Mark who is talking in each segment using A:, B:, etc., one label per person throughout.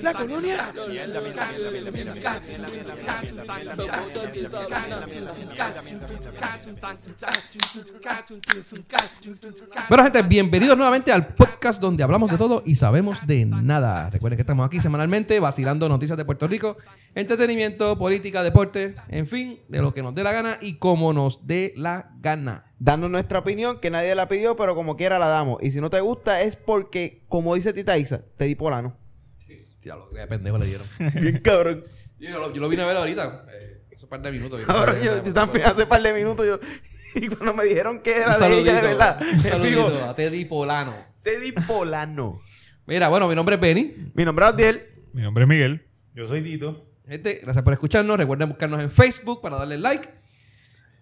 A: La colonia.
B: Bueno, gente, bienvenidos nuevamente al podcast donde hablamos de todo y sabemos de nada. Recuerden que estamos aquí semanalmente vacilando noticias de Puerto Rico, entretenimiento, política, deporte, en fin, de lo que nos dé la gana y como nos dé la gana.
C: dando nuestra opinión que nadie la pidió, pero como quiera la damos. Y si no te gusta es porque, como dice Tita Isa, te di polano.
B: Ya lo que pendejo le dieron.
C: Bien cabrón.
B: Yo lo, yo lo vine a ver ahorita, eh, hace un par de minutos.
C: Ahora yo, yo también hace par de minutos yo, y cuando me dijeron que
B: un
C: era de
B: saludito,
C: ella de verdad,
B: un saludito
C: digo,
B: a Teddy Polano.
C: te di polano.
B: Mira, bueno, mi nombre es Benny.
C: Mi nombre es Adiel.
D: Mi nombre es Miguel. Yo soy Tito.
B: Gente, gracias por escucharnos. Recuerden buscarnos en Facebook para darle like.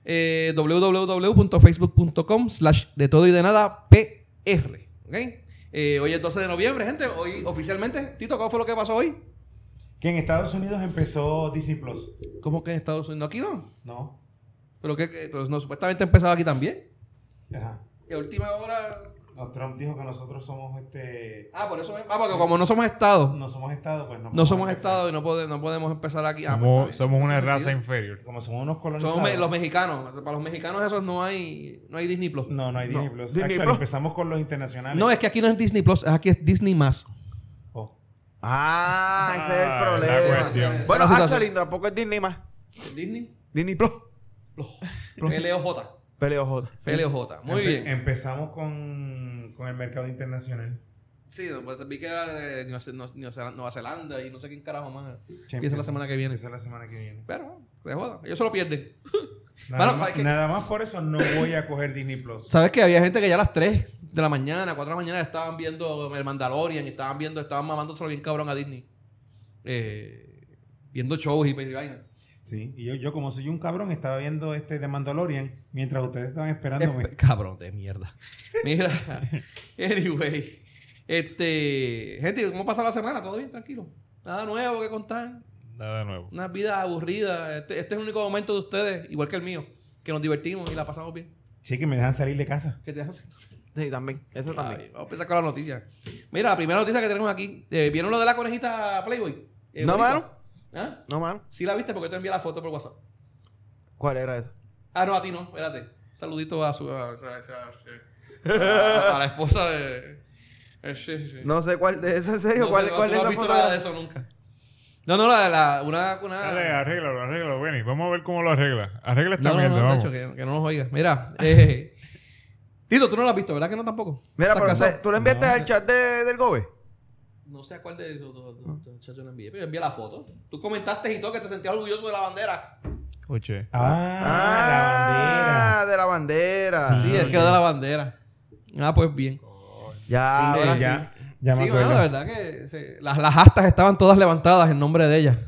B: Eh, www.facebook.com slash de todo y de nada PR. ¿ok? Eh, hoy es 12 de noviembre, gente. Hoy oficialmente, Tito, ¿cómo fue lo que pasó hoy?
D: Que en Estados Unidos empezó Disney Plus.
B: ¿Cómo que en Estados Unidos? Aquí no.
D: No.
B: Pero que, que- pero no, supuestamente empezaba aquí también.
D: Ajá.
B: Y a última hora.
D: No, Trump dijo que nosotros somos este.
B: Ah, por eso es. Ah, porque como no somos Estado,
D: No somos Estado, pues no.
B: no
D: podemos
B: somos
D: empezar.
B: Estado y no, pode- no podemos empezar aquí. Ah, pues, está bien.
E: Somos, somos
B: En
E: una
B: ese
E: raza
B: sentido.
E: inferior.
D: Como somos unos colonizados.
B: Somos me- los mexicanos. Para los mexicanos, esos no hay, no hay Disney Plus.
D: No, no hay Disney
C: No.
D: Plus.
C: Disney
D: Actually,
C: Plus.
D: empezamos con los internacionales.
B: No, es que aquí no es Disney Plus, aquí es Disney más.
D: Oh.
C: Ah,
E: Ah,
C: ese
E: la
C: es el problema.
E: cuestión.
C: Bueno,
B: Esa es la
C: actually, tampoco es Disney más.
B: Disney
C: Disney Plus.
B: Plus. Em, PLOJ.
C: Peleo J.
B: PLOJ. Muy
D: Empe-
B: bien.
D: Empezamos con, con el mercado internacional.
B: Sí, no, pues, vi que era de Nueva Zel- Nueva Zel- Nueva Zelanda y no sé quién carajo más. Empieza
D: Champions.
B: la semana que viene.
D: Empieza la semana que viene.
B: Pero se joda. Ellos se lo pierden.
D: Nada,
B: Bueno, hay
D: más,
B: que-
D: nada más por eso no voy a coger Disney Plus.
B: ¿Sabes que había gente que ya a las 3 de la mañana, 4 de la mañana estaban viendo el Mandalorian, y estaban viendo, estaban mamándoselo bien cabrón a Disney. Eh, viendo shows y pe- y vainas.
D: Sí, y yo, yo como soy un cabrón estaba viendo este de Mandalorian mientras ustedes estaban esperándome.
B: Espe- Cabrón de mierda. Mira. anyway. Este. Gente, ¿cómo pasa la semana? ¿Todo bien? Tranquilo. Nada nuevo que contar.
E: Nada nuevo.
B: Una vida aburrida. Este, este es el único momento de ustedes, igual que el mío, que nos divertimos y la pasamos bien.
D: Sí, que me dejan salir de casa.
B: ¿Qué te haces?
C: Sí, también. Eso
B: Está
C: también.
B: Ah, bien, Vamos a empezar con la noticia. Mira, la primera noticia que tenemos aquí. Eh, ¿Vieron lo de la conejita Playboy? Eh,
C: No,
B: bonita.
C: mano.
B: ¿Ah?
C: No, mano.
B: Sí la viste porque te envié la foto por WhatsApp.
C: ¿Cuál era eso?
B: Ah, no, a ti no, espérate. Saludito a su. A, a- a- a- a la esposa de. eh, sí, sí.
C: No sé cuál de ¿Es en serio?
B: No
C: ¿Cuál,
B: sé, no,
C: cuál
B: tú no
C: es
B: has
C: la
B: visto
C: foto?
B: nada de eso nunca. No, no, la de la. Una. una...
E: Dale, arréglalo, arréglalo, Benny. Vamos a ver cómo lo arregla. Arregla esta
B: no, no,
E: mierda,
B: no,
E: vamos.
B: Nacho, que, que no nos oiga. Mira, eh, Tito, tú no la has visto, ¿verdad que no tampoco?
C: Mira,
B: ¿Estás
C: pero
B: casado?
C: usted- tú le enviaste al chat de- del Gobe.
B: No sé a cuál de los dos dos- dos muchachos la envié, pero yo envié la foto. Tú comentaste y todo que te sentías orgulloso de la bandera.
E: Oye.
D: Ah, la bandera.
C: de la bandera.
D: Sí,
B: Sí, es que era de la bandera. Ah, pues bien.
C: Ya,
D: Sí,
C: ahora
D: sí,
C: sí.
D: Ah, ya, ya
B: sí,
D: me
B: bueno,
D: acuerdo.
B: la verdad que se- las, las astas estaban todas levantadas en nombre de ella.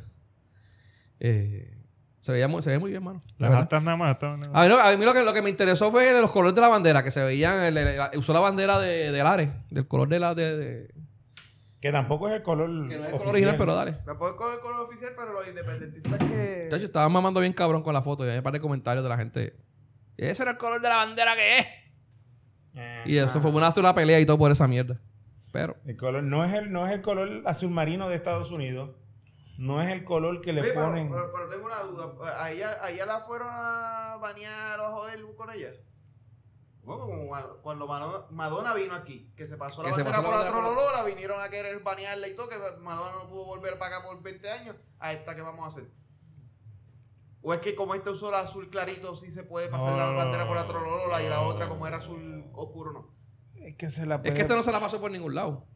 B: Eh, se, veía muy, se veía muy bien, mano. La
E: Las
B: verdad.
E: altas nada más. están-
B: A mí, lo, a mí lo que, lo que me interesó fue de los colores de la bandera, que se veían. el- el- la- usó la bandera de, del Ares, del color de la. De, de-
D: que tampoco es el color.
B: que no es el
D: oficial.
B: color original, pero dale.
C: Tampoco con el color oficial, pero los independentistas que.
B: Chacho, estaban mamando bien cabrón con la foto. Y hay un par de comentarios de la gente. Ese era el color de la bandera que es.
D: Eh,
B: Y eso fue una, hasta una pelea y todo por esa mierda. Pero.
D: el color, no, es el, no es el color azul marino de Estados Unidos. No es el color que le
C: Oye, pero,
D: ponen.
C: pero- pero tengo una duda. ¿A ella, a ella la fueron a banear o joder con ella? Bueno, como ma- cuando Mano- Madonna vino aquí, que se pasó la
B: Que se
C: bandera
B: pasó la
C: por
B: bandera
C: otro
B: por-
C: lolo, la vinieron a querer banearla y todo, que Madonna no pudo volver para acá por 20 años. ¿A esta qué vamos a hacer? ¿O es que como este usó el azul clarito, sí se puede pasar
E: No,
C: la
E: no, no,
C: bandera por
E: no,
C: otro lolola y la
E: no.
C: otra como era azul oscuro, no?
D: Es que se la
B: Es
D: puede-
B: que esta no se la pasó por ningún lado.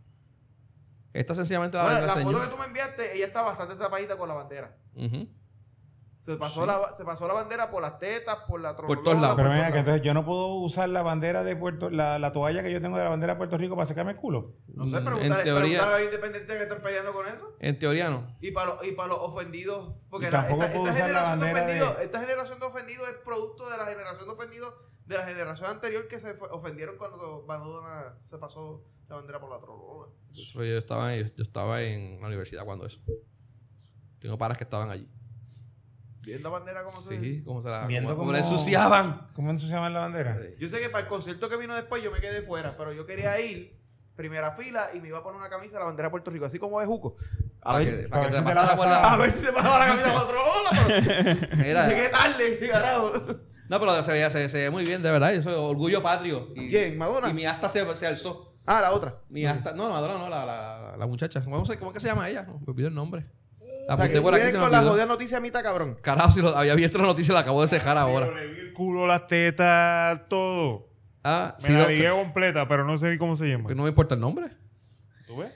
B: Esta sencillamente la
C: Bueno,
B: la
C: la foto que
B: enseñó.
C: tú me enviaste, ella está bastante tapadita con la bandera.
B: Ujú.
C: Se pasó, la, se pasó la bandera por las tetas, por la
B: Por todos
C: trolola,
B: lados.
D: Pero mira,
C: todos
D: que
C: lados.
D: entonces yo no puedo usar la bandera de Puerto la, la toalla que yo tengo de la bandera de Puerto Rico para secarme el culo.
C: No sé,
B: Mm,
C: preguntarle,
B: en teoría,
C: preguntarle a los independientes que están peleando con eso.
B: en teoría no.
C: Y para los, y para los ofendidos. Porque
D: Y
C: la-
D: tampoco
C: esta,
D: puedo
C: esta
D: usar la
C: generación de
D: bandera de-
C: ofendidos, esta generación de ofendidos es producto de la generación de ofendidos de la generación anterior que se fue- ofendieron cuando Madonna se pasó la bandera por la trolola.
B: Eso Yo estaba, en- yo estaba en la universidad cuando eso. Tengo paras que estaban allí.
C: Viendo la bandera como se
B: Sí, como se la,
D: Viendo
B: como, como la
D: cómo-
B: ensuciaban.
D: ¿Cómo se llama la bandera?
C: Yo sé que para el concierto que vino después yo me quedé fuera, pero yo quería ir. primera fila y me iba a poner una camisa de la bandera de Puerto Rico, así como de Juco. A
B: Para
C: ver,
B: Ah, que- para que
D: a
B: te
D: ver si te
B: pasara
D: la
B: por
C: a
B: la-
C: ver si se pasaba la camisa para otro lado, pero
B: Mira,
C: llegué tarde, carajo.
B: No, pero se veía, se, se veía muy bien, de verdad. Eso es orgullo patrio. Y,
C: ¿Quién? ¿Madonna?
B: Y mi asta se, se alzó.
C: Ah, la otra.
B: Mi asta... No, Madonna no, la, la, la muchacha. ¿Cómo, se, ¿Cómo es que se llama ella? Me olvidó el nombre. La
C: O sea,
B: apunté
C: que
B: por aquí,
C: vienes
B: se me
C: con la
B: olvidó.
C: jodida noticia a mitad, cabrón.
B: Carajo, si lo, había abierto la noticia, la acabo de cejar
F: Ahora.
B: ahora.
F: el culo, las tetas, todo.
B: Ah,
F: Me
B: sí,
F: la
B: doctor.
F: ligué completa, pero no sé ni cómo se llama.
B: Que no me importa el nombre.
F: ¿Tú ves?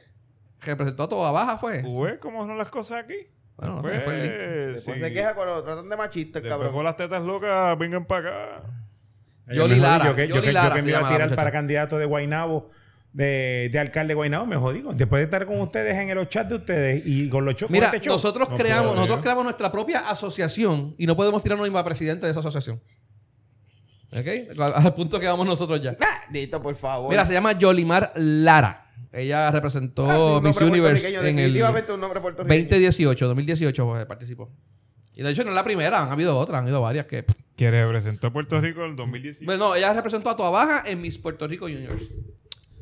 B: Representó a toda baja, fue.
F: ¿Tú ves cómo son las cosas aquí?
B: Bueno, no sé,
F: Pues,
B: fue el link.
F: sí.
C: Después se queja cuando lo tratan de machista, el
F: Después con
C: cabrón.
F: las tetas locas, vengan para acá.
B: Yoli
D: Mejor
B: Lara,
D: Yo que, yo
B: Yoli
D: que, yo
B: Lara
D: que
B: se
D: me iba
B: llama
D: a
B: la
D: tirar
B: muchacha.
D: para candidato de Guainabo, de, de alcalde de Guainabo, me jodí. con- Después de estar con ustedes en los chats de ustedes y con los shows. con
B: Mira,
D: este show,
B: nosotros
D: no
B: creamos,
D: puedo, ¿eh?
B: nosotros
D: yo.
B: creamos nuestra propia asociación y no podemos tirarnos mismo a presidente de esa asociación. ¿Ok? Al, al punto que vamos nosotros ya.
C: Nah, Dito, Ah, por favor.
B: Mira, se llama Yolimar Lara. Ella
C: Ah, sí,
B: representó
C: un
B: Miss
C: nombre
B: Universe
C: puertorriqueño,
B: en el
C: Definitivamente un nombre puertorriqueño.
B: 2018, 2018 pues, participó. Y de hecho no es la primera, han habido otras, han habido varias que...
F: Que representó a Puerto Rico en el 2017.
B: Bueno, ella representó a Toa Baja en Miss Puerto Rico Juniors.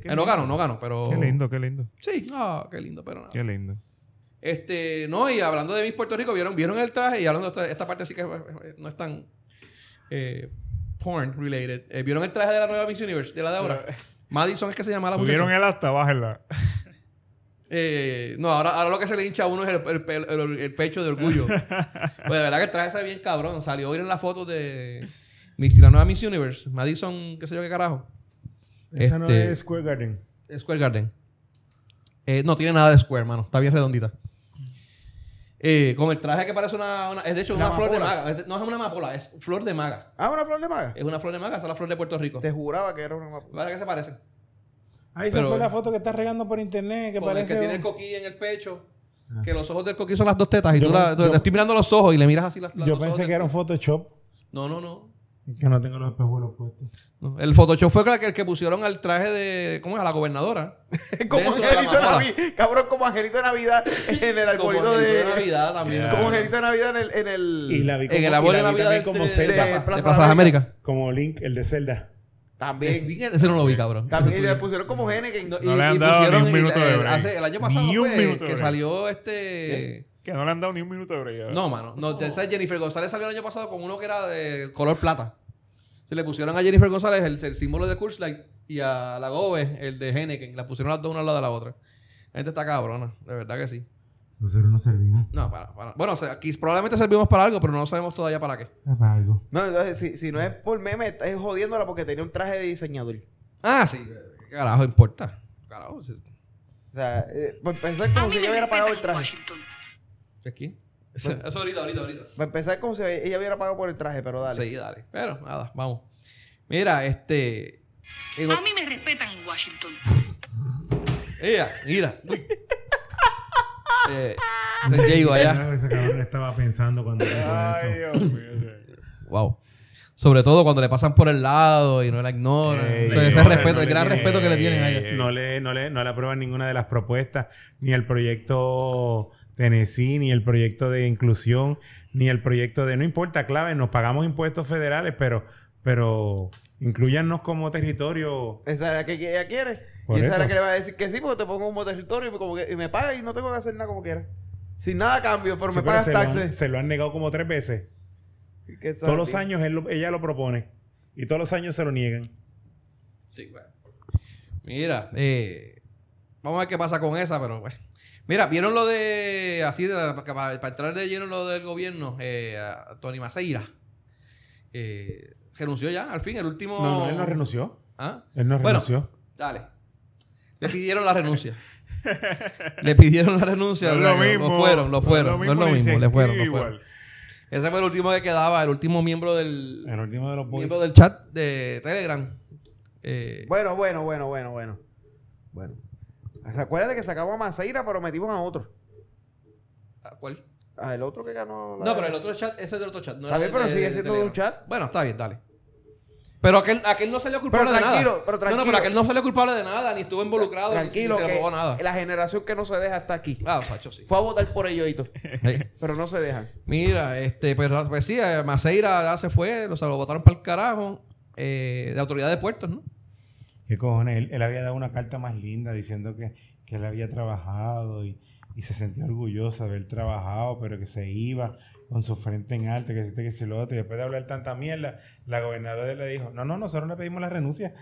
B: Eh, no gano, no gano, pero...
D: Oh.
F: Qué lindo, qué lindo,
B: Sí, ah, qué lindo, pero nada.
F: qué lindo.
B: Este, no, y hablando de Miss Puerto Rico, vieron, vieron el traje y hablando de esta, esta parte sí que eh, no es tan eh, porn related. Eh, ¿Vieron el traje de la nueva Miss Universe? De la de ahora. Madison es que se llama la
F: Subieron
B: muchacha.
F: el hasta, bájenla.
B: Eh, no, ahora, ahora lo que se le hincha a uno es el, el pel- el- el pecho de orgullo. pues de verdad que el traje se ve bien cabrón. Salió hoy en la foto de Miss- la nueva Miss Universe. Madison, qué sé yo qué carajo.
D: Esa no
B: Este-
D: es Square Garden.
B: Square Garden. Eh, no tiene nada de Square, mano. Está bien redondita. Eh, con el traje que parece una, una- es de hecho
C: La
B: una flor de
C: amapola.
B: maga. Es de- no es una amapola, es flor de maga.
C: Ah, una flor de maga.
B: Es una flor de maga, esa es la flor de Puerto Rico.
C: Te juraba que era una maga.
B: ¿Verdad que se parece?
D: Ah, esa
B: Pero-
D: fue la foto que está regando por internet. Que
B: Con el
D: parece.
B: que tiene el
D: un- Ah.
B: coquí en el pecho. Que los ojos del coquí son las dos tetas. Y
D: Yo
B: tú, la-
D: pe-
B: tú-
D: yo-
B: te estoy mirando los ojos y le miras así las, las
D: yo
B: los ojos
D: pensé
B: del
D: que era un
B: coquí.
D: Photoshop.
B: No, no, no.
D: Que no tengo los espejuelos puestos.
B: No, El Photoshop fue el que, el que pusieron al traje de. ¿Cómo es? A la gobernadora.
C: Como
B: Dentro de la
C: angelito de
B: amapola.
C: Navidad. Cabrón, como angelito de Navidad en el
B: Como
C: arbolito
B: el
C: de.
B: Navidad también.
F: Ya.
C: Como angelito de Navidad en el. En el...
D: Y la vi como,
B: En el
D: y
B: árbol
D: la
B: de
D: vi
B: Navidad
D: también
B: este-
D: como
B: de,
D: Zelda.
B: Plaza, de
C: Plaza
B: Plaza de
C: América.
B: América.
D: Como Link, el de Zelda.
C: También.
B: Ese no lo vi, cabrón.
C: También.
B: Ese
C: Y le
B: tú-
C: pusieron como Henneken.
B: No,
F: No le han dado ni un minuto de
B: eh,
F: break.
B: hace- el año pasado
F: Ni un
B: fue
F: minuto de
B: que
F: break.
B: salió este...
F: Que no le han dado ni un minuto de break.
B: No, mano. No, de esa Jennifer González salió el año pasado con uno que era de color plata. Se le pusieron a Jennifer González el, el símbolo de Curse Light y a la Gobe el de Henneken. Las pusieron las dos una al lado de la otra. La gente está cabrona. De verdad que sí.
D: Nosotros no servimos
B: No, para, para. Bueno, o sea, aquí probablemente servimos para algo, pero no sabemos todavía para qué.
D: Ah, para algo.
C: No, entonces, si, si no es por meme, es jodiéndola porque tenía un traje de diseñador.
B: Ah, sí. ¿Qué carajo importa? Carajo. sí.
C: O sea, eh, para empezar como si ella hubiera pagado el traje.
B: ¿Es quién? Eso ahorita, ahorita, ahorita.
C: Para empezar como si ella hubiera pagado por el traje, pero dale.
B: Sí, dale. Pero nada, vamos. Mira, este. en
G: A mí me respetan en Washington.
B: Ella, mira. Uy. eh, se llegó allá.
D: Ese cabrón estaba pensando cuando dijo
F: Ay,
D: eso.
F: Dios mío. señor.
B: Wow. Sobre todo cuando le pasan por el lado y no la ignoran.
D: Eh,
F: Ey,
B: O sea, ese
F: no,
B: respeto,
F: no
B: el
F: le
B: gran
F: tiene-
B: respeto que le tienen a
F: ey,
B: ella.
F: ey.
D: No le, no, le, no le aprueban ninguna de las propuestas, ni el proyecto Tennessee, ni el proyecto de inclusión, ni el proyecto de, no importa, clave, nos pagamos impuestos federales, pero, pero incluyannos como territorio.
C: Esa es la que que ella quiere.
D: Por
C: y esa es
D: eso.
C: la que le va a decir que sí, porque te pongo un territorio y, me- como que, y me paga y no tengo que hacer nada como quiera. Sin nada a cambio, pero
D: Sí,
C: me
D: pero
C: pagas
D: se, lo han,
C: taxes.
D: se lo han negado como tres veces.
C: Que
D: Todos los
C: sabe.
D: años él lo- ella lo propone y todos los años se lo niegan.
B: Sí, bueno. Mira, eh, vamos a ver qué pasa con esa, pero bueno. Mira, vieron lo de. Así, de, para, para entrar de lleno en lo del gobierno, eh, a Tony Maceira. Eh, renunció ya, al fin, el último.
D: No, no, él no renunció.
B: ¿Ah?
D: Él no
B: Bueno,
D: renunció.
B: Dale. Le pidieron la renuncia. le pidieron la renuncia.
F: No es
B: ¿verdad?
F: lo mismo.
B: Lo fueron, lo fueron. No es lo
F: ni se
B: mismo, le fueron,
F: escribe
B: lo fueron.
F: igual.
B: Ese fue el último que quedaba, el último miembro del,
D: el último de los boys.
B: miembro del chat de Telegram. Eh,
C: Bueno, bueno, bueno, bueno, bueno. Bueno. O sea, Acuérdate que sacamos a Maceira, pero metimos a otro.
B: ¿a ¿Cuál?
C: A el otro que ganó. la-
B: No, pero el otro chat, ese es del otro chat. No
C: Está
B: era
C: bien, pero
B: de-
C: sigue
B: de
C: siendo
B: Telegram.
C: un chat.
B: Bueno, está bien, dale. Pero aquel, aquel no salió culpable
C: Pero
B: de nada.
C: tranquilo, pero
B: No, no,
C: tranquilo.
B: pero aquel no salió culpable de nada, ni estuvo involucrado,
C: Tranquilo,
B: ni se le
C: que
B: probó nada.
C: la generación que no se deja está aquí.
B: Ah, Sacho, sí.
C: Fue a votar por ellos, Hito,
B: Sí.
C: pero no se dejan.
B: Mira, este, pues, pues sí, eh, Maceira ya se fue, o sea, lo botaron para el carajo eh, de autoridad de puertos, ¿no?
D: ¿Qué cojones? Él, él había dado una carta más linda diciendo que, que él había trabajado y, y se sentía orgulloso de haber trabajado, pero que se iba con su frente en alto, que este que se lo otro. Y después de hablar tanta mierda, la gobernadora le dijo, no, no, nosotros le pedimos la renuncia.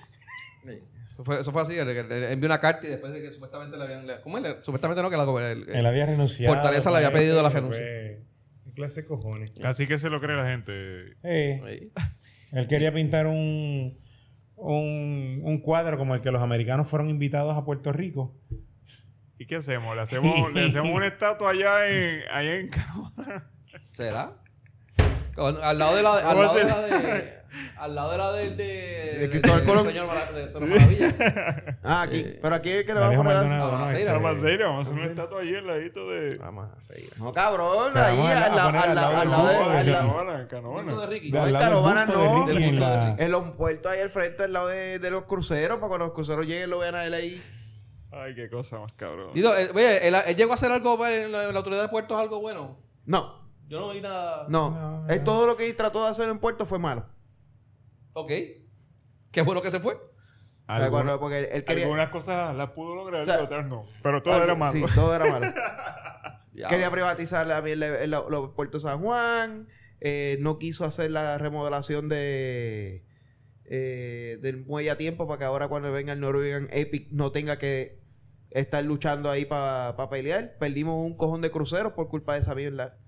B: Eso fue, eso fue así, el- el- el- envió una carta y después de que supuestamente le habían... le- ¿Cómo es? Le- Supuestamente no, que la... el- el-
D: Él había renunciado.
B: Fortaleza le había
D: pues,
B: pedido la
D: pues,
B: renuncia.
D: ¿Qué clase de cojones?
H: Así que se lo cree la gente.
D: Eh,
B: Ahí.
D: Él quería pintar un, un, un cuadro como el que los americanos fueron invitados a Puerto Rico.
H: ¿Y qué hacemos? ¿Le hacemos, le hacemos una estatua allá en, allá en Canadá?
B: ¿Será? Con- al lado de la... Al
H: ¿Cómo
B: lado de,
H: será?
B: la de al lado de la del de, de-
C: Cristóbal
B: del
C: Colón.
B: señor Mara- del señor Maravilla.
C: Ah, aquí.
B: Eh,
C: pero aquí es que le
D: Alejo
C: vamos a poner.
D: Maldonado,
B: Ah,
D: ¿no?
B: sí,
D: Este,
H: Pero más serio, vamos a hacer una estatua allí al ladito de...
B: Vamos a seguir.
C: No, cabrón.
D: Se la
C: Ahí,
D: vamos a
C: al lado-
D: poner
C: al
D: al
C: lado-
D: lado
C: al
D: del
C: lado de-
D: burro,
H: No,
C: al
H: en
D: del
C: lado-
H: Canobana, en
B: Punto de
H: Canobana.
B: Ricky.
D: de
C: No,
D: al
C: en
D: lado del
C: Canobana
D: busto de
C: no.
D: Ricky
B: Del
D: en
B: busto de
D: la-
C: En los puertos ahí al frente, al lado de, de los cruceros, para cuando los cruceros lleguen lo vean a él ahí.
H: Ay, qué cosa más cabrón.
B: Dido, eh, oye, él, él llegó a hacer algo para- en la, en la autoridad de puertos, algo bueno.
C: No,
B: Yo no oí nada.
C: no.
D: No,
C: Es
D: no.
C: todo lo que trató de hacer en puerto fue malo.
B: Ok. Qué bueno que se fue.
C: O sea,
H: Alguna-
C: cuando- porque él quería.
H: Algunas cosas las pudo lograr,
C: O sea,
H: otras no. Pero todo
C: algo-
H: era malo.
C: Sí, todo era malo.
B: Ya.
C: Quería privatizar la, la- la- los puertos de San Juan. eh, no quiso hacer la remodelación de eh, del muelle a tiempo para que ahora cuando venga el Norwegian Epic no tenga que estar luchando ahí para pelear. Perdimos un cojón de cruceros por culpa de esa mierda.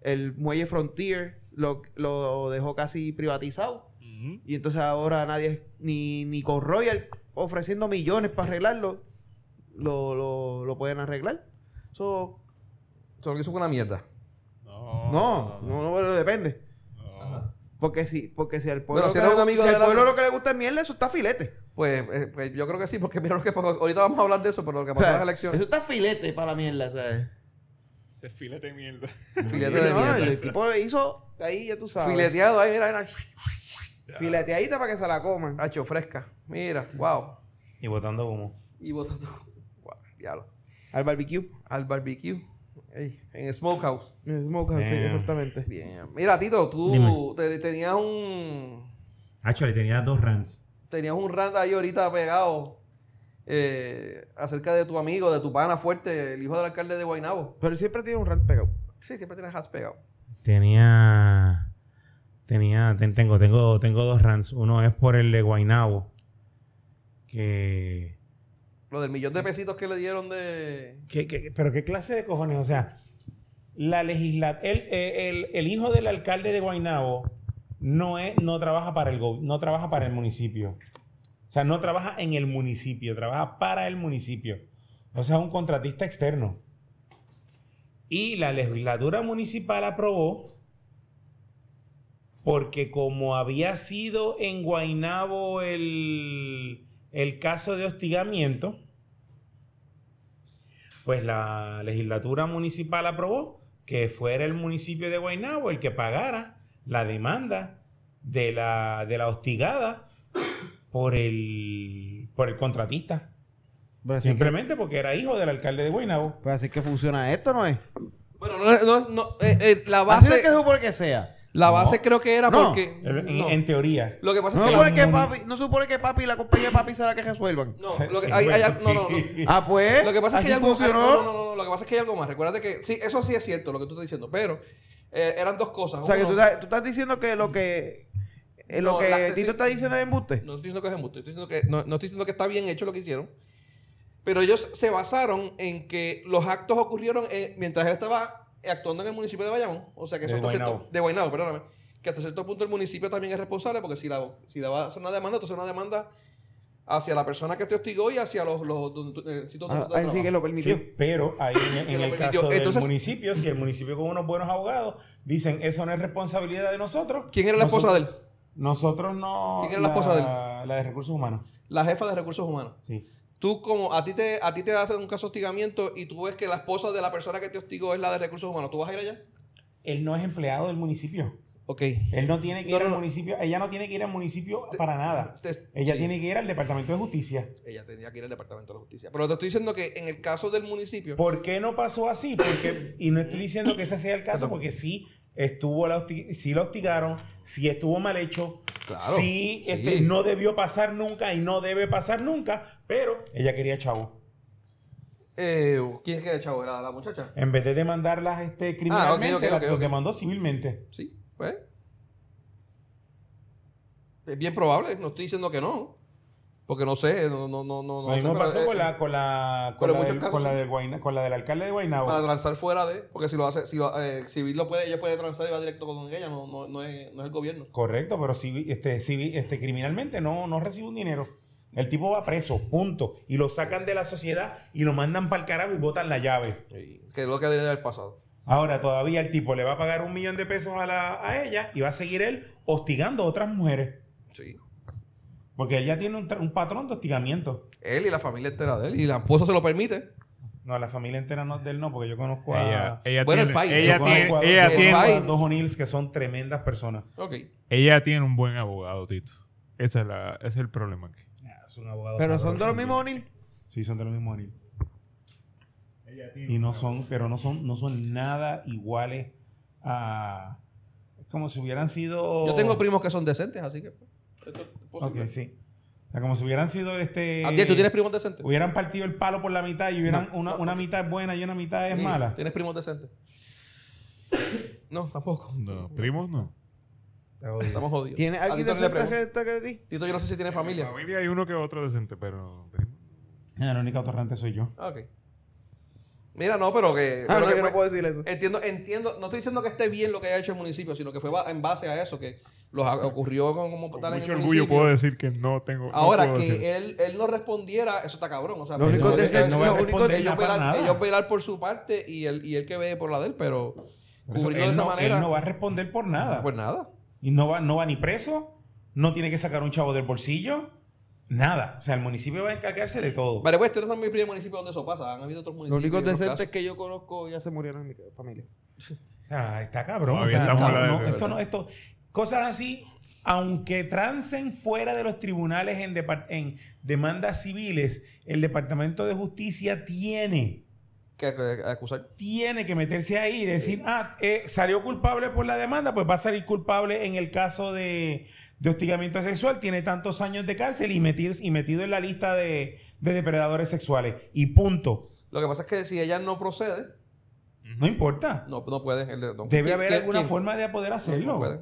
C: El muelle Frontier lo, lo dejó casi privatizado.
H: Ujú.
C: Y entonces ahora nadie, es- ni, ni con Royal ofreciendo millones para arreglarlo, lo, lo, lo pueden arreglar. So,
B: Solo que eso fue una mierda.
C: no, no, no, bueno, depende.
H: no.
C: Porque si, porque si al pueblo,
B: Bueno, si
C: lo
B: eres
C: que le-
B: un amigo
C: si al
B: de la-
C: pueblo lo que le gusta es mierda, eso está filete.
B: Pues, eh, pues yo creo que sí, porque mira lo que pasó. Ahorita vamos a hablar de eso, pero lo que
C: O
B: pasó en
C: sea,
B: las
C: Eso
B: elecciones.
C: está filete para la mierda, ¿sabes?
H: Se filete de mierda.
B: Filete
C: No,
B: de
C: El
B: mierda.
C: tipo le hizo, ahí ya tú sabes.
B: Fileteado ahí, mira, mira.
C: Fileteadita para que se la coman.
B: Hacho, fresca. Mira, wow.
D: Y botando humo.
B: Y votando. Wow, diablo.
C: Al barbecue.
B: Al barbecue. Ey, en Smokehouse.
C: En Smokehouse, sí,
D: Damn.
C: exactamente.
B: Bien. Mira, Tito, tú
D: Dime.
B: te- tenías un.
D: Hacho, le tenía dos rants.
B: tenías un rant ahí ahorita pegado eh, acerca de tu amigo, de tu pana fuerte, el hijo del alcalde de Guaynabo.
C: Pero siempre tiene un rant pegado.
B: Sí, siempre tienes has pegado.
D: Tenía. Tenía. ten- tengo, tengo, tengo dos rants. Uno es por el de Guainabo. Que,
B: Lo del millón de pesitos que le dieron de...
D: que- que- Pero qué clase de cojones. O sea, la legisla el, eh, el- el hijo del alcalde de Guainabo no, es, no, trabaja para el go- no trabaja para el municipio. O sea, no trabaja en el municipio, trabaja para el municipio. O sea, es un contratista externo. Y la legislatura municipal aprobó porque como había sido en Guainabo el, el caso de hostigamiento, pues la legislatura municipal aprobó que fuera el municipio de Guainabo el que pagara la demanda de la, de la hostigada por el, por el contratista.
B: Pues
D: Simplemente porque era hijo del alcalde de Guaynabo.
C: Pues así que funciona esto, ¿no es?
B: Bueno, no, no, no, eh, eh, la
C: Así es
B: base,
C: que supone que sea.
B: la
D: No. Eh,
B: base creo que era
C: No.
B: porque...
D: En,
B: no.
D: en teoría.
B: Lo que pasa
C: No
B: es que...
C: supone
B: la-
C: que papi, no supone que papi y la compañía de papi sea la que resuelvan.
B: No, lo que,
D: Sí,
B: hay, hay-
D: bueno,
B: no, no,
D: sí.
B: no.
C: Ah, pues.
B: Lo que pasa es que hay
C: así
B: algo
C: funcionó.
B: No, no, no, no, lo que pasa es que hay algo más. Recuérdate que... Sí, eso sí es cierto lo que tú estás diciendo, pero eh, eran dos cosas.
C: O sea, que
B: Uno,
C: tú estás, tú estás diciendo que lo que. eh, lo
B: No,
C: que
B: la-
C: Tito está diciendo es embuste.
B: No estoy diciendo que es embuste, estoy diciendo que, no, no estoy diciendo que está bien hecho lo que hicieron. Pero ellos se basaron en que los actos ocurrieron eh, mientras él estaba actuando en el municipio de Bayamón. O sea que eso
D: De
B: hasta cierto-
D: Guaynabo.
B: de Guaynabo, perdóname. Que hasta cierto punto el municipio también es responsable porque si la, si la va a hacer una demanda, entonces una demanda hacia la persona que te hostigó y hacia los, los donde tú- el sitio donde
C: Ah,
B: tú
C: ahí sí
B: trabajas.
C: que lo permitió.
D: Sí, pero ahí en, en
B: Lo
D: el
B: permitió.
D: caso del
B: Entonces-
D: municipio, si el municipio con unos buenos abogados dicen eso no es responsabilidad de nosotros.
B: ¿Quién era la esposa de él?
D: Nosotros no.
B: ¿Quién era la esposa de
D: él? La de recursos humanos.
B: La jefa de recursos humanos.
D: Sí.
B: Tú como a ti te a ti te hacen un caso de hostigamiento y tú ves que la esposa de la persona que te hostigó es la de recursos humanos, ¿tú vas a ir allá?
D: Él no es empleado del municipio.
B: Ok.
D: Él no tiene que
B: No,
D: ir
B: no,
D: al
B: no.
D: municipio. Ella no tiene que ir al municipio para nada.
B: Te-
D: Ella
B: sí.
D: tiene que ir al Departamento de Justicia.
B: ella tendría que ir al Departamento de la Justicia. Pero te estoy diciendo que en el caso del municipio,
D: ¿Por qué no pasó así? Porque, y no estoy diciendo que ese sea el caso, porque sí estuvo la hosti- sí la hostigaron, sí estuvo mal hecho,
B: Claro,
D: sí,
B: sí.
D: este, no debió pasar nunca y no debe pasar nunca, pero ella quería chavo.
B: Eh, ¿Quién es que era el chavo? ¿Era la muchacha?
D: En vez de demandarlas este, criminalmente,
B: Ah, ok, ok,
D: la-
B: ok,
D: lo
B: ok.
D: demandó civilmente.
B: Sí, pues. Es bien probable, no estoy diciendo que no. Porque no sé, no, no, no, no.
D: lo
B: no sé,
D: mismo
B: pero,
D: pasó
B: eh,
D: con la, con la, con
B: pero
D: la
B: muchos
D: del,
B: casos
D: con la
B: sí. Ah,
D: del Guayna- con la del alcalde de
B: Para
D: Guaynabo.
B: transar fuera de. Porque si lo hace, si lo, eh, Civil lo puede, ella puede transar y va directo con ella, no, no, no, es, no es el gobierno.
D: Correcto, pero civi- este, civi- este, criminalmente no, no recibe un dinero. El tipo va preso, punto. Y lo sacan de la sociedad y lo mandan para el carajo y botan la llave.
B: Sí, Que es lo que debe haber pasado.
D: Ahora todavía el tipo le va a pagar un millón de pesos a, la, a ella y va a seguir él hostigando a otras mujeres.
B: Sí.
D: Porque él ya tiene un, tra- un patrón de hostigamiento.
B: Él y la familia entera de él. Y la esposa se lo permite.
D: No, la familia entera no es de él, no, porque yo conozco a...
H: Ella, ella
B: Bueno, el
H: tiene,
B: país.
H: ella
D: yo
H: tiene,
D: conozco a-
H: ella
D: yo
H: tiene,
D: conozco a
B: tiene-
D: dos O'Neills que son tremendas personas.
B: Ok.
H: ella tiene un buen abogado, Tito. Esa es la, ese es el problema aquí.
D: Ah, Son abogados
C: Pero
D: cabrones.
C: son de los mismos O'Neill.
D: Sí, son de los mismos O'Neills. Y no son, pero no son, no son nada iguales a... Es como si hubieran sido...
B: Yo tengo primos que son decentes, así que. pues, Esto es posible.
D: Ok, sí. O sea, como si hubieran sido este...
B: Abdiel, ¿tú tienes primos decentes?
D: hubieran partido el palo por la mitad y hubieran
B: No.
D: una, una mitad es buena y una mitad es
B: Sí,
D: mala.
B: ¿Tienes primos decentes? No, tampoco.
H: No, primos no.
B: Estamos jodidos.
C: ¿Tiene
B: A
C: alguien
B: Tito
C: de
B: no le
C: frente
B: pregunto.
C: cerca de ti?
B: Tito, yo no sé si tiene
H: En
B: familia.
H: mi Familia hay uno que otro decente, pero primos.
D: La única otorrante soy yo.
B: Ah, Ok. Mira, no, pero que.
C: Ah,
B: Eh, pero
C: no,
B: que
C: yo no
B: fue-
C: puedo decir eso.
B: Entiendo, entiendo. No estoy diciendo que esté bien lo que haya hecho el municipio, sino que fue ba- en base a eso que los a- ocurrió con- como
H: Con
B: tal en
H: mucho
B: el
H: orgullo
B: municipio.
H: puedo decir que no tengo. no
B: Ahora,
H: puedo decir
B: que
H: eso.
B: él, él no respondiera, eso está cabrón. O sea,
C: Lo único
B: ellos-
C: que-
B: ellos-
C: él no va a
B: ellos-
D: responder
B: ellos,
D: nada para
B: velar,
D: nada.
B: ellos velar por su parte y él, y él que ve por la de él, pero
D: Por eso,
B: cubrirlo
D: él,
B: de esa
D: no,
B: manera.
D: él no va a responder por nada.
B: Pues nada.
D: Y no va, no va ni preso, no tiene que sacar un chavo del bolsillo, nada. O sea, el municipio va a encargarse de todo.
B: Vale, pues este no es mi primer municipio donde eso pasa. Han habido otros municipios.
C: Los
B: y
C: únicos
B: otros casos.
C: decentes que yo conozco ya se murieron en mi familia.
D: O sea, Ah, está cabrón.
H: Todavía
D: O sea,
H: estamos
D: no,
H: a la
D: no,
H: de-
D: eso no, esto, cosas así, aunque trancen fuera de los tribunales en, depar- en demandas civiles, el Departamento de Justicia tiene
B: que, que- que acusar.
D: tiene que meterse ahí y decir, ah, eh, salió culpable por la demanda, pues va a salir culpable en el caso de, de hostigamiento sexual, tiene tantos años de cárcel y metido, y metido en la lista de, de depredadores sexuales. Y punto.
B: Lo que pasa es que si ella no procede,
D: No importa.
B: no, no puede. él- no.
D: Debe
B: ¿Quién-
D: haber
B: quién-
D: alguna
B: quién?
D: forma de poder hacerlo.
B: No puede.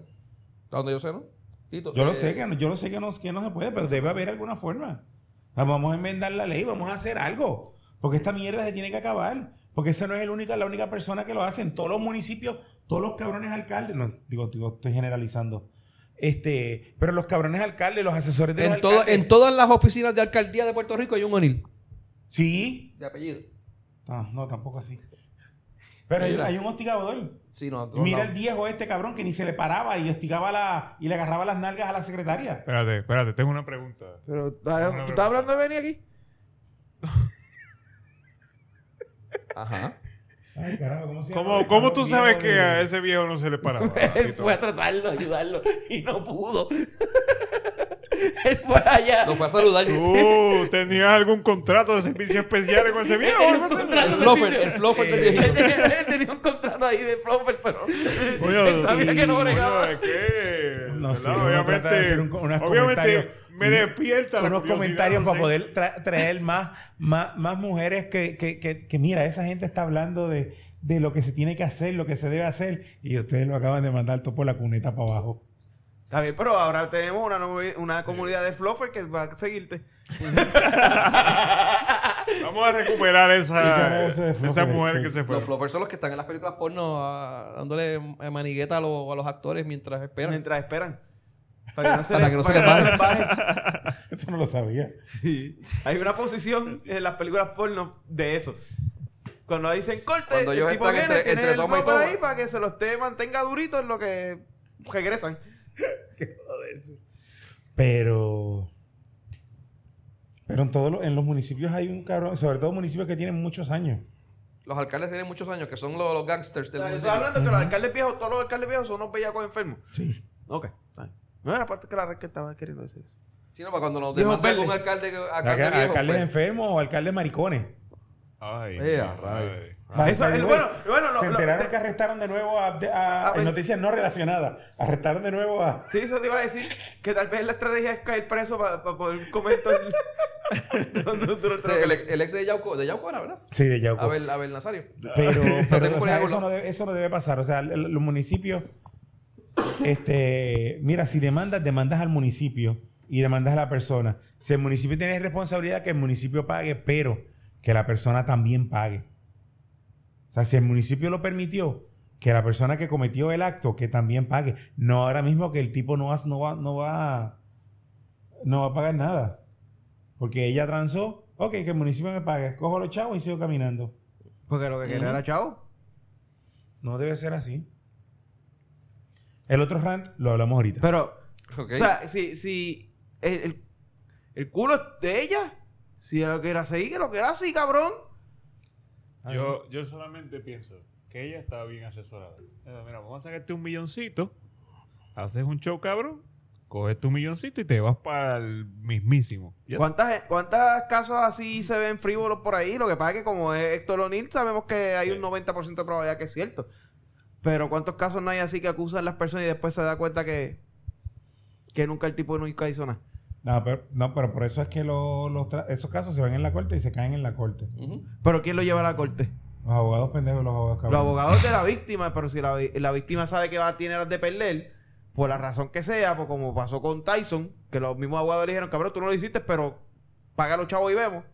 B: Hasta donde yo sé, ¿no? Tito,
D: Yo lo
B: eh,
D: sé que no, yo lo sé que no, que no se puede, pero debe haber alguna forma. O sea, Vamos a enmendar la ley, vamos a hacer algo. Porque esta mierda se tiene que acabar. Porque esa no es el única, la única persona que lo hace. En todos los municipios, todos los cabrones alcaldes. No, digo, digo, estoy generalizando. Este, pero los cabrones alcaldes, los asesores de los
B: En, todo,
D: alcaldes-
B: en todas las oficinas de alcaldía de Puerto Rico hay un O'Neill.
D: Sí.
B: De apellido.
D: No, no, tampoco así. Pero hay,
B: Mira.
D: hay un hostigador.
B: Sí, no, no, no.
D: Mira el viejo este cabrón que ni se le paraba y hostigaba la, y le agarraba las nalgas a la secretaria.
H: Espérate, espérate, tengo una pregunta.
C: Pero, ah, ¿tú
H: no,
C: estás
H: no.
C: hablando de Benny aquí?
B: Ajá.
D: Ay, carajo, ¿cómo se llama?
H: ¿Cómo,
D: El
H: cómo tú
D: cabrón
H: sabes
D: viejo
H: que
D: de-
H: a ese viejo no se le paraba?
C: Él
H: Tito?
C: fue a tratarlo, a ayudarlo y no pudo. Él fue allá.
B: Lo fue a saludar.
H: ¿Tú tenías algún contrato de servicio especial con ese
C: Él
H: viejo?
C: tenía un
H: algo así?
C: contrato
B: El
C: de
B: fluffer,
C: servicio.
B: el fluffer del
C: Él
B: viejito.
C: tenía- él tenía un contrato ahí de flopper, pero él
H: Oye,
C: sabía que no
H: oye,
C: bregaba.
D: eh,
H: es que,
D: No
H: ¿verdad?
D: sé, uno trata de hacer un- unos
H: obviamente
D: comentarios-
H: me despierta la
D: unos
H: curiosidad,
D: comentarios
H: no
D: para
H: sé.
D: poder tra- traer más, más, más mujeres que, que, que, que, mira, esa gente está hablando de, de lo que se tiene que hacer, lo que se debe hacer, y ustedes lo acaban de mandar todo por la cuneta para abajo.
C: Está bien, pero ahora tenemos una, nove- una comunidad de flopper que va a seguirte.
H: Vamos a recuperar esa,
D: Y carajo, eso de flojo
H: esa
D: de-
H: mujer
D: de-
H: que se fue.
B: Los floppers son los que están en las películas porno ah, dándole eh, manigueta a, los- a los actores mientras esperan.
C: Mientras esperan. Para que no se
B: Para
C: les-
B: que no se
C: para
B: les
C: que no se les baje.
D: Eso no lo sabía.
C: Sí. Hay una posición en las películas porno de eso. Cuando dicen corte,
B: Cuando ellos
C: el tipo
B: están
C: viene,
B: entre-
C: tiene
B: entre
C: el
B: toma y
C: flopper
B: toma.
C: ahí para que se los esté mantenga durito en lo que regresan.
D: Pero. Pero en todos los, en los municipios hay un cabrón, sobre todo municipios que tienen muchos años.
B: Los alcaldes tienen muchos años, que son los, los gangsters del
C: Estoy
B: municipio.
C: hablando que los
D: Ujú.
C: alcaldes viejos, todos los alcaldes viejos son unos bellacos enfermos.
D: Sí.
C: Ok, está bien. No era parte que la red que estaba queriendo decir eso.
B: Sí, no, para cuando nos
C: Viejos
B: demandan un
C: verdes.
B: alcalde, alcalde
D: Alcaldes
B: viejo, pues,
D: enfermos o alcaldes maricones.
H: Ay,
I: Eh, a
H: ay.
I: rayos.
D: By
C: Ah. Eso
D: the
C: es-
D: way,
C: bueno, bueno, lo-
D: se
C: lo-
D: enteraron
C: de-
D: que arrestaron de nuevo a, de- a-
C: A ver.
D: en noticias no relacionadas. Arrestaron de nuevo a
C: Sí, eso te iba a decir. Que tal vez la estrategia es caer preso para poder comentar. No, no, no, no,
B: O sea, el, ex, el ex de Yauco, de Yauco era, ¿verdad?
D: Sí, de Yauco.
B: Abel, Abel Nazario.
D: Pero, pero,
B: tengo
D: o
B: por
D: sea,
B: ahí
D: eso,
B: algo.
D: no debe, eso no debe pasar. O sea, el- los municipios. Este, mira, si demandas, demandas al municipio y demandas a la persona. Si el municipio tiene responsabilidad, que el municipio pague, pero que la persona también pague. O sea, si el municipio lo permitió, que la persona que cometió el acto, que también pague. No ahora mismo que el tipo no va, no va, no va, no va a pagar nada. Porque ella transó, ok, que el municipio me pague. Cojo los chavos y sigo caminando.
C: Porque lo que quería era chao.
D: No debe ser así. El otro rant lo hablamos ahorita.
C: Pero,
I: Ok.
C: o sea, si, si el, el- el culo es de ella, si lo que era así, que lo que era así, cabrón.
D: Ah,
H: Yo, yo solamente pienso que ella estaba bien asesorada. Era, Mira, vamos a sacarte un milloncito, haces un show cabrón, coges tu milloncito y te vas para el mismísimo. Ya
C: ¿Cuántas, ¿Cuántas casos así se ven frívolos por ahí? Lo que pasa es que como es Héctor O'Neill sabemos que hay un 90% de probabilidad que es cierto. Pero ¿cuántos casos no hay así que acusan las personas y después se da cuenta que, que nunca el tipo nunca hizo nada?
D: No, pero, no, pero por eso es que lo- los tra- esos casos se van en la corte y se caen en la corte.
B: Ujú.
C: ¿Pero quién lo lleva a la corte?
D: Los abogados pendejos, los abogados
C: Los
D: cabrones.
C: abogados de la víctima, pero si la, vi- la víctima sabe que va a tener las de perder, por la razón que sea, pues como pasó con Tyson, que los mismos abogados le dijeron, cabrón, tú no lo hiciste, pero paga los chavos y vemos.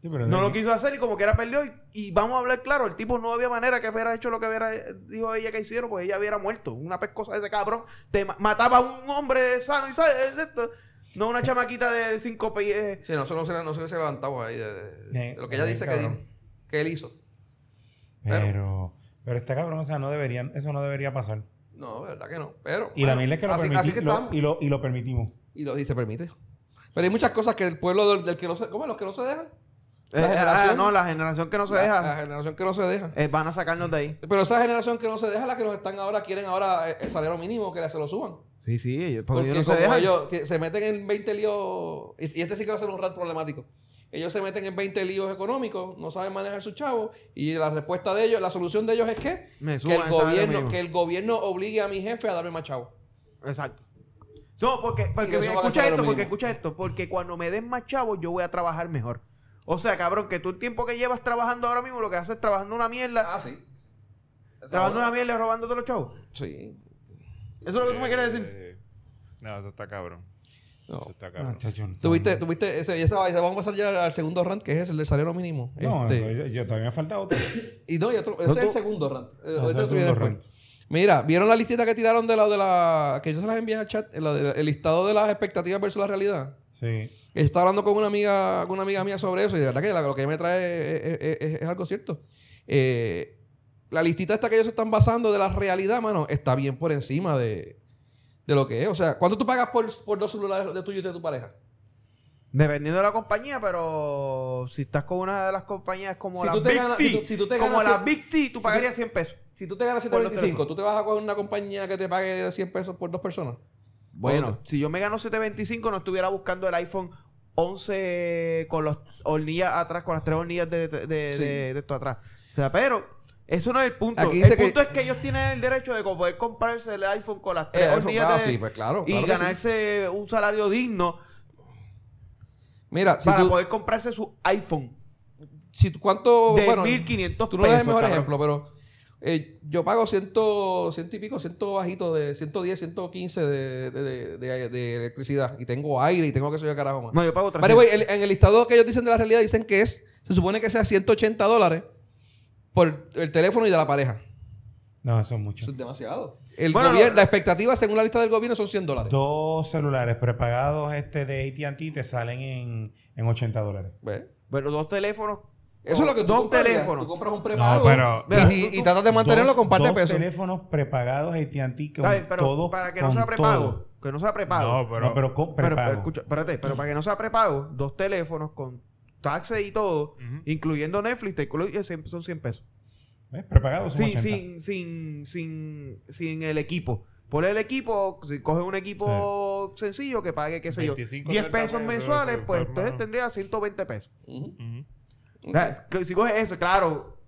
D: Sí, pero
C: No
D: de-
C: lo quiso hacer y como que era perdió. Y, y vamos a hablar claro, el tipo no había manera que hubiera hecho lo que hubiera eh, dijo ella que hicieron, pues ella hubiera muerto. Una pescosa de ese cabrón. Te ma- mataba a un hombre sano y sabes, Es esto. No una chamaquita de cinco eh. pies.
B: Sí, no, eso no se, no se hubiese levantado ahí. De, de-
D: Ne-
B: de lo que ella
D: ne-
B: dice que,
D: cabrón.
B: di- que él hizo.
D: Pero, pero está cabrón, o sea, no deberían, eso no debería pasar.
B: No, verdad que no. Pero.
D: Y la
B: bueno,
D: mierda es que lo,
B: así-
D: permiti-
B: así que
D: lo-
B: estamos.
D: y lo, y lo permitimos.
B: Y, lo- y se permite. Pero hay muchas cosas que el pueblo del, del que no se. ¿Cómo? Los que no se dejan. La
C: Eh, ah,
B: generación-
C: no, la generación que no se
B: La-
C: deja.
B: La generación que no se deja.
C: eh, van a sacarnos de ahí.
B: Pero esa generación que no se deja, la que nos están ahora, quieren ahora eh, el salario mínimo, que se lo suban.
C: Sí, sí, ellos,
B: Porque como ellos ti- se meten en 20 líos, y y este sí que va a ser un rant problemático. Ellos se meten en 20 líos económicos, no saben manejar sus chavos, y la respuesta de ellos, la solución de ellos es que,
C: Me
B: que,
C: suban
B: el,
C: el salario
B: gobierno,
C: mínimo.
B: que el gobierno obligue a mi jefe a darme más chavo.
C: Exacto. No, porque, porque
B: que eso va a
C: escucha
B: costar lo
C: esto, porque
B: mínimo.
C: escucha esto, porque cuando me den más chavos yo voy a trabajar mejor. O sea, cabrón, que tú el tiempo que llevas trabajando ahora mismo lo que haces es trabajando una mierda,
B: Ah, sí. Esa
C: trabajando
B: otra.
C: una mierda y robándote los chavos.
B: Sí.
C: Eso es lo que tú me quieres decir.
H: Eh, no, eso está cabrón.
B: No.
H: Eso está
D: Ah,
H: cabrón.
D: chacho, no.
B: Tuviste, tuviste, ese, y esa, esa- vamos a pasar ya al segundo rant, que es el del salario mínimo.
D: No,
B: Este,
D: yo, yo- todavía me falta otro.
B: y no, y otro, ese
C: No,
B: es
C: tú-
B: el segundo rant. Eh,
D: No,
B: ahorita
D: ese es el
B: otro viene
D: segundo
B: después. Mira, ¿vieron la listita que tiraron de la, de la, que yo se las envié al chat, el, el listado de las expectativas versus la realidad?
D: Sí.
B: Yo estaba hablando con una amiga, con una amiga mía sobre eso, y de verdad que la- lo que ella me trae es, es- es- es algo cierto. Eh, la listita esta que ellos se están basando de la realidad, mano, está bien por encima de, de lo que es. O sea, ¿cuánto tú pagas por, por dos celulares de tuyo y de tu pareja?
C: Dependiendo de la compañía, pero si estás con una de las compañías como
B: Si
C: la
B: tú te
C: Big
B: ganas-
C: T,
B: si tú- si tú te
C: como
B: ganas-
C: la Big T, tú
B: si
C: pagarías 100 pesos.
B: Si tú te ganas
C: Por los
B: 725,
C: teléfonos.
B: ¿tú te vas a coger una compañía que te pague 100 pesos por dos personas?
C: Bueno, si yo me gano 725 no estuviera buscando el iPhone 11 con las hornillas atrás, con las tres hornillas de, de, de-
B: Sí.
C: de- de esto atrás. O sea, pero eso no es el punto.
B: Aquí dice
C: el
B: que-
C: punto es que ellos tienen el derecho de co- poder comprarse el iPhone con las tres
B: Eh,
C: hornillas
B: ah,
C: de-
B: sí, pues claro,
C: y
B: claro que sí.
C: ganarse un salario digno
B: Mira, si
C: para
B: tú,
C: poder comprarse su iPhone
B: si tú- ¿cuánto?
C: de
B: bueno,
C: 1500
B: Tú no
C: pesos.
B: eres el mejor
C: cabrón.
B: ejemplo, pero eh, yo pago ciento, ciento y pico, ciento bajito de 110, 115 de, de, de, de- de electricidad. Y tengo aire y tengo que soy carajo más.
C: No, yo pago 300.
B: By the way, el- en el listado que ellos dicen de la realidad, dicen que es, se supone que sea 180 dólares por el teléfono y de la pareja.
D: No, eso es mucho.
B: Eso es demasiado. El
C: Bueno,
B: gobierno,
C: no-
B: la expectativa según la lista del gobierno son 100 dólares.
D: Dos celulares prepagados este de AT&T te salen en, en 80 dólares.
B: ¿Ves?
C: Pero dos teléfonos.
B: Eso es lo que tú
C: Dos
B: comprarías.
C: teléfonos.
B: Tú compras un prepago
H: No, pero-
B: y-
C: Mira,
B: y,
C: tú-
B: y
C: tú-
B: tratas de mantenerlo
D: Dos-
B: con par de
D: dos
B: pesos.
D: teléfonos prepagados AT&T con
C: Está bien, pero
D: todo.
C: para que no
D: con
C: sea prepago.
D: todo.
C: Que no sea prepago.
H: No,
D: Pero,
H: pero,
D: no, pero con
C: Pero,
D: prepago.
C: pero escucha, espérate, pero para que no sea prepago, dos teléfonos con taxes y todo,
H: Ujú.
C: incluyendo Netflix, te incluye cien- son 100 pesos.
D: ¿Ves? Prepagados son
C: Sin,
D: 80.
C: sin, sin, sin, sin el equipo. Por el equipo, si coges un equipo sencillo que pague, qué sé
H: 25,
C: yo, 10
H: 30
C: pesos
H: pesos,
C: mensuales,
H: sí,
C: pues
H: pues,
C: entonces
H: hermano.
C: tendría 120 pesos.
B: Ujú.
H: Ujú.
C: O sea, que si coges eso, claro.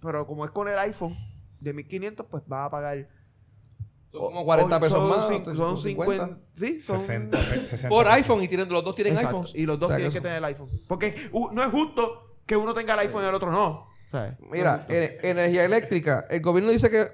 C: Pero como es con el iPhone de 1500, pues vas a pagar.
B: Son como 40
C: o-
B: pesos
C: son
B: más.
C: cin- Son 50. Sí, son
J: 60, 60
B: Por iPhone y tienen, los dos tienen
C: Exacto.
B: iPhones.
C: Y los
B: O
C: dos
B: sea,
C: tienen que,
B: eso-
C: tener el iPhone. Porque uh, no es justo que uno tenga el iPhone y el otro no. O sea,
B: Mira, eh, en- energía eléctrica. El gobierno dice que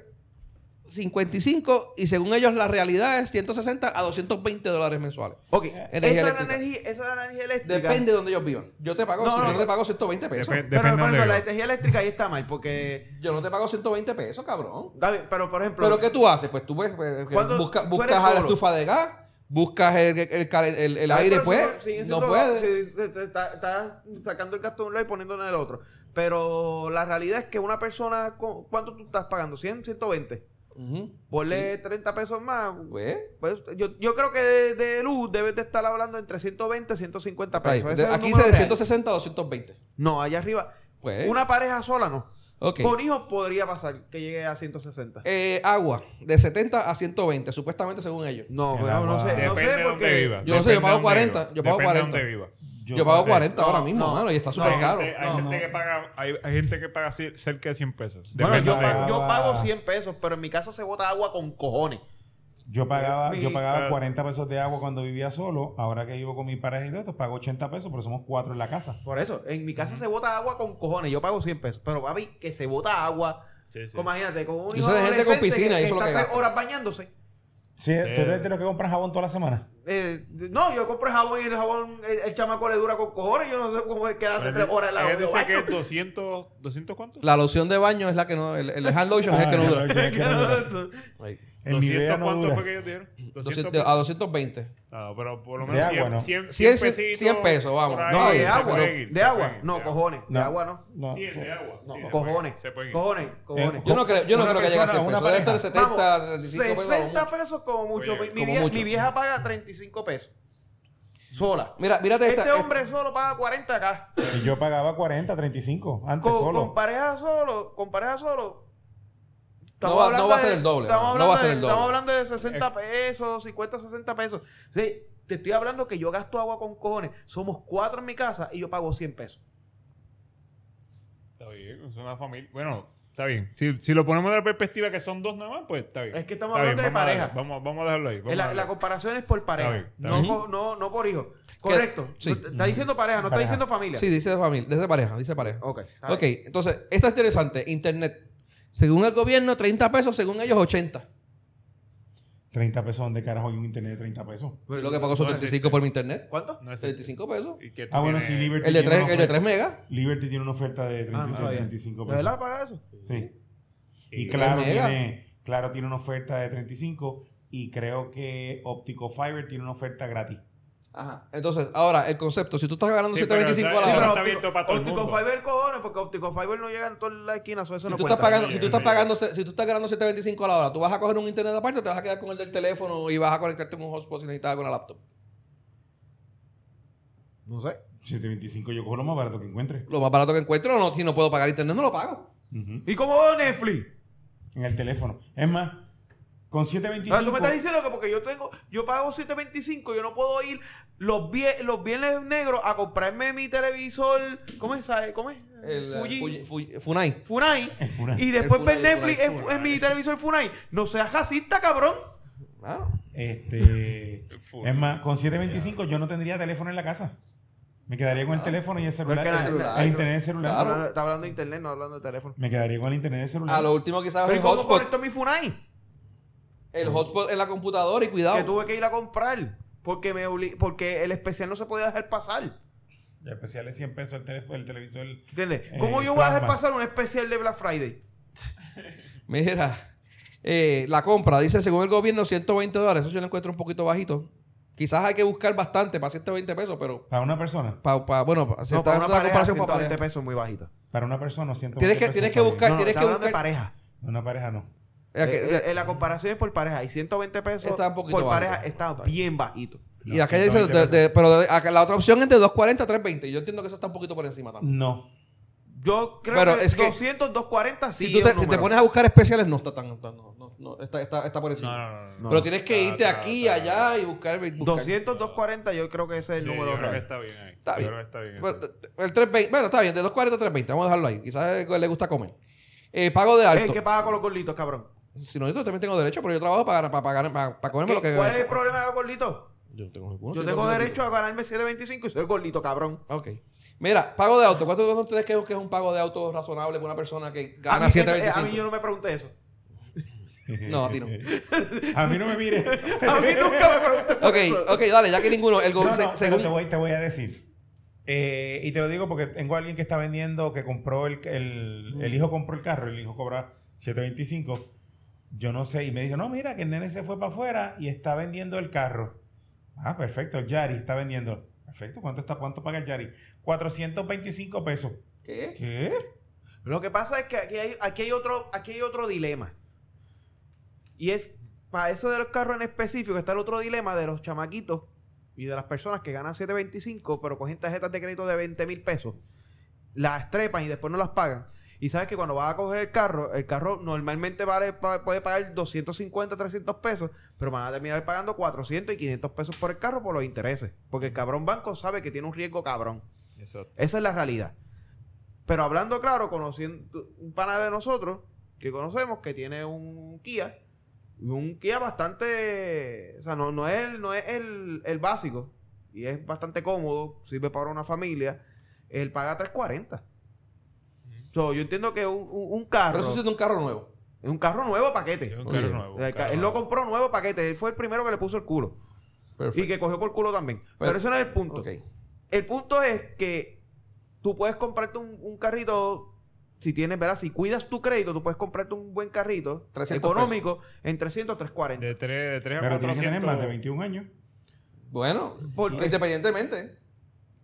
B: 55 y según ellos la realidad es 160 a 220 dólares mensuales.
C: Ok,
B: Energía
C: esa, es la
B: eléctrica.
C: energía, esa es la energía eléctrica.
B: Depende de donde ellos vivan. Yo te pago,
C: No,
B: si
C: no,
B: yo no te
C: no.
B: pago 120 pesos.
H: Depende.
C: Pero por
H: dónde
C: ejemplo, la
H: viva.
C: energía eléctrica ahí está mal, porque.
B: Yo no te pago 120 pesos, cabrón.
C: David, pero por ejemplo.
B: Pero ¿qué tú haces? Pues tú pues, pues, que
C: ¿Cuándo-
B: busca-
C: tú
B: buscas
C: eres
B: a la
C: solo?
B: estufa de gas, buscas el, el, cal- el- el
C: David,
B: aire,
C: pero
B: pues.
C: si- si-
B: no
C: si-
B: puedes.
C: si- si- si- está- Estás sacando el gasto de un lado y poniéndolo en el otro. Pero la realidad es que una persona. con- ¿Cuánto tú estás pagando? ¿100? ¿120?
B: Ujú.
C: Ponle 30 pesos más.
B: Pues,
C: Pues yo, yo creo que de, de luz debes de estar hablando entre 120 y 150
B: está ahí.
C: pesos. Ese es el
B: aquí
C: número
B: se de
C: real.
B: 160 a 220.
C: No, allá arriba.
B: Pues,
C: Una pareja sola no.
B: ok.
C: Con hijos podría pasar que llegue a 160.
B: Eh, agua, de 70 a 120, supuestamente según ellos.
C: No,
J: El
C: pero no
J: agua.
C: sé. no
H: Depende
C: sé
H: de
C: porque...
H: dónde viva.
B: Yo no sé, yo
H: Depende
B: pago
H: dónde
B: 40,
H: viva.
B: yo pago
H: Depende
B: 40.
H: de dónde viva.
B: Yo, pago
J: sé.
B: 40 ahora
C: no,
B: mismo,
C: no.
B: mano, y está
C: No,
B: súper
H: hay
B: caro.
H: Gente, hay
C: No,
H: gente
C: no.
H: que paga, hay, hay gente que paga ci- cerca de 100 pesos.
C: Bueno,
H: Depende
C: yo,
H: de
J: pagaba-
C: pago,
H: dónde
C: yo pago 100 pesos, pero en mi casa se bota agua con cojones.
J: Yo pagaba, yo
C: Mi-
J: pagaba
H: ah.
J: 40 pesos de agua cuando vivía solo. Ahora que vivo con mi pareja y todo, esto, pago 80 pesos, pero somos cuatro en la casa.
C: Por eso, en mi casa se bota agua con cojones. Yo pago 100 pesos. Pero papi, que se bota agua.
H: Sí, sí.
C: Como Imagínate, con un
B: Yo
C: hijo
B: sé de gente con
C: adolescente
B: piscina y eso es lo
C: está
B: que
C: tres
B: gasta.
C: horas bañándose.
J: Sí, ¿Tú eres de los que compras jabón toda la semana?
C: Eh, no, yo compro jabón y el jabón, el, el chamaco le dura con cojones. Yo no sé cómo es que hace tres horas el
H: Él
C: agua.
H: dice que es 200, 200 cuántos?
B: La loción de baño es la que no, el, el hand lotion es el
J: Ah,
B: que no dura. Ahí.
J: En mi vida no
H: cuántos
J: dura.
H: fue que ellos dijeron? 200
B: 200 a 220.
H: Ah, pero por lo
J: De
H: menos
J: agua,
H: 100,
J: ¿no?
H: 100,
B: 100
H: pesitos
B: 100 pesos, vamos.
H: por ahí,
C: No,
B: Ay,
C: de
H: se
C: agua.
H: pueden ir,
C: De
H: se
C: agua.
H: pueden ir,
C: No,
H: de
C: cojones. De
J: No.
C: agua no.
J: No,
H: Sí, de agua.
C: No,
H: sí, se
C: cojones.
H: pueden- Se pueden ir.
C: Cojones, cojones.
B: Yo no creo, yo no
J: Una
B: creo que llegue a
J: persona,
B: 100
J: una
B: pesos. Debe estar
J: pareja.
B: 70,
C: Vamos,
B: 75 pesos. como
C: 60
B: mucho.
C: pesos como mucho.
H: Oye,
C: Mi- mi,
B: como
C: vieja,
B: mucho.
C: mi vieja paga 35 pesos. Sola.
B: Mira, mírate esta.
C: este hombre solo paga 40 acá.
J: Y yo pagaba 40, 35, antes
C: Con,
J: solo.
C: con pareja solo, con pareja solo.
B: No va- no
C: hablando
B: va a ser
C: de-
B: el doble,
C: Estamos
B: no, no
C: hablando,
B: va a ser
C: de,
B: el doble. Eh.
C: estamos hablando de 60 pesos, 50, 60 pesos. Sí, te estoy hablando que yo gasto agua con cojones. Somos cuatro en mi casa y yo pago 100 pesos.
H: Está bien, es una familia. Bueno, está bien. Si, si lo ponemos de la perspectiva que son dos nada más, pues está bien.
C: Es que estamos
H: Está
C: hablando de
H: vamos a
C: pareja.
H: dejarlo, Vamos, vamos a dejarlo ahí. vamos a
C: la, la
H: dejarlo.
C: comparación es por pareja,
H: Está bien, está
C: no,
H: bien.
C: co- no, no por hijo. Correcto.
B: sí.
C: No, Está diciendo pareja, no
J: Pareja.
C: está diciendo familia.
B: eh, Sí, dice de familia, dice pareja, dice pareja.
C: Ok. Oh, está
B: Ok,
C: bien.
B: entonces, esta es interesante. Internet. Según el gobierno, 30 pesos, según ellos, 80.
J: 30 pesos, ¿dónde carajo hay un internet de 30 pesos?
C: Pues,
B: Lo que pagó son
H: No
B: 35
H: existe.
B: por mi internet.
C: ¿Cuánto?
H: No es
B: 35 pesos.
H: ¿Y qué tú
J: Ah, bueno,
H: tienes?
J: sí, Liberty.
B: El de
J: tiene
B: 3,
J: una
B: el de
J: oferta-
B: 3 megas.
J: Liberty tiene una oferta de 30,
C: Ah, no sabía.
J: 35
C: ¿De
J: pesos.
C: verdad paga eso?
J: Sí. Y
H: Y
J: claro
B: tres megas.
J: tiene, claro tiene una oferta de 35 y creo que Optico Fiber tiene una oferta gratis.
B: Ajá. Entonces, ahora, el concepto. Si tú estás ganando
H: Sí,
B: 725 a
H: pero
B: la
H: está-
B: hora,
H: está abierto para todo el
C: Optico
H: mundo.
C: Fiber cojones, porque Optico Fiber no llega en toda la esquina, eso eso
B: si
C: no
B: tú,
C: cuenta.
B: estás pagando,
H: no
B: si
H: llega,
B: tú estás
H: no llega.
B: pagando, se- si tú estás ganando 725 a la hora, tú vas a coger un internet aparte, te vas a quedar con el del teléfono y vas a conectarte con un hotspot si necesitas con la laptop.
C: No sé.
J: 725 yo cojo lo más barato que encuentre.
B: Lo más barato que encuentro, no, si no puedo pagar internet, no lo pago.
J: Ujú.
C: ¿Y cómo veo Netflix?
J: En el teléfono. Es más, con 725...
C: Ah, tú me estás diciendo que porque yo tengo, yo pago 7.25, yo no puedo ir los, vie- los viernes negros a comprarme mi televisor, ¿cómo es? ¿Sabe? ¿Cómo es?
B: El, eh,
C: Fuji-
B: Fuji- Fuji- Funai.
C: Funai.
J: Es funa.
C: Y después
B: El
C: ver
B: Funai,
C: Netflix
B: Funai,
C: en, en mi televisor Funai. No seas racista, cabrón.
B: Claro.
J: Este,
H: Full.
J: es más, con 725 yo no tendría teléfono en la casa. Me quedaría
C: Ah.
J: con el teléfono y el celular.
C: Porque
J: el,
C: la-
J: celular,
B: la-
J: el internet del celular.
B: Claro.
C: Ah, Está, está hablando de internet, no hablando de teléfono.
J: Me quedaría con el internet del
B: A
J: celular.
B: lo último que sabes Ah,
C: Pero ¿y
B: el
C: ¿cómo
B: hotspot.
C: conecto mi Funai?
B: El hotspot en la computadora y
C: Que
B: cuidado.
C: tuve que ir a comprar. Porque, me obli- porque el especial no se podía dejar pasar.
J: El especial es 100 pesos el teléfono, el televisor.
C: ¿Entiendes?
J: Eh,
C: ¿Cómo yo voy a dejar
J: plasma.
C: pasar un especial de Black Friday?
B: Mira, eh, la compra, dice según el gobierno, 120 dólares. Eso yo lo encuentro un poquito bajito. Quizás hay que buscar bastante para 120 pesos, pero.
J: Para una persona.
B: pa- pa- bueno, si
C: No,
B: está
C: para una
B: haciendo
C: pareja,
B: la comparación para
C: 120
B: pareja.
C: pesos es muy bajito.
J: Para una persona, 100
B: Tienes que- tienes que buscar-
C: No,
B: Tienes
C: está
B: que
C: hablando de
B: buscar-
C: pareja.
J: Una pareja no.
B: Eh, que-
C: Eh, eh, la comparación es por pareja y 120 pesos
B: Está un poquito
C: por
B: bajito.
C: pareja está bien bajito.
B: y
J: No,
B: acá dice,
J: 120
C: Mm,
B: de- de- pero de- acá la otra opción es de 240 a 320. Yo entiendo que eso está un poquito por encima también.
J: No.
C: Yo creo
B: Pero
C: que
B: es que-
C: 200, 240 sí.
B: si tú
C: es
B: te,
C: un
B: si te
C: número.
B: pones a buscar especiales, no está tan. tan- no, no, no, está, está- está por
H: No,
B: encima.
H: no, no, no.
B: Pero tienes que
H: Está-
B: irte
H: está-
B: aquí,
H: está-
B: allá y buscar. buscar.
C: 200, 240 yo creo que ese es el
H: Sí,
C: número
H: yo creo que
C: real.
H: está bien ahí.
B: Está
H: Yo
B: bien.
H: creo que está bien.
B: Bueno, el 320. Bueno, está bien, de 240 a 320. Vamos a dejarlo ahí. Quizás le gusta comer. Eh, pago de
C: Ey,
B: alto.
C: ¿Qué pasa con los gorditos, cabrón?
B: Si no, yo también tengo derecho, pero yo trabajo para, para, pagar- para, para comerme
C: ¿Qué-
B: lo que
C: ¿Cuál es el problema de los gorditos?
B: Yo tengo, algunos,
C: Yo
B: sí,
C: tengo
B: algunos.
C: derecho a ganarme 7.25 y soy gordito, cabrón.
B: Ok. Mira, pago de auto. ¿Cuánto de ustedes creen que es un pago de auto razonable para una persona que
C: A mí,
B: gana
C: eso- eh,
B: 725?
C: a mí yo no me pregunté eso.
B: No, a ti no.
D: a mí no me mire.
C: A mí nunca me pregunté por
B: Ok,
C: eso.
B: ok, dale, ya que ninguno. El
D: No, no,
B: gobierno.
D: pero te, voy, te voy a decir. Eh, y te lo digo porque tengo a alguien que está vendiendo, que compró el, el, el hijo compró el carro, el hijo cobra 725. Yo no sé, y me dice, no, mira, que el nene se fue para afuera y está vendiendo el carro. Ah, perfecto, el Yari está vendiendo. Perfecto, ¿cuánto está? ¿Cuánto paga el Yari? 425 pesos.
B: ¿Qué?
D: ¿Qué?
C: Lo que pasa es que aquí hay, aquí hay otro, aquí hay otro dilema. Y es, para eso de los carros en específico, está el otro dilema de los chamaquitos y de las personas que ganan 7.25, pero cogen tarjetas de crédito de 20 mil pesos, las trepan y después no las pagan. Y sabes que cuando vas a coger el carro, el carro normalmente vale, pa- puede pagar 250, 300 pesos, pero van a terminar pagando 400 y 500 pesos por el carro por los intereses. Porque el cabrón banco sabe que tiene un riesgo cabrón.
H: Exacto.
C: Esa es la realidad. Pero hablando claro, conociendo un pana de nosotros que conocemos que tiene un Kia, y un Kia bastante, o sea, no, no es, el- no es el, el básico y es bastante cómodo, sirve para una familia, él paga 340. So, yo entiendo que un, un- un
B: Pero
C: carro
B: eso es de un carro nuevo.
C: es un carro nuevo paquete.
H: Es un
B: Muy
H: carro
B: bien.
H: nuevo.
C: O
H: un
C: sea, el ca-
H: carro
C: él lo
H: nuevo.
C: compró nuevo paquete, él fue el primero que le puso el culo y
B: Perfecto.
C: que cogió por culo también. Pero,
B: Pero-
C: ese no es el punto.
B: Ok.
C: El punto es que tú puedes comprarte un, un carrito, si tienes, ¿verdad? Si cuidas tu crédito, tú puedes comprarte un buen carrito
B: 300
C: económico en 300, 340.
D: Eh,
H: De 3, de tres a
D: Pero tienes que tener
H: 400.
D: más de 21 años.
B: Bueno,
C: ¿Por qué?
B: independientemente.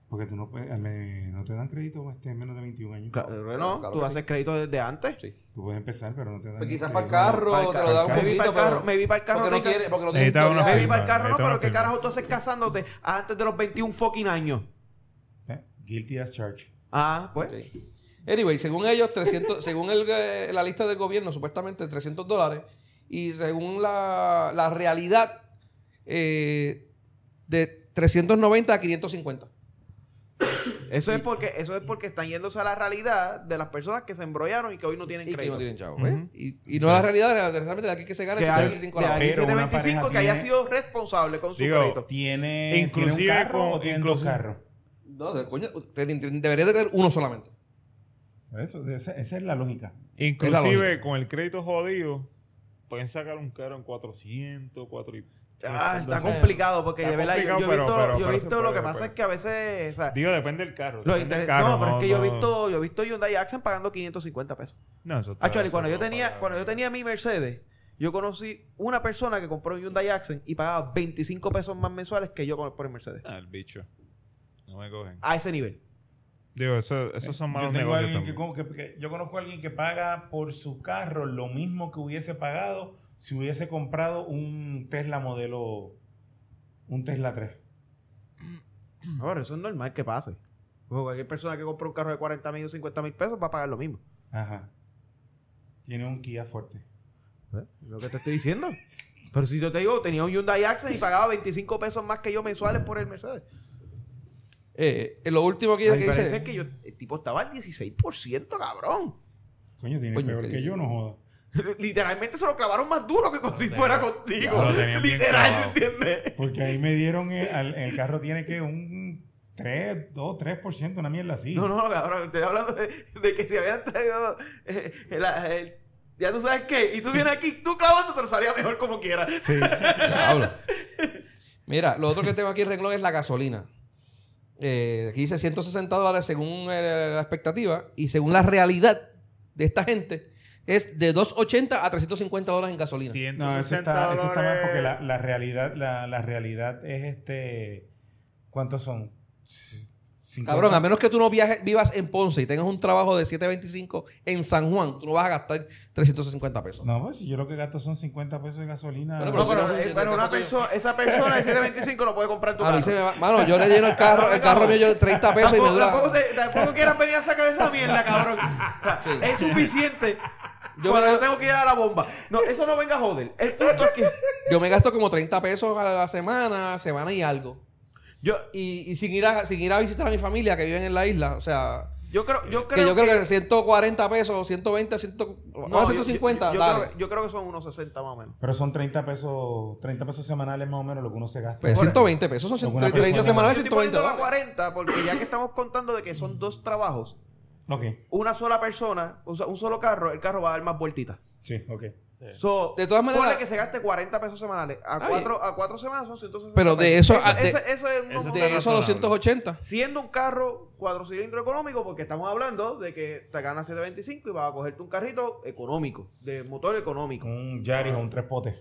D: Porque tú no, puedes- me- no te dan crédito este, menos de 21 años.
C: Claro, no,
B: Claro
C: tú
B: que
C: haces crédito desde antes.
B: Sí.
D: Tú puedes empezar, pero no te dan este,
B: Pues quizás
D: crédito.
B: para el carro,
C: Para el
B: te lo dan un
D: carro.
C: Me vi
B: poquito,
C: para el carro,
B: pero-
C: me vi para el carro,
B: porque no
C: tenga-
B: quiere, porque no tiene
H: Necesitaba una
C: me vi
B: historial.
H: firma.
C: para el carro, no,
H: Necesitaba
C: pero
H: una
C: qué
H: firma.
C: carajo tú haces casándote antes de los 21 fucking años.
D: ¿Eh? Guilty as charged.
C: Ah, pues.
B: Ok. Anyway, según ellos, 300, según el, eh, la lista del gobierno, supuestamente 300 dólares. Y según la, la realidad, eh, de 390 a 550.
C: Eso es porque eso es porque están yéndose a la realidad de las personas que se embrollaron y que hoy no tienen
B: Y que no
C: crédito.
B: tienen chavo,
C: Ujú.
B: ¿ves? Y, y no es la realidad, realmente de aquí que se gana
C: Que
B: es
C: hay-
B: 25
C: de
B: la hora.
C: alguien
D: Pero una
C: 725 que
D: pareja
C: haya
D: tiene-
C: sido responsable con su
H: Digo,
C: crédito.
D: ¿Tiene,
H: Inclusive
D: ¿tiene un carro
H: con-
D: o tiene dos
H: inclusive-
D: carros?
B: No, de coño, te- te- debería de tener uno solamente.
D: Eso, esa, esa es la lógica.
B: Es la
H: Inclusive
B: lógica.
H: con el crédito jodido, pueden sacar un carro en 400, 4 y...
C: Ah, está
H: Entonces,
C: complicado porque
H: Está
C: de verdad yo, yo
H: complicado,
C: he
H: pero-
C: visto,
H: pero-
C: yo he
H: pero
C: visto
H: se
C: lo
H: puede,
C: que pasa
H: puede.
C: es que a veces, o sea,
H: Digo, depende del carro.
C: los
H: depende del
C: intereses-
H: carro,
C: no, pero es que yo he
H: no-
C: visto, yo he visto Hyundai Accent pagando 550 pesos.
H: No, eso está-
C: Ah, Charlie,
H: eso
C: cuando yo
H: no
C: tenía,
H: para-
C: cuando yo tenía mi Mercedes, yo conocí una persona que compró un Hyundai Accent y pagaba 25 pesos más mensuales que yo con- por el Mercedes.
H: Ah, el bicho. No me cogen.
C: A ese nivel.
H: Digo, eso, esos son malos
D: yo, tengo
H: negocios
D: alguien que
H: también.
D: como que- que- yo conozco a alguien que paga por su carro lo mismo que hubiese pagado si hubiese comprado un Tesla modelo, un Tesla 3.
C: No, pero eso es normal que pase. Porque cualquier persona que compra un carro de 40 mil o 50 mil pesos va a pagar lo mismo.
D: Ajá. Tiene un Kia Forte.
C: ¿Eh? Lo que te estoy diciendo. Pero si yo te digo, tenía un Hyundai Accent y pagaba 25 pesos más que yo mensuales por el Mercedes.
B: Eh, eh, lo último que,
C: La
B: que
C: diferencia
B: dice.
C: es que yo, el tipo estaba al 16%, cabrón.
D: Coño, tiene
B: Coño,
D: peor
B: ¿qué
D: que
B: dice?
D: yo, no joda.
C: Literalmente se lo clavaron más duro que con si fuera contigo.
H: Lo tenían bien
C: Literal,
H: clavado.
C: ¿entiendes?
D: Porque ahí me dieron,
J: eh,
D: el, al- el carro tiene que un 3, 2, 3%, una mierda así.
C: No, no, cabrón, estoy hablando de, de que se habían traído. eh, la- el- ya tú sabes qué. Y tú vienes aquí, tú clavando, te lo salía mejor como quieras.
D: Sí.
B: Diablo. Mira, lo otro que tengo aquí renglón es la gasolina. Eh, aquí dice 160 dólares según eh, la expectativa y según la realidad de esta gente es de 280 a 350 dólares en gasolina.
H: 160
D: No, eso está, eso está mal
H: dólares.
D: porque la, la realidad la, la realidad es este... ¿Cuántos son?
J: 50.
B: Cabrón, a menos que tú no viajes, vivas en Ponce y tengas un trabajo de 7.25 en San Juan, tú no vas a gastar 350 pesos.
J: No, pues yo lo que gasto son 50 pesos de gasolina.
B: Bueno,
C: No, pero,
B: Pero-
C: eh, pero una persona, esa persona de 725 lo puede comprar en tu
B: A mí
C: casa.
B: se me va. Mano, yo le lleno el carro, el carro mío yo 30 pesos Ah, y me
C: Tampoco, tampoco,
B: dura.
C: te- tampoco quieras venir a sacar esa mierda, cabrón. O sea,
B: Sí.
C: Es suficiente.
B: Yo
C: Yo cuando
B: me-
C: yo tengo que ir a la bomba. No, eso no venga a joder. El punto es que
B: Yo me gasto como 30 pesos a la semana, semana y algo.
C: yo,
B: Y, y sin, ir a, sin ir a visitar a mi familia que viven en la isla. O sea,
C: yo creo, yo
B: que
C: creo
B: yo creo que, 140 pesos, 120, 100, no,
C: No, yo-
B: 150,
C: yo, yo
B: dale.
C: creo que- yo creo que son unos 60 más o menos.
J: Pero son 30 pesos, 30 pesos semanales más o menos lo que uno se gasta.
B: Pues 120 pesos, son
J: Alguna
B: 130
J: persona-
B: semanales,
C: Yo estoy
B: 120
C: poniendo a
B: dólares.
C: 40 porque ya que estamos contando de que son dos trabajos,
J: Ok,
C: una sola persona, o sea, un solo carro, el carro va a dar más vueltitas.
J: sí, ok.
C: So,
B: De todas maneras-
C: ponle que se gaste 40 pesos semanales. A
B: Está
C: cuatro, a cuatro semanas son 160
B: Pero de
C: pesos.
B: eso a- de-
C: Eso, eso es un-
H: Eso
C: un-
H: está
B: De esos
H: razonable.
B: 280.
C: Siendo un carro cuatro cilindros económico, porque estamos hablando de que te ganas 725 y vas a cogerte un carrito económico, de motor económico.
J: Un Yaris o un tres potes.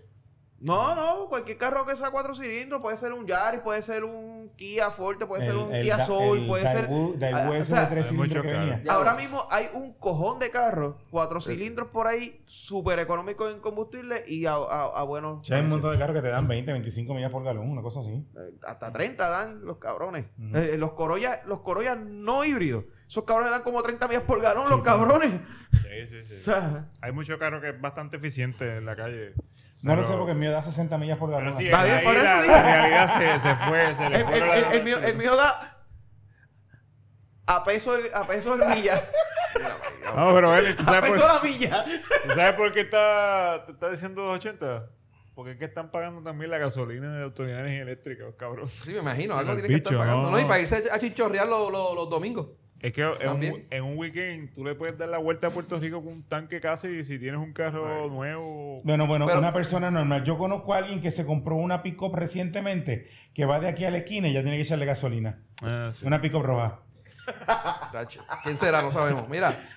C: No, no, cualquier carro que sea cuatro cilindros, puede ser un Yaris, puede ser un Kia Forte, puede ser un Kia
J: da-
C: Soul,
J: el
C: puede ser...
J: Daewoo- Daewoo
C: ah, o
J: ese
C: sea,
J: de tres
H: hay mucho
J: cilindros que
H: caro.
J: venía.
B: Ya
C: Ahora
B: lo-
C: mismo hay un cojón de carros, cuatro cilindros por ahí, súper económicos en combustible y a, a- a buenos...
J: Ya hay un
C: precios.
J: montón de carros que te dan 20, 25 millas por galón, una cosa así.
C: Eh, Hasta 30 dan los cabrones.
J: Ujú.
C: Eh, los corollas los Corollas no híbridos. Esos cabrones dan como 30 millas por galón,
J: Sí,
C: los
J: sí.
C: cabrones.
H: Sí, sí, sí.
C: O sea,
H: Hay mucho carro que es bastante eficiente en la calle.
J: No lo
H: Pero-
J: sé porque el mío da 60 millas por galón.
H: Pero sí,
J: así.
C: Está
H: ahí
C: bien, por eso
H: la,
C: digo.
H: la realidad se, se fue, se
C: el,
H: le fue
C: el-
H: la...
C: el- el mío, el mío da a peso el, a peso el milla.
H: No, pero Eli, ¿tú
C: A
H: sabes, por,
C: peso la milla.
H: tú sabes por qué está, te está diciendo 280? Porque es que están pagando también la gasolina de autoridades eléctricas, cabrón.
B: Sí, me imagino. Algo
H: El
B: tiene que estar
H: bicho,
B: pagando.
H: no,
B: No, y
H: no.
B: para irse a chinchorrear los, los- los domingos.
H: Es que en un,
B: También.
H: en un weekend tú le puedes dar la vuelta a Puerto Rico con un tanque casi si tienes un carro nuevo.
J: Bueno, bueno,
B: Pero-
J: una persona normal. Yo conozco a alguien que se compró una pick-up recientemente que va de aquí a la esquina y ya tiene que echarle gasolina.
H: Ah, sí.
J: Una pick-up roja.
B: Tacho, ¿Quién será? No sabemos. Mira.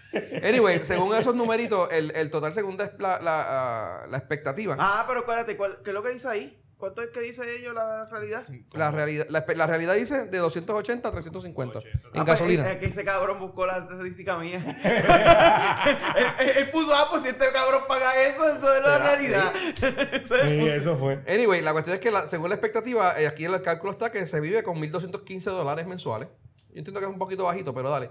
B: Anyway, según esos numeritos, el, el total según des- la, la, ah, la expectativa.
C: Ah, pero espérate, ¿cuál- ¿qué es lo que dice ahí? ¿Cuánto es que dice ellos la realidad?
B: La realidad, la, espe- la realidad dice de 280 a 350 en
C: Ah, pues,
B: gasolina.
C: Es que ese cabrón buscó la estadística mía. él, él- él puso, ah, pues si este cabrón paga eso, eso es la
B: ¿Será?
C: realidad. Eso es-
D: Eh,
J: Sí, eso fue.
B: Anyway, la cuestión es que la- según la expectativa, eh, aquí el cálculo está que se vive con 1.215 dólares mensuales. Yo entiendo que es un poquito bajito, pero dale.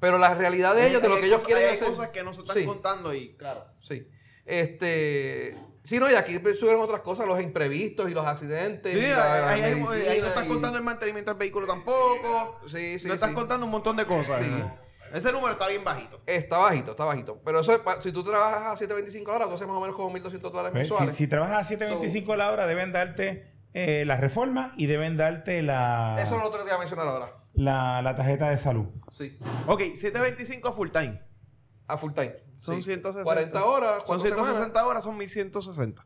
B: Pero la realidad de ellos, de lo
C: Hay
B: que ellos
C: cosas-
B: quieren
C: hay
B: hacer...
C: cosas que no se están
B: Sí.
C: contando y claro.
B: Sí. Este... Sí, no, y aquí suben otras cosas, los imprevistos y los accidentes.
C: Sí,
B: y
C: ahí,
B: la- la
C: ahí- ahí no- ahí no
B: medicina
C: estás
B: y-
C: contando el mantenimiento del vehículo tampoco.
B: Sí, sí,
C: no estás
B: sí.
C: contando un montón de cosas.
B: Sí.
C: ¿no? Ese número está bien bajito.
B: Está bajito, está bajito. Pero eso es pa- si tú trabajas a 725 horas, tú haces más o menos como 1.200
J: Pues,
B: dólares
J: si,
B: mensuales.
J: si trabajas a 7.25 la hora, deben darte eh, la reforma y deben darte la,
B: Eso es lo otro que te iba a mencionar ahora.
J: la, la tarjeta de salud.
B: Sí.
C: Ok, 725 a full time.
B: A full time.
C: Son
B: Sí.
C: 160.
B: 40 horas.
C: Son 160 horas, son 1160.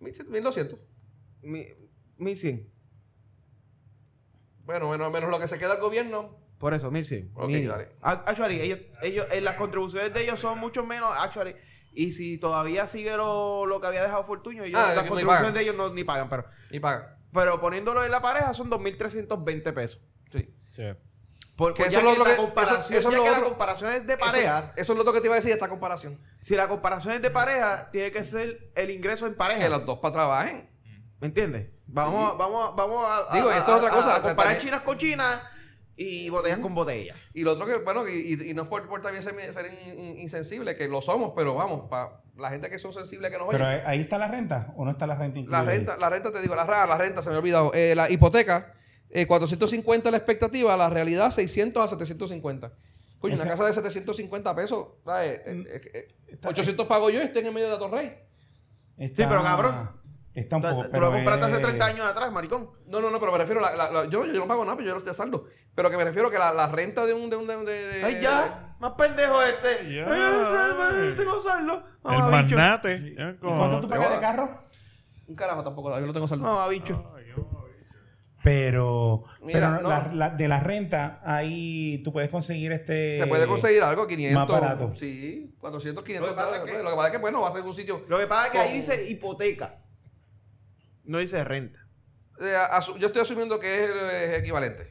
B: 1.200.
C: Mi- 1100.
B: Bueno, menos, menos lo que se queda al gobierno.
C: Por eso, 1100.
B: Ok,
C: Mil.
B: dale.
C: A- Actually, ellos, ellos, eh, las contribuciones de ellos son mucho menos. Actually, y si todavía sigue lo, lo que había dejado Fortuño, ellos,
B: Ah, que
C: las
B: no le
C: contribuciones
B: pagan.
C: de ellos no, ni pagan. Pero,
B: Y paga.
C: pero poniéndolo en la pareja son 2320 pesos.
B: Sí.
H: Sí.
C: Porque
B: Que
C: ya
B: eso es
C: que
B: lo
C: la
B: que-
C: comparación,
B: eso- eso es
C: ya
B: lo
C: que la
B: otro.
C: comparación es de
B: Eso,
C: pareja,
B: es- eso es lo otro que te iba a decir, esta comparación.
C: si la comparación es de pareja, tiene que ser el ingreso en
B: Que
C: pareja.
B: los dos para trabajen.
C: ¿Me entiendes? Vamos, a- vamos, a- vamos a, a-
B: Digo,
C: a-
B: esto es otra
C: a-
B: cosa,
C: a comparar
B: también-
C: chinas con chinas y botellas con botellas.
B: Y lo otro que, bueno, y, y- y no es por, por también ser, ser in- in- insensible, que lo somos, pero vamos, para la gente que son sensibles que nos
J: Pero
B: oye.
J: ahí, ahí está la renta o no está la renta incluida.
B: La
J: ahí?
B: renta, la renta, te digo, la, ra- la renta, se me ha olvidado. Eh, la hipoteca, eh, 450 la expectativa, la realidad 600 a 750. Coño, una
J: Esa-
B: casa de 750 pesos, ¿sabes? Eh, eh, eh,
J: Mm, Está-
B: 800 pago yo y estoy en el medio de la Torrey.
J: Está-
C: Sí, pero cabrón.
J: Está un
C: Tú-
J: poco.
C: Tú
J: pero eh,
C: lo compraste
J: es-
C: hace 30 años atrás, maricón.
B: No, no, no, pero me refiero, la, la- la- yo, yo no pago nada, pero yo no estoy a saldo. Pero que me refiero que la, la renta de un... De un de, un- de- de-
C: ¡Ay, ya! ¡Más pendejo este!
H: Ya.
C: ¡Ay, se gozarlo!
H: El
C: Mamá bicho.
H: magnate. Ya,
J: ¿Y ¿Cuánto tú
H: como-
J: pagas de carro?
B: Un carajo tampoco, yo no tengo saldo.
C: Mamá bicho.
H: Ay, yo-
J: Pero,
B: Mira,
J: pero no,
B: no.
J: la- la- de la renta, ahí tú puedes conseguir este.
B: Se puede conseguir algo,
J: más
B: 500.
J: barato.
B: Sí, 400, 500.
C: Lo que pasa
B: dólares. pues,
C: es que-
B: Lo que pasa es que, bueno, va a ser un sitio.
C: Lo que pasa es que
B: Con-
C: ahí dice hipoteca. No dice renta.
B: eh, asu- yo estoy asumiendo que es eh, equivalente.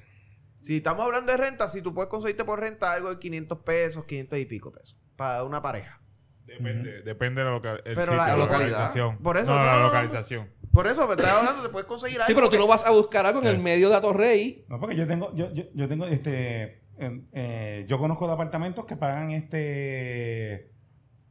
C: Si estamos hablando de renta, si tú puedes conseguirte por renta algo de 500 pesos, 500 y pico pesos, para una pareja.
H: Depende, depende de la, loca- el
C: Pero
H: sitio,
C: la-
H: la
B: la localidad.
H: localización.
C: Por eso,
H: no,
C: no,
H: la
C: no, no.
H: localización.
C: Por eso, me estás hablando, te puedes conseguir algo.
B: Sí, pero tú
C: que-
B: no vas a buscar algo en el
J: Sí.
B: medio de Atorrey.
D: No, porque yo tengo, yo, yo, yo tengo este, eh, eh, yo conozco de apartamentos que pagan este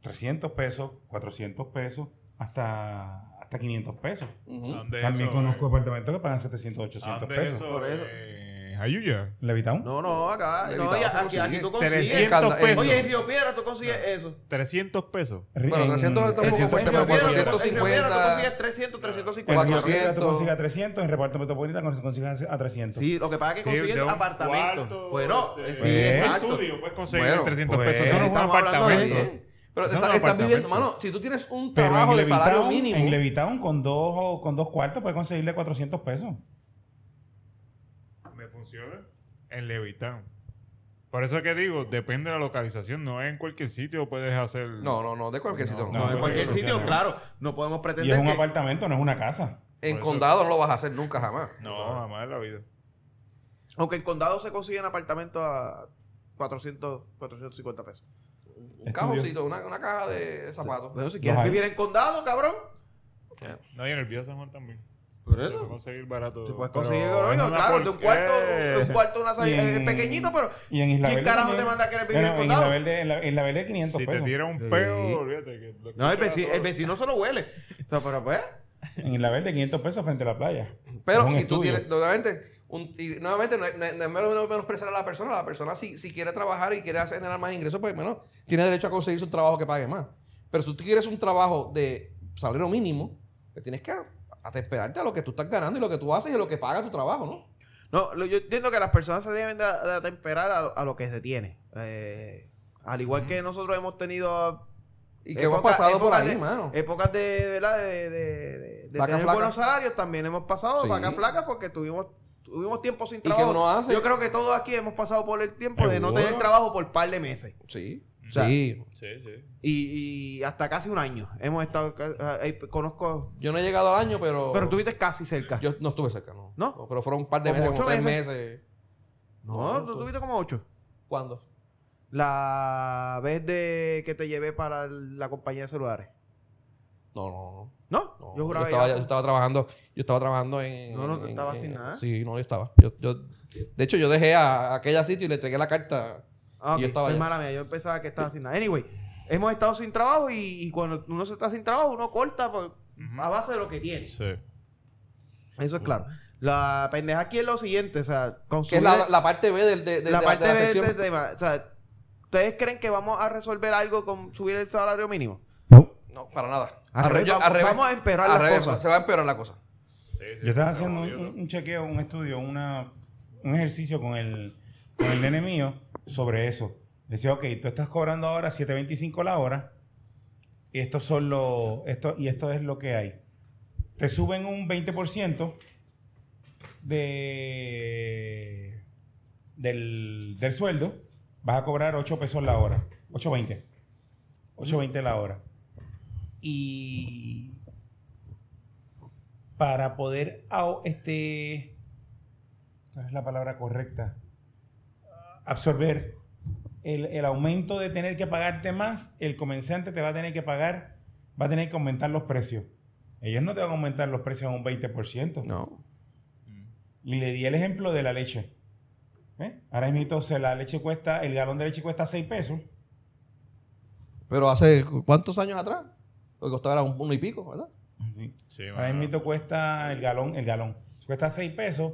D: 300 pesos, 400 pesos, hasta, hasta 500 pesos.
B: Ujú.
H: ¿Dónde
D: También
H: eso,
D: conozco
H: eh?
D: apartamentos que pagan 700, 800
H: ¿Dónde
D: pesos.
H: eso?
C: Por eso.
H: eh, Ayuya.
D: ¿Levitown?
C: No, no, acá. No,
B: Levitado,
C: ya,
B: se
C: aquí,
B: consigue.
C: aquí tú consigues.
H: 300
B: Oye,
H: pesos.
C: eh, Oye, en Río Piedra tú consigues eso.
H: 300 pesos.
D: Ri-
B: Bueno,
D: en-
B: 300 tampoco
D: en-
B: cuesta,
D: en-
C: En
B: pero
C: Río Piedra tú- en Río
B: 450.
C: Piedra tú consigues 300, 350.
D: En Río Piedra tú
B: 400.
D: consigues a 300, en Reparto Metropolitano cons- consigues a 300.
C: Sí, lo que pasa es que
H: Sí,
C: consigues
H: de un
C: apartamentos.
H: cuarto,
C: bueno,
H: este,
C: eh, sí,
D: pues,
H: un
C: exacto.
H: estudio puedes conseguir
B: Bueno,
H: en 300
D: pues,
H: pesos. Eso no es un
C: estamos hablando de-
H: apartamento.
B: Pero
H: Eso
B: estás,
H: es un
B: estás
H: apartamento.
B: viviendo, mano, si tú tienes un
D: Pero
B: trabajo
D: en
B: de salario
D: Levitown,
B: mínimo.
D: en Levitown con dos, o- con dos cuartos puedes conseguirle 400 pesos.
H: Me funciona en Levitown. Por eso es que digo, depende de la localización. No es en cualquier sitio puedes hacer.
B: No, no, no, de cualquier
H: No,
B: sitio. no.
D: no,
C: En
D: Entonces,
C: cualquier
D: funciona.
C: sitio, claro. No podemos
D: Y es
C: pretender
D: un
C: que...
D: apartamento, no es una casa.
B: En
H: Por eso-
B: condado no lo vas a hacer nunca jamás.
H: No, jamás en la vida.
C: Aunque en condado se consiguen apartamentos a 400, 450 pesos.
B: Un cajoncito, una, una caja de zapatos.
C: Bueno, si
D: Los
C: quieres
D: hay.
C: vivir en condado, cabrón.
H: No, y en el Viejo San Juan también.
C: Por
H: Te puedes conseguir barato.
C: Te puedes
H: pero
C: conseguir,
H: es
C: cabrón,
H: una
C: claro, de un
H: porquería.
C: cuarto, de un cuarto, una
D: Y
C: salida
D: en-
C: eh, pequeñito, pero
D: Y en Isla
C: ¿Quién
D: Verde
C: carajo
D: también.
C: te manda a querer vivir en
D: en
C: condado?
D: Isla Verde, en la, en la Verde 500
H: Si te
D: pesos.
H: tira un
C: Sí.
H: peo, olvídate. que lo
C: no, el
H: escucha
C: vecino,
H: todo.
C: el vecino solo huele. O sea, pero pues,
D: En Isla Verde 500 pesos frente a la playa.
B: Pero
D: Es un
B: si tú
D: estudio.
B: tienes, nuevamente, un, y nuevamente, no, no, no, no- no menospreciar a la persona. La persona, si, si quiere trabajar y quiere generar más ingresos, pues bueno, tiene derecho a conseguirse un trabajo que pague más. Pero si tú quieres un trabajo de salario mínimo, pues tienes que esperarte a lo que tú estás ganando y lo que tú haces y lo que paga tu trabajo, ¿no?
C: no, lo- yo entiendo que las personas se deben de, de atemperar a, lo- a lo que se tiene. Eh, al igual que nosotros hemos tenido
B: Y que hemos
C: Época-
B: pasado por
C: épocas
B: ahí,
C: de-
B: mano.
C: épocas de, ¿verdad? de, de, de- de
B: Vaca
C: tener
B: flaca.
C: buenos salarios, también hemos pasado
B: Sí.
C: vaca flaca porque tuvimos tuvimos tiempo sin
B: que
C: trabajo.
B: uno hace-
C: Yo creo que todos aquí hemos pasado por el tiempo de no
D: Seguro.
C: tener trabajo por par de meses.
B: Sí.
D: Mm.
H: O sea,
B: Sí.
H: Sí, sí.
C: Y, y hasta casi un año. Hemos estado... ca- eh, conozco...
B: Yo no he llegado al año, pero.
C: Pero estuviste casi cerca.
B: Yo no estuve cerca, ¿no?
C: ¿No?
B: Pero fueron un par de
C: Como
B: meses, como
C: ocho
B: tres
C: meses.
B: meses.
C: no, tú
B: tú-
C: tuviste como ocho.
B: ¿Cuándo?
C: La vez de que te llevé para el- la compañía de celulares.
B: No, no, no.
C: ¿No?
B: No,
C: yo juraba que
B: estaba,
C: ya-
B: yo estaba trabajando, yo estaba trabajando en.
C: No, no, tú
B: en-
C: estabas
B: en-
C: sin nada.
B: Sí, no, yo estaba. Yo, yo, de hecho, yo dejé a, a aquella sitio y le entregué la carta.
C: Ah,
B: y
C: ok.
B: yo estaba
C: Pues
B: allá.
C: mala mía, yo pensaba que estaba sin nada. Anyway, hemos estado sin trabajo y, y cuando uno se está sin trabajo, uno corta por-
H: Ujú.
C: a base de lo que tiene.
H: Sí.
C: Eso es claro. La pendeja aquí es lo siguiente, o sea,
B: Que es
C: consumir
B: la, la parte B del, de, de-
C: la
B: de
C: parte
B: de
C: de,
B: la sección.
C: este tema. O sea, ¿ustedes creen que vamos a resolver algo con subir el salario mínimo?
D: No.
B: No, para nada.
C: Al
B: Al
C: revés,
B: yo-
C: vamos- vamos a empeorar
B: al
C: las
B: revés,
C: cosas.
B: Se va a empeorar la cosa.
H: Sí, sí,
D: Yo estaba
H: sí,
D: haciendo un,
H: jodido.
D: un- un chequeo, un estudio, una, un ejercicio con el, con el nene mío sobre eso. Decía, ok, tú estás cobrando ahora 7.25 la hora y estos son los, esto, y esto es lo que hay. Te suben un 20% de, del, del sueldo, vas a cobrar 8 pesos la hora, 8.20. 8.20 la hora. Y para poder au- este ¿cuál es la palabra correcta? absorber el, el aumento de tener que pagarte más, el comerciante te va a tener que pagar, va a tener que aumentar los precios. Ellos no te van a aumentar los precios a un 20%.
B: No.
D: Y le di el ejemplo de la leche. ¿Eh? Ahora mismo, o sea, la leche cuesta, el galón de leche cuesta 6 pesos.
B: Pero hace cuántos años atrás, lo que costaba era un, uno y pico, ¿verdad?
H: Sí,
D: Ahora
H: mano.
D: mismo cuesta el galón, el galón. Cuesta 6 pesos,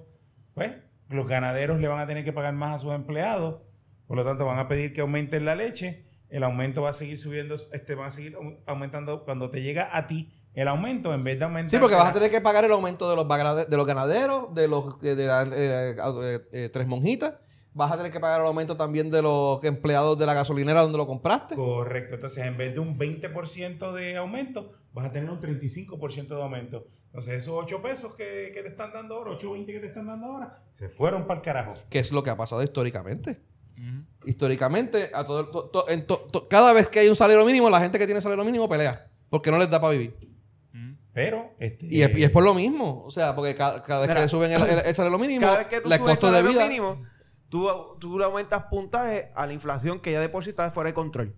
D: pues los ganaderos le van a tener que pagar más a sus empleados, por lo tanto van a pedir que aumenten la leche, el aumento va a seguir subiendo, este va a seguir au- aumentando cuando te llega a ti el aumento en vez de aumentar.
B: Sí, porque vas a tener que pagar el aumento de los, bagrade- de los ganaderos, de los de, de la- eh, eh, eh, tres monjitas. Vas a tener que pagar el aumento también de los empleados de la gasolinera donde lo compraste.
D: Correcto, entonces en vez de un 20% de aumento, vas a tener un 35% de aumento. Entonces esos 8 pesos que, que te están dando ahora, 8.20 que te están dando ahora, se fueron para el carajo.
B: que es lo que ha pasado históricamente.
H: Ujú.
B: Históricamente, a todo, to- to- en to- to- cada vez que hay un salario mínimo, la gente que tiene salario mínimo pelea, porque no les da para vivir.
H: Ujú.
D: Pero... Este,
B: Y, es, y es por lo mismo, o sea, porque ca- cada, vez
C: Mira,
B: que le suben el, el- el salario mínimo,
C: Cada vez que tú
B: la- el
C: subes el
B: costo de
C: salario
B: vida...
C: mínimo, Tú, tú le aumentas puntaje a la inflación que ya de por sí está fuera de control.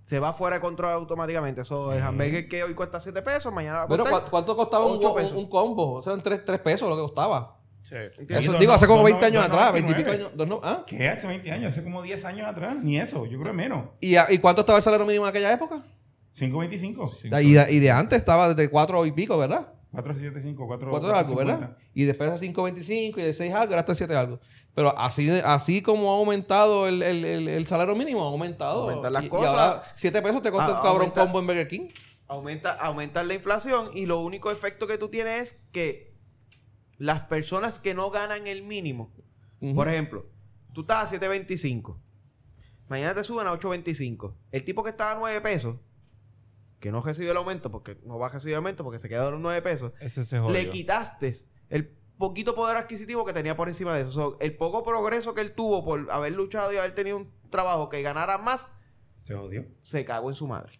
C: Se va fuera de control automáticamente. Eso, el hamburger que hoy cuesta 7 pesos, mañana va a
B: Bueno,
C: costar-
B: ¿cu- ¿cuánto costaba un,
C: Ocho
B: go- un-
C: pesos.
B: un combo? O sea, eran 3 pesos lo que costaba.
C: ¿Entiendes?
B: Eso,
D: dos
B: digo,
D: no-
B: hace como
D: dos
B: 20
D: no-
B: años
D: dos
B: atrás, 20 y
D: 99.
B: pico años. dos no- ¿ah?
D: ¿Qué? Hace 20 años, hace como 10 años atrás. Ni eso, yo creo que menos.
B: ¿Y, a- ¿Y cuánto estaba el salario mínimo en aquella época?
D: 525.
B: Y de, y de antes estaba desde 4 y pico, ¿verdad?
D: 475, 4
B: 4 algo, ¿verdad? Y después a 5.25 y de 6 algo, era hasta 7 algo. Pero así, así como ha aumentado el, el, el, el salario mínimo, ha aumentado.
C: Aumentan las
B: y, y
C: cosas.
B: ahora 7 pesos te
C: Ah,
B: cuesta un cabrón
C: aumenta-
B: combo en Burger King.
C: aumenta, aumenta la inflación y lo único efecto que tú tienes es que las personas que no ganan el mínimo,
B: Ujú.
C: por ejemplo, tú estás a 7.25, mañana te suben a 8.25, el tipo que estaba a 9 pesos, que no recibió el aumento porque no va a recibir aumento porque se quedó a los 9 pesos,
H: Ese se
C: le
H: jodió.
C: quitaste el poquito poder adquisitivo que tenía por encima de eso. So, el poco progreso que él tuvo por haber luchado y haber tenido un trabajo que ganara más,
D: Se jodió.
C: se cagó en su madre.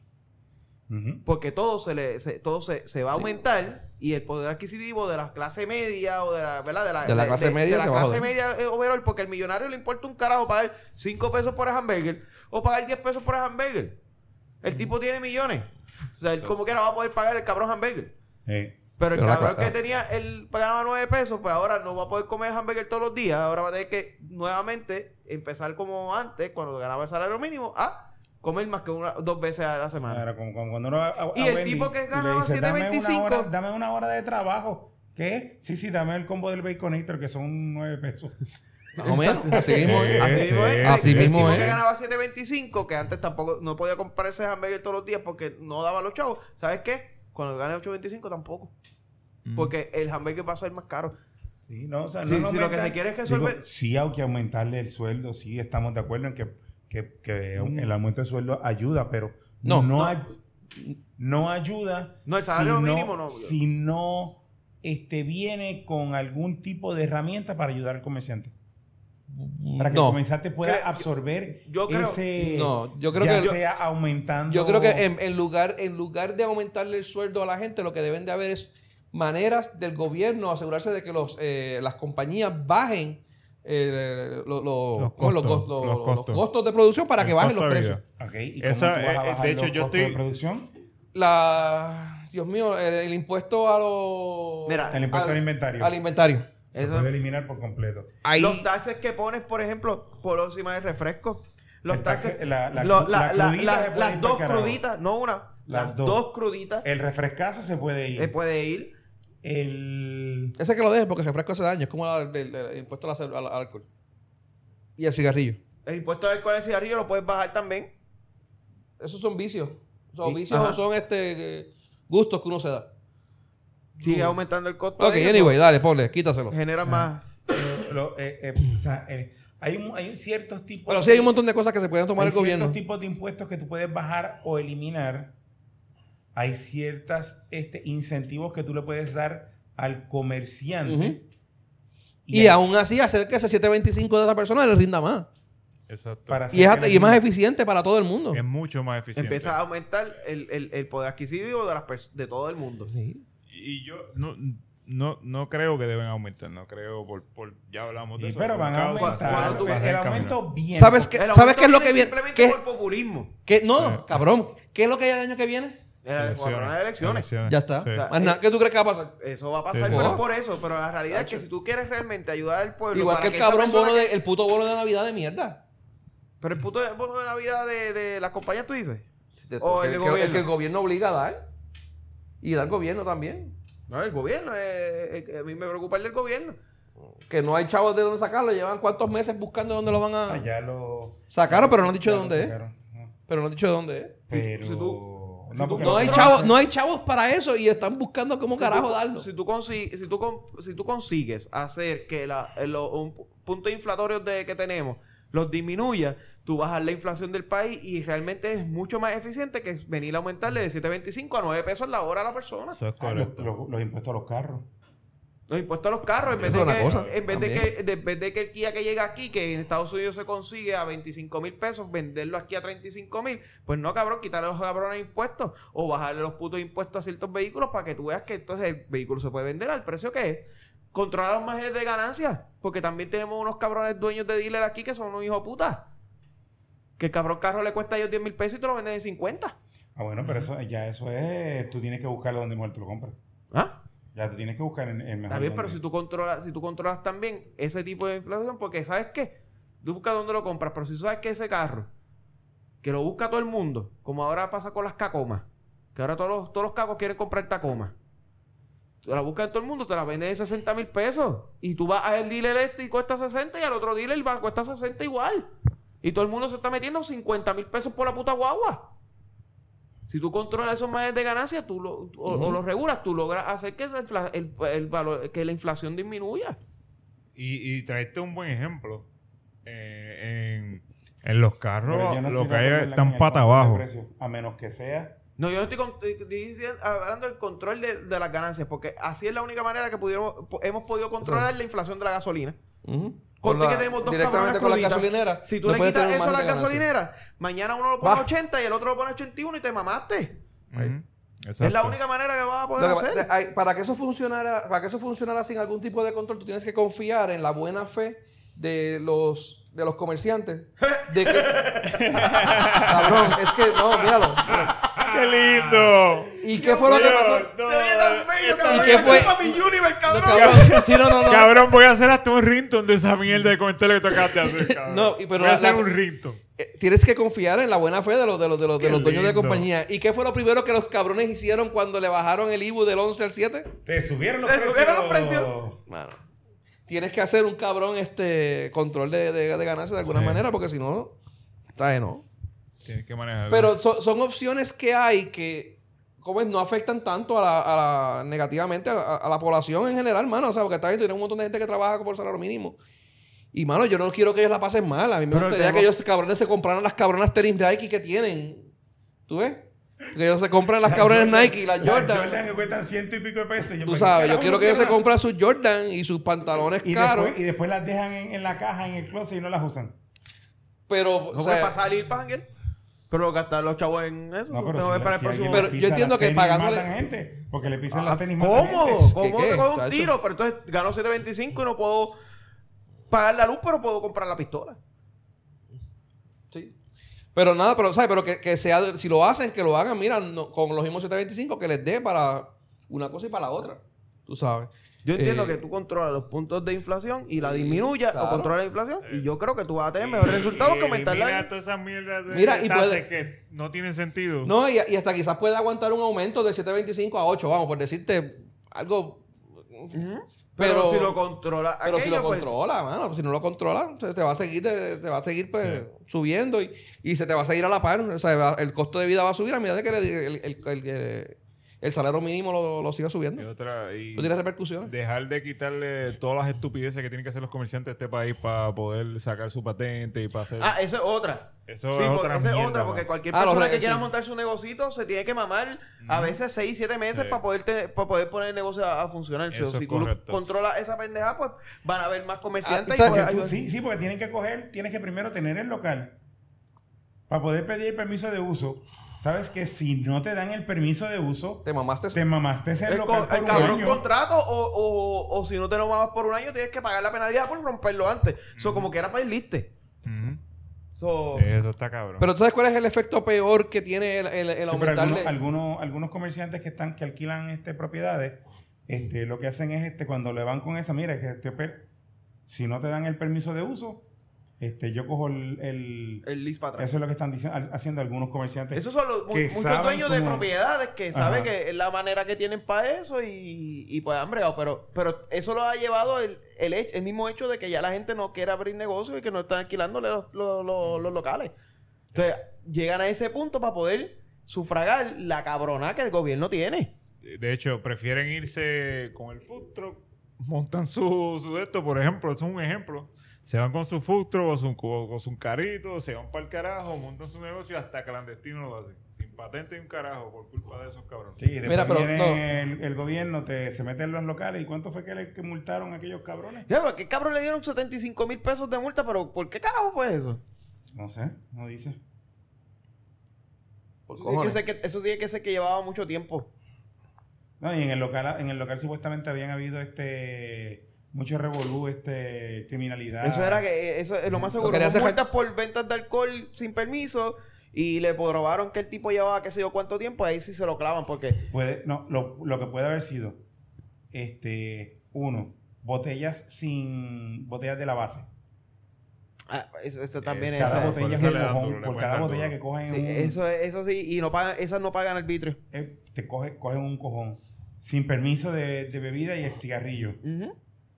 D: Ujú.
C: Porque todo se le se, todo se, se va a
B: Sí.
C: aumentar y el poder adquisitivo de la clase media o de la, ¿verdad? De, la,
B: De la clase media
C: de la
B: se va a
C: clase
B: joder.
C: media eh, overall, porque al millonario le importa un carajo pagar 5 pesos por el hamburger o pagar 10 pesos por el hamburger. El tipo tiene millones. O sea, él como quiera va a poder pagar el cabrón hamburger.
D: Eh,
C: Pero el
B: Pero la
C: cabrón
B: cla-
C: que tenía, él pagaba 9 pesos, pues ahora no va a poder comer hamburger todos los días. Ahora va a tener que nuevamente empezar como antes, cuando ganaba el salario mínimo, a comer más que una, dos veces a la semana.
D: ahora, como, como cuando uno va a- a-
C: Y
D: a
C: el
D: Wendy
C: tipo que
D: y le
C: ganaba
D: dice, "Dame una
C: 7.25.
D: hora- Dame una hora de trabajo. ¿Qué? Sí, sí, dame el combo del Baconator, que son 9 pesos.
B: Más o menos, así mismo.
D: Eh,
B: es.
C: Así mismo es.
B: Así
C: El
B: mismo
C: tipo
B: es.
C: que ganaba 7.25, que antes tampoco no podía comprarse hamburger todos los días porque no daba los chavos. ¿Sabes qué? Cuando gane 8.25 tampoco.
D: Mm.
C: Porque el hamburger va a ser más caro.
D: Sí, no, o sea,
C: Sí,
D: no nos
C: sí, lo
D: aumentan-
C: que se quiere es
D: Digo,
C: resolver-
D: sí, hay que aumentarle el sueldo, sí, estamos de acuerdo en que, que- que el aumento de sueldo ayuda, pero
B: No,
D: no,
B: no.
D: ay- no ayuda.
C: No, el salario
D: si
C: mínimo no.
D: Si no este, viene con algún tipo de herramienta para ayudar al comerciante. Para que el
B: No,
D: comerciante pueda
C: Cre-
D: absorber
C: yo creo-
D: ese.
B: No, yo creo
D: ya
B: que-
D: sea aumentando.
B: yo creo que en, en lugar, en lugar de aumentarle el sueldo a la gente, lo que deben de haber es maneras del gobierno asegurarse de que los, eh, las compañías bajen eh, lo- lo-
H: Los
B: ¿cómo es? los,
H: costos,
B: costos,
H: los
B: los
H: costos.
B: costos de producción para
H: El
B: que bajen
H: costo
B: los
H: de
B: precios.
H: vida.
D: Ok, ¿y
H: Esa,
D: cómo tú vas a
H: eh, eh, de
D: bajar
H: hecho,
D: los
H: yo
D: costos de
H: estoy-
D: producción?
B: La. Dios mío, el, el impuesto a los.
C: Mira,
D: El impuesto al inventario.
B: Al inventario.
D: Se
C: Eso-
D: puede eliminar por completo.
B: Ahí.
C: Los taxes que pones, por ejemplo, por encima de refresco. Los
D: El taxe-
C: taxes.
D: la- la-
C: lo-
D: la
C: la-
D: crudita
C: la-
D: se puede
C: las
D: ir
C: dos
D: pa'l carajo.
C: cruditas, no una. Las,
D: Las
C: dos.
D: dos. Eh,
C: cruditas.
D: El refrescazo se puede ir.
C: eh, puede ir.
D: El.
B: Ese que lo dejes porque el refresco hace daño. Es como la- el, el- el impuesto al, al- al alcohol. Y al cigarrillo.
C: El impuesto del alcohol y cigarrillo lo puedes bajar también.
B: Esos son vicios. O sea,
C: Sí,
B: vicios
C: ajá.
B: son este eh, gustos que uno se da.
C: Sigue
D: Mm.
C: aumentando el costo.
B: Ok,
C: de ello,
B: anyway, dale, ponle, quítaselo.
C: pues,
D: Ah,
C: Genera más.
D: lo- lo- eh, eh, o sea, eh, hay, un, hay un ciertos tipos.
B: Bueno, sí hay un montón de cosas que se pueden tomar
D: hay
B: el gobierno.
D: ciertos tipos de impuestos que tú puedes bajar o eliminar. Hay ciertas este, incentivos que tú le puedes dar al comerciante.
B: Ujú.
D: Y
B: Y,
D: hay-
B: aún así hacer que ese 725 de esa persona le rinda más.
H: Exacto.
D: para hacer
B: Y es,
D: que
B: hasta-
D: la
B: y es más
D: gente-
B: eficiente para todo el mundo.
H: Es mucho más eficiente.
C: Empieza a aumentar el, el- el poder adquisitivo de, las pers- de todo el mundo.
B: Sí.
H: Y yo no, no, no creo que deben aumentar. No creo por... por ya hablamos de
D: Sí,
H: eso.
D: pero van a
H: causas,
D: aumentar. pues,
H: van
C: tú-
H: a
D: el
H: caminar.
D: aumento bien.
B: ¿Sabes qué,
C: El
B: ¿sabes qué es lo
C: aumento
B: que
C: viene
B: viene?
C: Simplemente
B: ¿Qué-
C: por populismo.
B: qué- no, cabrón. ¿Qué es lo que hay el año que viene?
C: Era el cuadrón de elecciones.
B: Ya está.
H: Sí.
C: O sea,
B: Más nada. ¿Qué tú crees que va a pasar?
C: Eso va a pasar
H: Sí.
C: pero es
B: Oh.
C: por eso. Pero la realidad es que si tú quieres realmente ayudar al pueblo.
B: Igual
C: para
B: que el
C: esa
B: cabrón
C: persona
B: bono
C: que-
B: de, el puto bono de Navidad de mierda.
C: Pero el puto de- bono de Navidad de, de las compañías, tú dices.
B: De-
C: O
B: que-
C: el
B: que-
C: gobierno.
B: que el gobierno obliga a dar. Y da el gobierno también.
C: No, el gobierno. eh, eh, a mí me preocupa el del gobierno.
B: Que no hay chavos de dónde sacarlo. Llevan cuántos meses buscando dónde lo van a.
D: Ah, ya lo.
B: Sacaron, pero no han dicho
D: ya
B: de
D: lo
B: dónde es.
D: sacaron, ¿no?
B: Pero no han dicho de dónde es.
D: Pero.
C: si tú- si tú-
D: porque
B: No hay,
D: nosotros-
B: chavos, no hay chavos para eso y están buscando cómo carajo
C: tú,
B: darlo.
C: Si tú, consi- si, tú con- si tú consigues hacer que la, eh, lo- un pu- punto inflatorio de, que tenemos los disminuya, tú bajas la inflación del país y realmente es mucho más eficiente que venir a aumentarle de 7.25 a 9 pesos la hora a la persona.
H: Eso es
D: Ah, los,
H: correcto.
D: los- los impuestos a los carros.
C: Los impuestos a los carros, en vez,
B: Eso
C: de
B: es una
C: que,
B: cosa,
C: en, vez de
B: también.
C: que, de- en vez de que el Kia que llega aquí, que en Estados Unidos se consigue a 25 mil pesos, venderlo aquí a 35 mil, pues no, cabrón, quitarle los cabrones impuestos o bajarle los putos impuestos a ciertos vehículos para que tú veas que entonces el vehículo se puede vender al precio que es. controlar los márgenes de ganancias. Porque también tenemos unos cabrones dueños de dealer aquí que son unos hijos de puta. Que el cabrón carro le cuesta a ellos 10 mil pesos y te lo venden en 50.
D: Ah, bueno, pero eso ya eso es. Tú tienes que buscarlo donde mejor te lo compras.
C: ¿Ah?
D: Ya tú tienes que buscar en, en mejor.
C: Está bien, pero
D: donde-
C: si tú controlas, si tú controlas también ese tipo de inflación, porque ¿sabes qué? Tú buscas dónde lo compras, pero si sabes que ese carro, que lo busca todo el mundo, como ahora pasa con las cacomas, que ahora todos los, todos los cacos quieren comprar tacoma. Tú la buscas en todo el mundo, te la venden en 60 mil pesos. Y tú vas al dealer este y cuesta 60 y al otro dealer va, cuesta 60 igual. Y todo el mundo se está metiendo 50 mil pesos por la puta guagua. Si tú controlas esos márgenes de ganancia tú lo- tú- o, o los regulas, tú logras hacer que, esa infla- el, el valor, que la inflación disminuya.
H: Y, y traerte un buen ejemplo. Eh, en, en los carros,
D: Pero yo no
H: los
D: estoy de acuerdo en
H: calles
D: la
H: están
D: mía,
H: pata
D: no, de
H: abajo.
D: precio, A menos que sea.
C: No, yo no estoy con- estoy diciendo- hablando del control de, de las ganancias, porque así es la única manera que pudiéramos- po- hemos podido controlar la inflación de la gasolina.
B: Ujú.
C: Con
B: Con
C: que
B: la-
C: tenemos dos
B: directamente
C: cabronas
B: con la
C: cruditas.
B: gasolinera.
C: Si tú
B: no
C: le
B: puedes
C: quitas
B: tener
C: eso a
B: más
C: la
B: de ganancia.
C: gasolinera, mañana uno lo pone
B: Va.
C: 80 y el otro lo pone 81 y te mamaste.
H: Ujú.
C: Es la
H: Exacto.
C: única manera que vas a poder
B: Lo que
C: hacer.
B: pa- hay- para que eso funcionara, para que eso funcionara sin algún tipo de control, tú tienes que confiar en la buena fe de los de los comerciantes. De que, cabrón, es que no, míralo.
H: ¡Ah, ¡Qué lindo!
C: Ah.
B: ¿Y qué fue lo que pasó?
H: No, eh,
C: Se ve tan bello, cabrón.
B: qué
C: Yo
B: fue?
C: fui pa' mi Universe,
B: No,
C: cabrón.
B: cabrón. Sí, no, no, no.
H: Cabrón, voy a hacer hasta un rington de esa mierda de comentario que tú acabas de hacer, cabrón.
B: No, y pero
H: voy a
B: la-
H: hacer
B: la-
H: un rington.
B: Eh, Tienes que confiar en la buena fe de los, de los, de los, de
H: Qué
B: los dueños de
H: lindo.
B: compañía. ¿Y qué fue lo primero que los cabrones hicieron cuando le bajaron el IBU del 11 al 7?
D: Te subieron los
C: Te
D: precios.
C: subieron los precios.
B: Mano, tienes que hacer un cabrón este control de, de, de ganancia de alguna
H: Sí.
B: manera, porque si no, está de no.
H: Tienes que manejarlo.
B: Pero so- son opciones que hay que, como es, no afectan tanto a la, a la- negativamente a la, a la población en general, mano. O sea, porque está bien, tú tienes un montón de gente que trabaja por salario mínimo. Y, mano, yo no quiero que ellos la pasen mal. A mí me
H: Pero
B: gustaría
H: tengo-
B: que ellos cabrones se compraran las cabronas tenis Nike que tienen. ¿Tú ves? Que ellos se compran las cabronas Nike y las Jordan.
D: Jordan. Jordan que cuestan ciento y pico de pesos. Yo,
B: Tú
D: ¿para
B: sabes,
D: qué
B: yo
D: carajo
B: quiero
D: uno
B: que ellos se
D: quiera?
B: compren sus Jordan y sus pantalones
D: Y,
B: caros.
D: después, y después las dejan en, en la caja, en el closet y no las usan.
B: Pero,
C: No
B: o sea,
C: puede para salir para janguear. Pero gastar los chavos en eso.
D: No, pero
C: tengo
D: si
C: que para el
D: si alguien
C: próximo.
D: le
B: Pero yo
D: pisa
B: entiendo
D: las
B: que
D: tenis,
B: pagándole- Ah,
D: matan gente, porque le pisan las tenis matan
C: ¿Cómo?
D: gente.
C: ¿Cómo
B: ¿Qué, qué,
C: te cojo un
B: chacho?
C: tiro? Pero entonces gano 7.25 y no puedo pagar la luz, pero puedo comprar la pistola.
B: Sí. Pero nada, pero, ¿sabes? Pero que, que sea, si lo hacen, que lo hagan, mira, no- con los mismos 725 que les dé para una cosa y para la otra. Tú sabes.
C: Yo entiendo
B: Eh,
C: que tú controlas los puntos de inflación y la
B: sí,
C: disminuyas
B: claro.
C: o controlas la inflación y yo creo que tú vas a tener mejores resultados que
H: Eh, Mira
C: aumentarla.
H: todas esas mierdas de
B: Mira, y
H: tasas
B: puede-
H: que no tienen sentido.
B: No, y, y hasta quizás pueda aguantar un aumento de 725 a 8, vamos, por decirte algo.
C: Pero,
B: Pero,
C: si lo controlas,
B: pero si lo
C: aquello, pues,
B: controla, mano, si no lo controla, se te va a seguir, de- te va a seguir pues, subiendo y, y se te va a seguir a la par. O sea, va- el costo de vida va a subir a medida que le- el, el- el- eh, el salario mínimo lo, lo siga
H: Y
B: subiendo.
H: otra, y
B: No tiene repercusiones.
H: dejar de quitarle todas las estupideces que tienen que hacer los comerciantes de este país para poder sacar su patente y para hacer...
C: Ah, esa es otra.
H: Eso
C: Sí,
H: es
C: por-
H: otra
C: esa
H: mierda,
C: otra,
H: man.
C: porque cualquier
B: Ah, los
C: persona
B: re-
C: que quiera
B: sí.
C: montar su negocito se tiene que mamar a veces 6, 7 meses
H: Sí.
C: para poder te- para poder poner el negocio a, a funcionar. Si-
H: Eso es
C: si tú lo
H: correcto.
C: controlas esa pendeja, pues van a haber más comerciantes
B: Ah,
C: y
B: exacto.
C: pues,
D: Tú-
C: ayuda-
D: sí, sí, porque tienen que coger, tienes que primero tener el local para poder pedir el permiso de uso. Sabes que si no te dan el permiso de uso,
B: Te mamaste
D: te mamaste ese
C: El,
D: local
C: co-
D: por
C: el
D: un
C: cabrón
D: año.
C: contrato o, o- o si no te lo mamas por un año tienes que pagar la penalidad por romperlo antes. So,
D: Mm.
C: como que era para irliste.
H: Ujú.
C: So,
D: Eh.
H: Eso está cabrón.
B: eh, Pero ¿tú sabes cuál es el efecto peor que tiene el, el- el
D: Sí, pero
B: aumentarle?
D: algunos, algunos, algunos comerciantes que están que alquilan este propiedades, este, lo que hacen es este cuando le van con esa, mira, que este, per- si no te dan el permiso de uso, este, yo cojo el, el-
C: el lease para atrás.
D: eso es lo que están diciendo, al- haciendo algunos comerciantes.
C: Esos son los, mu-
D: que
C: muchos
D: saben
C: dueños de
D: cómo-
C: propiedades que saben
D: Ajá.
C: que es la manera que tienen para eso y, y pues han bregado. Pero, pero eso lo ha llevado el, el, hech- el mismo hecho de que ya la gente no quiere abrir negocios y que no están alquilándole los, los- los-
D: Mm.
C: los locales. Entonces, llegan a ese punto para poder sufragar la cabrona que el gobierno tiene.
H: De hecho, prefieren irse con el food truck, montan su, su de esto, por ejemplo, eso es un ejemplo. Se van con su food truck o su, o con su carrito, se van para el carajo, montan su negocio, hasta clandestino lo hacen. Sin patente y un carajo, por culpa de esos cabrones.
D: Sí, y después
B: Mira, pero
D: viene
B: no.
D: el, el gobierno, te, se mete en los locales. ¿Y cuánto fue que, le, que multaron a aquellos cabrones?
C: Ya, pero ¿qué cabrón le dieron 75 mil pesos de multa? ¿Pero por qué carajo fue eso?
D: No sé, no dice.
B: Por
C: Es que
B: cojones.
C: sé que- eso tiene que ser que llevaba mucho tiempo.
D: No, y en el local, en el local supuestamente habían habido este mucho revolú, este criminalidad.
C: Eso era que eh, eso es lo más seguro.
B: quería
C: Son
B: hacer-
C: multas por ventas de alcohol sin permiso y le probaron que el tipo llevaba qué sé yo cuánto tiempo, ahí sí se lo clavan porque
D: Puede, no, lo, lo que puede haber sido, este, uno, botellas sin botellas de la base.
C: ah, eso, eso también
H: Esa
C: es
D: Cada
H: por
D: botella es
H: eso
D: un
H: le dan
D: mojón,
H: duro, le
D: por
H: cuentan
D: cada botella
H: duro.
D: que cogen,
C: Sí,
D: un-
C: eso, eso sí, y no pagan, esas no pagan arbitrio.
D: eh, te coge, cogen un cojón sin permiso de, de bebida y el cigarrillo.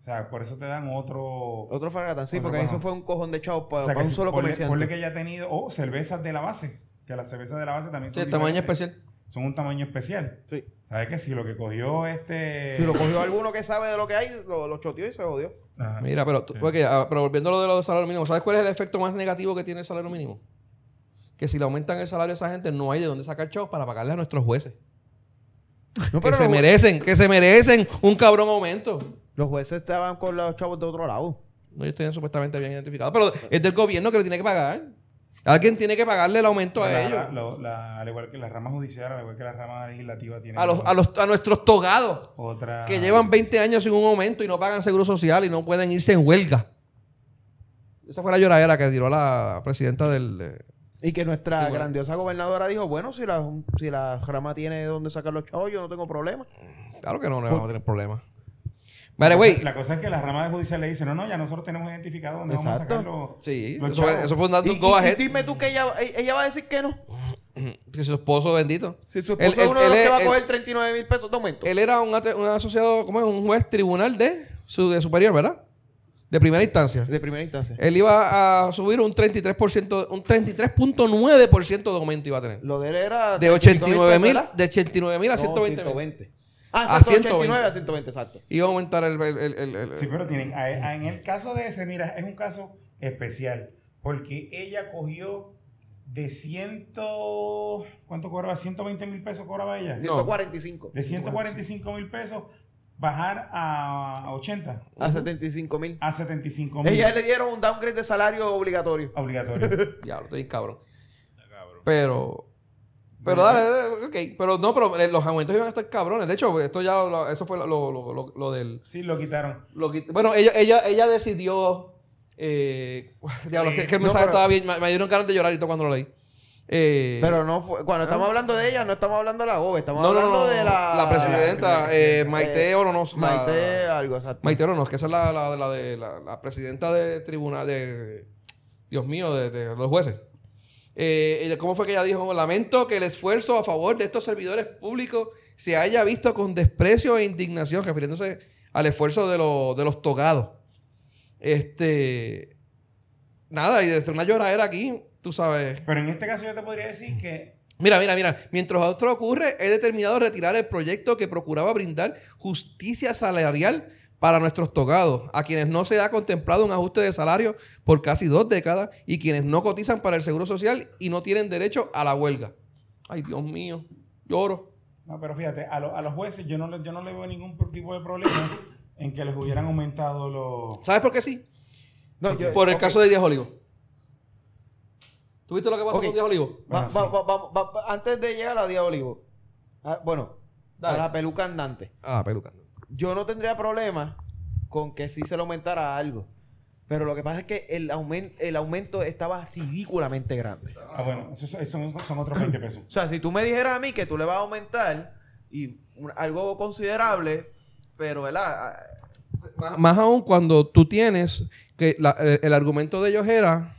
D: O sea, por eso te dan otro.
C: Otro fragatán, sí,
D: Otro
C: porque
D: cojón.
C: eso fue un cojón de chavos para,
D: o sea,
C: para un
D: si-
C: solo
D: ponle,
C: comerciante.
D: ponle que ya ha tenido. O cervezas de la base. Que las cervezas de la base también
B: Sí,
D: son.
B: el tamaño
D: diferentes.
B: especial.
D: Son un tamaño especial.
C: Sí.
D: ¿Sabes qué? Si lo que cogió este.
C: Si lo cogió alguno que sabe de lo que hay, lo, lo choteó y se jodió.
D: Ajá.
B: Mira, pero, tú- ok, ah, pero volviendo a lo de los salarios mínimos, ¿sabes cuál es el efecto más negativo que tiene el salario mínimo? Que si le aumentan el salario a esa gente, no hay de dónde sacar chavos para pagarle a nuestros jueces. que
C: pero
B: se
C: los-
B: merecen, que se merecen un cabrón aumento.
C: Los jueces estaban con los chavos de otro lado.
B: No, ellos tienen supuestamente bien identificados. Pero es del gobierno que le tiene que pagar. Alguien tiene que pagarle el aumento a
D: La-
B: ellos.
D: la- lo- la- al igual que la rama judicial, al igual que la rama legislativa, tiene
B: a, los, a, los, a nuestros togados
D: otra.
B: que llevan 20 años sin un aumento y no pagan seguro social y no pueden irse en huelga. Esa fue la lloradera que tiró la presidenta del... eh,
C: Y que nuestra
B: Sí, bueno.
C: grandiosa gobernadora dijo, bueno, si la, si la rama tiene donde sacar los chavos, yo no tengo problema.
B: Claro que no, no vamos a tener problemas. Vale, güey.
D: La cosa es que la rama de judicial le dice: No, no, ya nosotros tenemos identificado dónde vamos a
C: Exacto.
D: sacar los.
B: Sí,
D: los
B: eso fue,
D: chavos.
B: eso fue un, dato
C: Y,
B: un
C: y-
B: go
C: y
B: ahead.
C: dime tú que ella, e- ella va a decir que no.
B: Que su esposo bendito.
C: Si su
B: Él-
C: esposo
B: él-
C: es uno de
B: él
C: los que
B: es-
C: va a
B: él-
C: coger 39 mil pesos de aumento.
B: Él era un, ate- un asociado, ¿cómo es? Un juez tribunal de, su, de superior, ¿verdad? De primera instancia.
C: de primera instancia.
B: Él iba a subir un 33%, un 33.9% de aumento iba a tener.
C: Lo de él era...
B: De 89 mil, de 89 mil a 120 mil.
C: 120. Ah, exacto,
B: A
C: 89 a 120, exacto.
B: Iba a aumentar el... el- el- el- el-
D: Sí, pero tienen. a- a- en el caso de ese, mira, es un caso especial. Porque ella cogió de ciento. ¿Cuánto cobraba? ¿120 mil pesos cobraba ella?
B: No.
C: 145.
D: De 145 mil pesos, bajar a a 80,
C: A 75 mil.
D: a 75 mil.
C: Ella le dieron un downgrade de salario obligatorio.
D: Obligatorio.
B: Diablo, estoy bien cabrón. Pero... Pero dale, dale, ok. Pero no, pero eh, los aumentos iban a estar cabrones. De hecho, esto ya... lo- eso fue lo- lo- lo- lo- lo del...
D: Sí, lo quitaron.
B: Lo quit- bueno, ella, ella, ella decidió. Eh, diablo, que, que el
C: no,
B: mensaje
C: pero-
B: estaba bien. Me, me dieron ganas de llorar y todo cuando lo leí. Eh,
C: Pero no fue, cuando estamos hablando de ella, no estamos hablando de la OVE, estamos
B: Ah. no, no,
C: hablando
B: no,
C: de la...
B: presidenta,
D: la-
B: eh,
D: la-
B: Maite
C: eh,
B: Oronos. la-
C: Maite algo, exacto.
B: Maite Oronos, que esa es la, la, la de, la, la presidenta de tribunal de. Dios mío, de, de los jueces. Eh, ella- ¿Cómo fue que ella dijo? Lamento que el esfuerzo a favor de estos servidores públicos se haya visto con desprecio e indignación, refiriéndose al esfuerzo de, lo- de los togados. Este. Nada, y desde una lloradera aquí, tú sabes.
D: Pero en este caso yo te podría decir que
B: Mira, mira, mira. Mientras esto ocurre, he determinado retirar el proyecto que procuraba brindar justicia salarial para nuestros togados, a quienes no se ha contemplado un ajuste de salario por casi dos décadas y quienes no cotizan para el Seguro Social y no tienen derecho a la huelga. Ay, Dios mío, lloro.
D: No, pero fíjate, a, lo- a los jueces yo no, le- yo no le veo ningún tipo de problema en que les hubieran aumentado los...
B: ¿Sabes por qué sí?
C: No, yo-
B: Por el
C: ok.
B: caso de Díaz Olivo. ¿Tuviste lo que pasó
C: Ok.
B: con Díaz Olivo?
C: Va-
D: Bueno,
C: va-
D: sí.
C: va- va- va- va- antes de llegar a Día Olivo, ah, bueno,
B: Dale.
C: a la peluca andante,
B: Ah, peluca.
C: yo no tendría problema con que si se le aumentara algo. Pero lo que pasa es que el, aumen- el aumento estaba ridículamente grande.
D: Ah, bueno, esos esos son, son otros 20 pesos.
C: O sea, si tú me dijeras a mí que tú le vas a aumentar y un- algo considerable, pero, ¿verdad? Ah,
B: Más- más aún cuando tú tienes que la- eh, el, el argumento de ellos era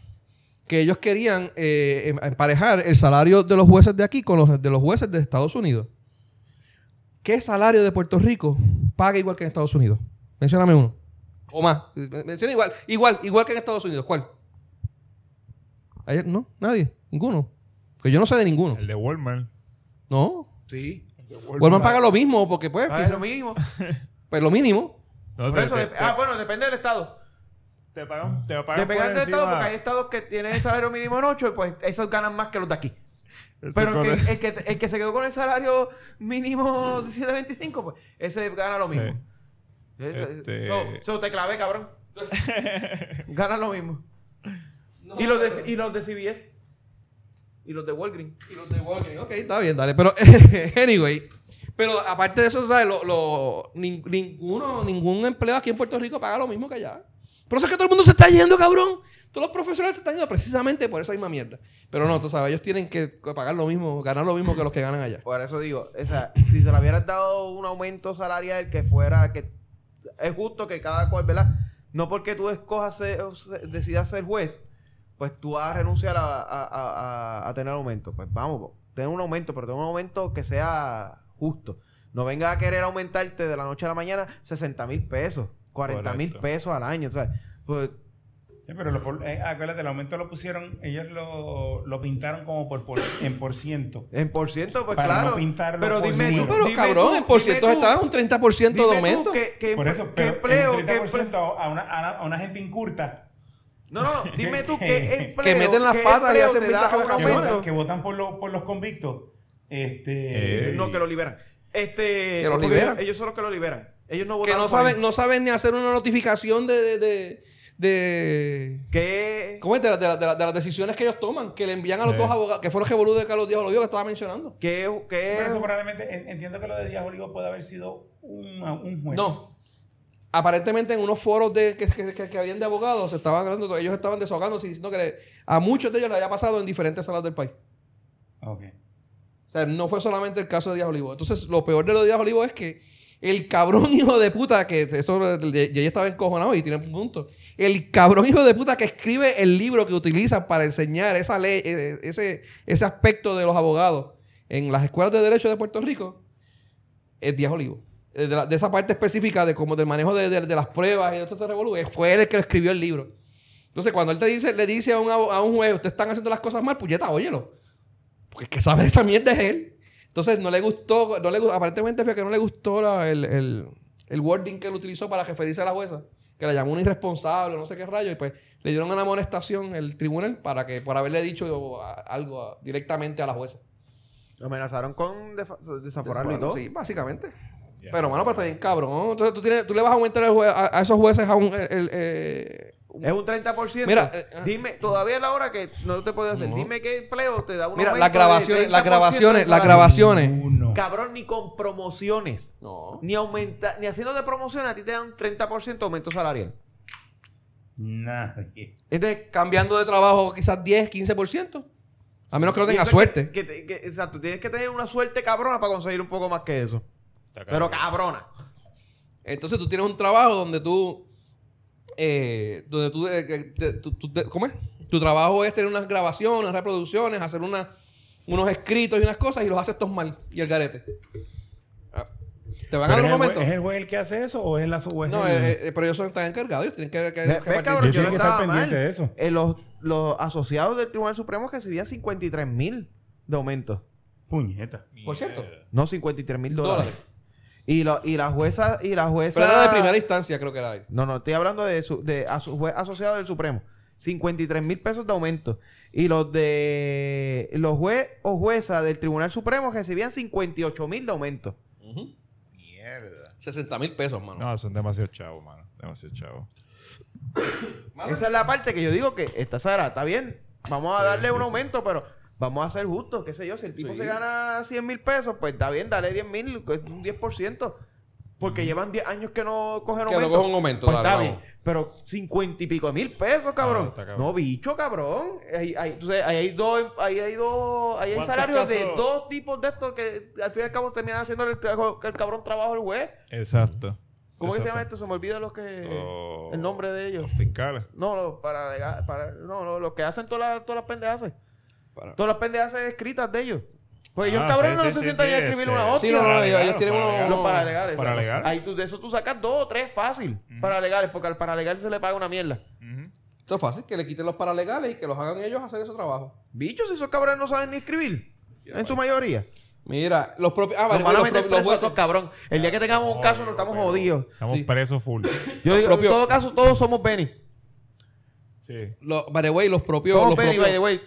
B: que ellos querían eh, em- emparejar el salario de los jueces de aquí con los de los jueces de Estados Unidos. ¿Qué salario de Puerto Rico paga igual que en Estados Unidos? Mencióname uno. O más. Men- Menciona igual, igual, igual que en Estados Unidos. ¿Cuál? Ayer, no, nadie, ninguno. Que yo no sé de ninguno.
H: El de Walmart.
B: No.
C: Sí.
H: El de
B: Walmart paga lo mismo porque pues,
C: Ah, es lo mismo.
B: pues lo mínimo.
H: No,
C: Por
H: te,
C: eso,
H: te-
C: dep- ah, bueno, depende del estado.
H: te pagan, te pagan
C: Depende
H: por
C: del estado,
H: encima.
C: porque hay estados que tienen el salario mínimo en 8 y pues esos ganan más que los de aquí.
H: Eso
C: Pero el
H: corre-
C: que, el, que, el que se quedó con el salario mínimo de 7.25, pues ese gana lo
H: Sí.
C: mismo. Eso
H: Este-
C: te clavé, cabrón. gana lo mismo. y, los de, y los de CBS. Y los de Walgreens.
B: Y los de Walgreens. Ok, está bien, dale. Pero, anyway. Pero aparte de eso, ¿sabes? Lo, lo- nin- ninguno, ningún empleado aquí en Puerto Rico paga lo mismo que allá. Por eso es que todo el mundo se está yendo, cabrón. Todos los profesionales se están yendo precisamente por esa misma mierda. Pero no, tú sabes, ellos tienen que pagar lo mismo, ganar lo mismo que los que ganan allá.
C: Por eso digo, o sea, si se le hubieras dado un aumento salarial que fuera, que es justo que cada cual, ¿verdad? No porque tú escojas, ser- o se- decidas ser juez, pues tú vas a renunciar a, a- a- a- a tener aumento. Pues vamos, po, ten un aumento, pero ten un aumento que sea justo. No vengas a querer aumentarte de la noche a la mañana 60 mil pesos, 40 mil
D: Correcto.
C: pesos al año, ¿sabes? Pues,
D: Sí, pero lo por- eh, acuérdate, el aumento lo pusieron, ellos lo, lo pintaron como por, por- en por ciento.
C: en por ciento, pues
D: Para no
C: claro.
D: pintarlo
C: pero
D: con
C: dime,
D: número.
C: tú,
D: Sí,
B: Pero
C: dime
B: cabrón,
C: tú,
B: en por
C: dime
B: ciento
C: tú,
B: está un 30% de
C: dime tú
B: aumento.
C: qué- qué-
D: Por eso,
C: qué
D: pero
C: empleo,
D: el
C: qué
D: 30% a, una, a, una, a una gente inculta
C: No, no, no, dime tú qué empleo.
B: Que meten las
C: qué
B: patas y
C: empleo
B: hacen
C: te da
B: 20
C: un
D: que,
B: Aumento.
D: votan, que votan por, los por los convictos. Este,
H: Eh,
C: No, que lo liberan.
B: Que
C: Este,
B: los
C: porque
B: liberan.
C: Ellos, ellos son los que lo liberan. Ellos no
B: que
C: votaron.
B: no
C: por
B: saben,
C: él.
B: no saben ni hacer una notificación de... de, de, de-
C: Que,
B: ¿Cómo es? De, la- de la- de la- de las decisiones que ellos toman, que le envían a los
H: Sí.
B: dos abogados, que fue el revolú de Carlos Díaz Olivio que estaba mencionando.
C: que, que
D: pero eso probablemente, en- entiendo que lo de Díaz Olivo puede haber sido una- un juez.
B: No. Aparentemente en unos foros de, que, que- que- que habían de abogados, se estaban hablando, ellos estaban desahogándose y diciendo que le- a muchos de ellos le había pasado en diferentes salas del país.
D: Ok.
B: O sea, no fue solamente el caso de Díaz Olivo. Entonces, lo peor de lo de Díaz Olivo es que el cabrón hijo de puta, que eso ya ya estaba encojonado y tiene un punto. El cabrón hijo de puta que escribe el libro que utilizan para enseñar esa ley, eh, ese, ese aspecto de los abogados en las escuelas de derecho de Puerto Rico, es Díaz Olivo. Eh, De, la- de esa parte específica de como del manejo de, de- de las pruebas y de todo este revolú, eh, fue él el que escribió el libro. Entonces, cuando él te dice, le dice a un, abo- a un juez, ustedes están haciendo las cosas mal, puñeta, óyelo. Porque el que sabe de esa mierda es él. Entonces, no le gustó, no le, gu- aparentemente fue que no le gustó la- el, el- el wording que él utilizó para referirse a la jueza, que la llamó un irresponsable, no sé qué rayo, y pues le dieron una amonestación el tribunal para que, por haberle dicho a- algo a- directamente a la jueza.
C: amenazaron con defa- desaforarlo y todo.
B: Sí, básicamente.
H: Ya.
B: Pero, mano, pues está bien cabrón. Entonces, tú, tienes, tú le vas a aumentar el jue- a, a esos jueces a un... el- el, eh, un-
C: Es un 30%.
B: Mira, eh, ah.
C: dime, todavía es la hora que no te puedo hacer.
B: No.
C: Dime qué empleo te da un
B: Mira,
C: aumento
B: las
C: de
B: grabaciones, las
C: 30% de
B: grabaciones, las
C: salario.
B: grabaciones.
D: Uno.
C: Cabrón, ni con promociones.
B: No.
C: Ni aumenta, ni haciéndote promociones, a ti te dan un 30% aumento salarial.
D: Nadie.
C: Entonces,
B: cambiando de trabajo quizás 10, 15%. A menos que no
C: Y eso
B: tenga
C: es
B: suerte.
C: que- que- que- exacto, tienes que tener una suerte cabrona para conseguir un poco más que eso.
H: Está
C: Pero
H: cabrón.
C: cabrona.
B: Entonces tú tienes un trabajo donde tú... eh, donde tú, eh, que te- tú- tú te- ¿Cómo es? Tu trabajo es tener unas grabaciones, reproducciones, hacer una- unos escritos y unas cosas y los haces todos mal. Y el garete. Ah, ¿Te van a
D: Pero
B: dar
D: ¿Es
B: un
D: el,
B: momento?
D: juez, ¿Es el juez el que hace eso o es la juez?
B: No,
D: el-
B: eh, eh, pero ellos son- están encargados. Ellos tienen que... que-
C: Ve-
B: que
C: ve,
B: partir-
C: cabrón,
D: Yo
C: yo,
D: tengo
C: no
D: que estar
C: estaba mal.
D: pendiente de eso.
C: Eh, los, los asociados del Tribunal Supremo recibían 53 mil de aumento.
D: Puñeta.
B: Por cierto.
C: No, 53 mil dólares.
B: Dólares.
C: Y, lo- y la jueza... Y la jueza
B: Pero era de primera instancia creo que era.
C: No, no, estoy hablando de, su, de aso- juez asociado del Supremo. 53 mil pesos de aumento. Y los de... Los juez o jueza del Tribunal Supremo recibían 58 mil de aumento.
H: Mierda.
B: 60 mil pesos, mano.
H: No, son demasiado chavos, mano. Demasiado chavos.
B: Mano,
C: Esa es la parte que yo digo que está Sara, está bien. Vamos a darle un aumento, pero vamos a ser justos, qué sé yo. Si el tipo
B: Sí.
C: se gana 100 mil pesos, pues está bien, dale 10 mil, que es un 10%. Porque llevan 10 años que no cogen
B: Que no
C: aumento.
B: cogen aumento,
C: Pues
B: dale,
C: está
B: vamos.
C: bien. Pero 50 y pico mil pesos, cabrón.
H: está cabrón.
C: No, bicho, cabrón. Ahí, ahí- entonces, ahí hay dos, ahí hay dos, ahí hay
H: ¿Cuántos
C: salarios de
H: casos?
C: dos tipos de estos que al fin y al cabo terminan haciendo el, trabajo- el cabrón trabajo el juez.
H: Exacto.
C: ¿Cómo que se llama
H: Exacto.
C: esto? Se me olvida los que
B: Oh,
H: Los-
C: el nombre de ellos.
H: Los fiscales.
C: No, lo- para, alegar- para no, no, lo que hacen todas las, todas las pendejadas.
H: Para-
C: Todas las pendejadas escritas de ellos. Pues ellos
H: Ah,
C: cabrones
H: sí,
C: no
H: sí,
C: se
H: sí,
C: sientan
H: sí,
C: a escribir
H: este,
C: una hostia.
B: Sí, no, no,
H: para
B: ellos- ellos
H: alegar,
B: tienen
H: para
B: unos-
H: alegar.
C: Los paralegales.
H: Para
C: ¿sabes?
H: alegar.
C: Ahí tú, de eso tú sacas dos o tres fácil. Paralegales, porque al paralegal se le paga una mierda.
H: Ujú.
B: Esto es fácil, que le quiten los paralegales y que los hagan ellos hacer ese trabajo.
C: Bichos, esos cabrones no saben ni escribir. En su mayoría.
B: Mira, los propios... Ah,
C: Nos
B: vale,
C: van a
B: los
C: meter
B: propios- los
C: presos a
B: jueces-
C: esos cabrón. El día que tengamos un caso, nos estamos
H: Pero
C: jodidos.
H: Estamos
B: Sí.
H: presos full.
C: Yo digo,
B: propios-
C: en todo caso, todos somos Benny.
H: sí.
B: Los, by the way, los propios...
C: Todos
B: los
C: Benny,
B: propios-
C: by the way.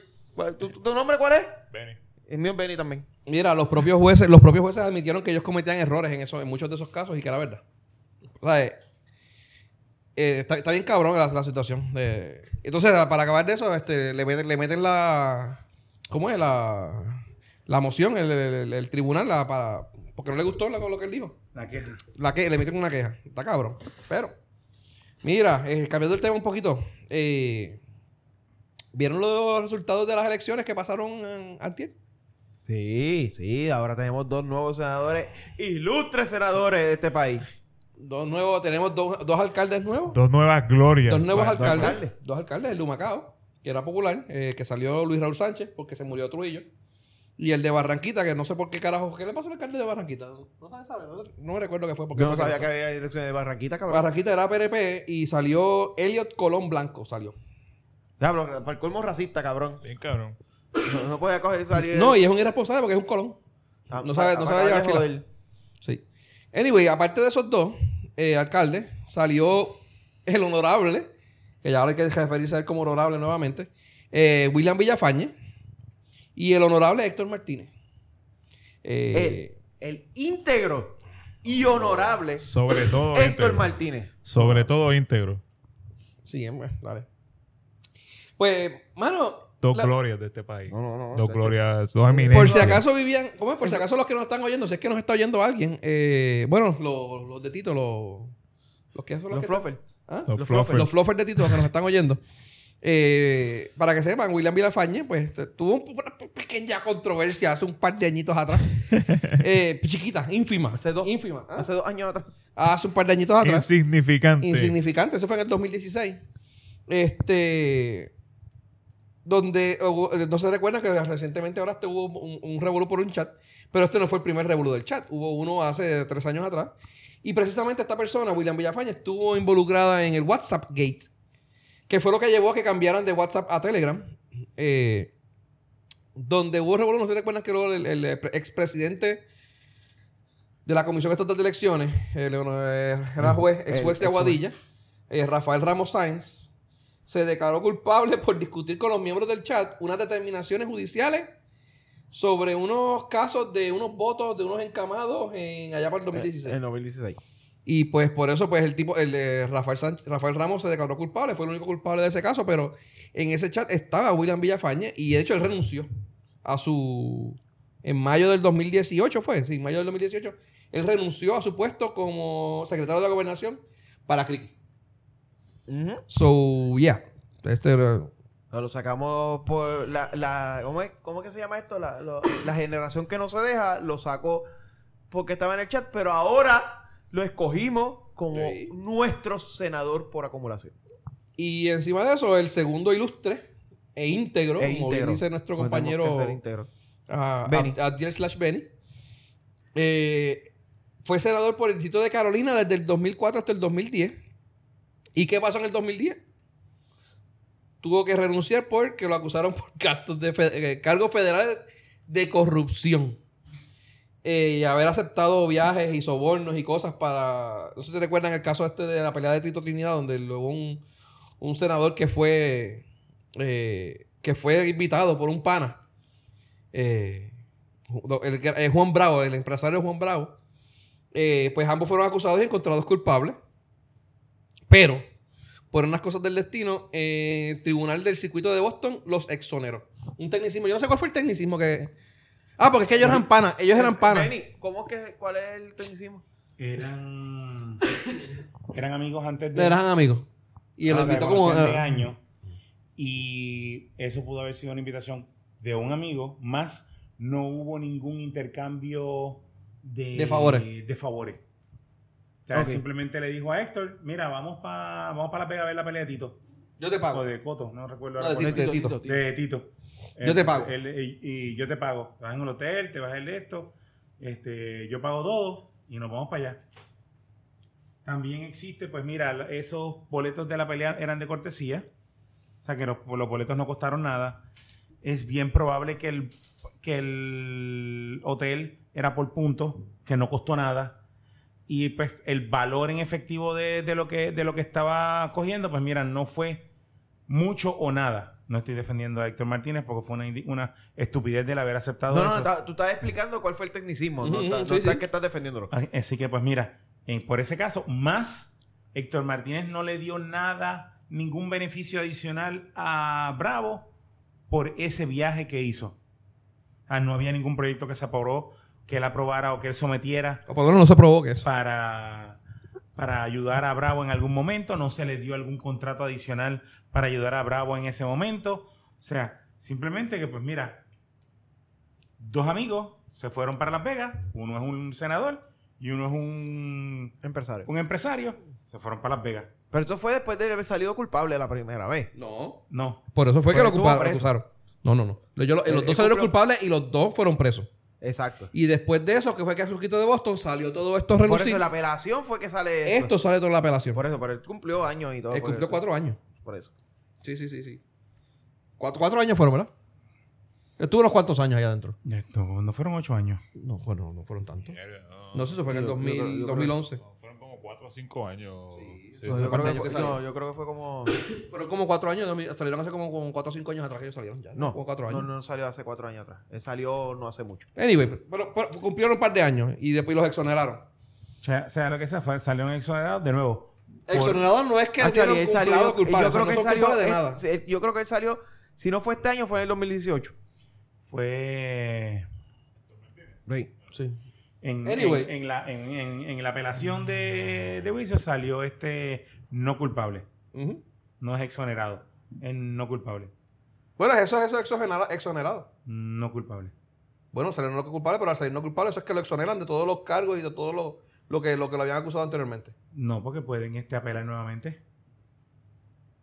C: ¿Tu, tu, tu nombre cuál es?
H: Benny.
C: El mío es Benny también.
B: Mira, los propios jueces, los propios jueces admitieron que ellos cometían errores en, eso, en muchos de esos casos y que era verdad. O sea, eh, eh, está, está bien cabrón la, la situación. de- Entonces, para acabar de eso, este, le meten, le meten la, ¿Cómo es la, la moción? El, el- el tribunal, la, para, porque no le gustó la- lo que él dijo.
D: La queja.
B: La que, le meten una queja. Está cabrón. Pero. Mira, eh, cambiando el tema un poquito. eh, ¿Vieron los resultados de las elecciones que pasaron en antier?
C: Sí, sí, ahora tenemos dos nuevos senadores, ilustres senadores de este país.
B: Dos nuevos, tenemos dos, dos alcaldes nuevos.
H: Dos nuevas glorias.
B: dos nuevos
C: dos
B: alcaldes,
C: alcaldes.
B: Dos alcaldes, el de Humacao, que era popular, eh, que salió Luis Raúl Sánchez porque se murió Trujillo. Y el de Barranquita, que no sé por qué carajo. ¿Qué le pasó al alcalde de Barranquita? No, no se sabe, no, no me recuerdo qué fue. Porque
C: Yo no
B: fue que
C: sabía
B: no-
C: que había elecciones de Barranquita, cabrón.
B: Barranquita era PRP y salió Elliot Colón Blanco, salió.
C: Diablo, para el colmo racista, cabrón.
H: Bien cabrón.
C: No, no podía coger y salir.
B: No, y es un irresponsable porque es un Colón.
C: Ah,
B: no sabe-
C: pa-
B: no
C: pa-
B: sabe
C: acabar
B: llevar
C: de
B: fila.
C: joder.
B: Sí. Anyway, aparte de esos dos eh, alcaldes, salió el honorable, que ya ahora hay que referirse a él como honorable nuevamente, eh, William Villafañe y el honorable Héctor Martínez. Eh,
C: El, el íntegro y honorable
H: Sobre todo
C: Héctor
H: íntegro.
C: Martínez.
H: Sobre todo íntegro.
B: Sí, eh, bueno, dale. Pues, mano,
H: Dos
B: la-
H: glorias de este país.
C: No, no, no.
H: dos glorias, dos eminencias.
B: por si acaso vivían, ¿cómo es? Por si acaso los que nos están oyendo, si es que nos está oyendo alguien, eh, bueno, los, los de Tito, los, los que son los,
C: Los
B: que-
C: fluffer.
B: ¿Ah?
H: Los
B: Los
H: fluffers.
B: floppers. Los floppers de Tito que nos están oyendo. Eh, para que sepan, William Vilafañe, pues te- tuvo un- una pequeña controversia hace un par de añitos atrás. Eh, chiquita, ínfima.
C: Hace dos.
B: Ínfima. ¿ah?
C: Hace dos años atrás.
B: Hace un par de añitos atrás.
H: Insignificante.
B: Insignificante. Eso fue en el 2016. Este. Donde hubo- eh, no se recuerda que recientemente ahora este hubo un, un revolú por un chat, pero este no fue el primer revolú del chat. Hubo uno hace tres años atrás. Y precisamente esta persona, William Villafaña, estuvo involucrada en el WhatsApp Gate, que fue lo que llevó a que cambiaran de WhatsApp a Telegram. eh, donde hubo revolú, no se recuerdan que luego el, el eh, expresidente de la Comisión Estatal de Elecciones, eh, el, era juez, ex juez de
C: El ex juez.
B: Aguadilla, eh, Rafael Ramos Sáenz, se declaró culpable por discutir con los miembros del chat unas determinaciones judiciales sobre unos casos de unos votos de unos encamados en allá para el 2016.
C: Eh, En 2016.
B: Y pues por eso, pues el tipo, el de Rafael, Sánchez- Rafael Ramos se declaró culpable, fue el único culpable de ese caso, pero en ese chat estaba William Villafañe y de hecho él renunció a su. En mayo del 2018 fue, sí, en mayo del 2018, él renunció a su puesto como secretario de la gobernación para Criqui. So, yeah. Este, era-
C: Nos lo sacamos por la, la ¿cómo, es, ¿cómo es que se llama esto? La, lo- la generación que no se deja lo sacó porque estaba en el chat, pero ahora lo escogimos como
B: Sí.
C: nuestro senador por acumulación.
B: Y encima de eso, el segundo ilustre e íntegro,
C: Es
B: como bien
C: íntegro.
B: dice nuestro
C: Tenemos
B: compañero
C: que ser íntegro.
B: ah,
C: Benny.
B: Ab- Abdiel slash Benny, eh, fue senador por el distrito de Carolina desde el 2004 hasta el 2010. ¿Y qué pasó en el 2010? Tuvo que renunciar porque lo acusaron por gastos de fe- eh, cargos federales de corrupción. Eh, y haber aceptado viajes y sobornos y cosas para... No sé si te recuerdan el caso este de la pelea de Tito Trinidad, donde luego un, un senador que fue... eh, que fue invitado por un pana. eh, do- el que- eh, Juan Bravo, el empresario Juan Bravo. eh, pues ambos fueron acusados y encontrados culpables. Pero, por unas cosas del destino, eh, el Tribunal del Circuito de Boston los exoneró. Un tecnicismo. Yo no sé cuál fue el tecnicismo que... Ah, porque es que ellos eran panas. Ellos eran panas.
C: Eh, Benny, ¿cómo es que, cuál es el tecnicismo?
D: Eran. eran amigos antes de.
B: Eran amigos. Y él
D: Ah,
B: los
D: se
B: invitó como...
D: conocían de años. Y eso pudo haber sido una invitación de un amigo, más no hubo ningún intercambio de,
B: De favores.
D: de favores. O sea, él
C: Ok.
D: simplemente le dijo a Héctor, mira, vamos para vamos pa la pega a ver la pelea de Tito.
B: Yo te
D: O
B: pago.
D: de Coto, no recuerdo
B: Ah, No,
D: ahora
B: de
D: cuál
B: Tito, de Tito.
D: es. De Tito.
B: Yo te pago.
D: Él- y, y yo te pago. Te vas en el hotel, te vas en esto, este, yo pago todo y nos vamos para allá. También existe, pues mira, la- esos boletos de la pelea eran de cortesía. O sea que los, los boletos no costaron nada. Es bien probable que el, que el hotel era por puntos, que no costó nada. Y pues el valor en efectivo de, de lo, que, de lo que estaba cogiendo, pues mira, no fue mucho o nada. No estoy defendiendo a Héctor Martínez porque fue una, indi- una estupidez del haber aceptado
C: No, no,
D: eso.
C: está- tú estás explicando cuál fue el tecnicismo. No,
B: Ujú,
C: Está-
B: ujú,
C: no
B: sí,
C: estás
B: sí.
C: que estás defendiéndolo.
D: Así que, pues mira, en- por ese caso, más Héctor Martínez no le dio nada, ningún beneficio adicional a Bravo por ese viaje que hizo. Ah, no había ningún proyecto que se aprobó, que él aprobara o que él sometiera
B: O por lo menos no se provoque eso.
D: para, para ayudar a Bravo en algún momento. No se le dio algún contrato adicional para ayudar a Bravo en ese momento. O sea, simplemente que, pues mira, dos amigos se fueron para Las Vegas. Uno es un senador y uno es un,
C: Empresario.
D: un empresario. Se fueron para Las Vegas.
C: Pero eso fue después de haber salido culpable la primera vez.
B: No.
D: No.
B: Por eso fue que lo
C: Porque estuvo
B: ocupa- lo
C: preso. Eh,
B: acusaron. No, no, no. Lo- yo lo-
C: Él-
B: los
C: él
B: dos salieron
C: cumplió-
B: culpables y los dos fueron presos.
C: Exacto.
B: Y después de eso, que fue que el surquito de Boston salió todo esto
C: Por eso
B: relucido.
C: la apelación fue que sale eso.
B: Esto sale toda la apelación.
C: Por eso, pero él cumplió años y todo.
B: Él
C: por
B: cumplió
C: eso.
B: cuatro años.
C: Por eso.
B: Sí, sí, sí, sí. Cuatro, cuatro años fueron, ¿verdad? Estuvo unos cuantos años allá adentro.
D: Esto, no fueron ocho años.
B: No, bueno, no fueron tantos.
H: Mierda, no.
B: No sé, eso fue en el
C: Yo- yo
B: 2000,
C: creo- yo creo-
B: 2011.
H: No, Fueron como 4 o 5 años.
B: Sí,
H: Sí.
B: eso
C: yo,
B: ¿cuántos
C: creo que
B: años
C: fue,
B: que salió?
C: no, yo creo que fue como.
B: Pero como cuatro años, no, salieron hace como, como cuatro o cinco años atrás que ellos salieron ya.
C: No,
B: Como cuatro años.
C: no, no salió hace cuatro años atrás. Él salió no hace mucho.
B: Anyway, pero, pero cumplieron un par de años y después los exoneraron.
D: O sea, o sea, lo que sea, fue- salió un exonerado de nuevo.
B: Exonerado no es que
C: Actually,
B: dieron culpado culpable.
C: Yo creo que
B: no
C: él
B: son
C: salió.
B: culpables de
C: él-
B: nada.
C: él- yo creo que él salió. Si no fue este año, fue en el 2018.
D: Fue
C: este Sí.
B: Sí.
D: en,
B: Anyway.
D: en, en la, en, en- en la apelación de, de juicio salió este no culpable.
B: Ujú.
D: No es exonerado. Es no culpable.
B: Bueno, eso es eso exogenera- exonerado.
D: No culpable.
B: Bueno, salieron no culpables, pero al salir no culpable, eso es que lo exoneran de todos los cargos y de todo lo, lo que, lo que lo habían acusado anteriormente.
D: No, porque pueden este, apelar nuevamente.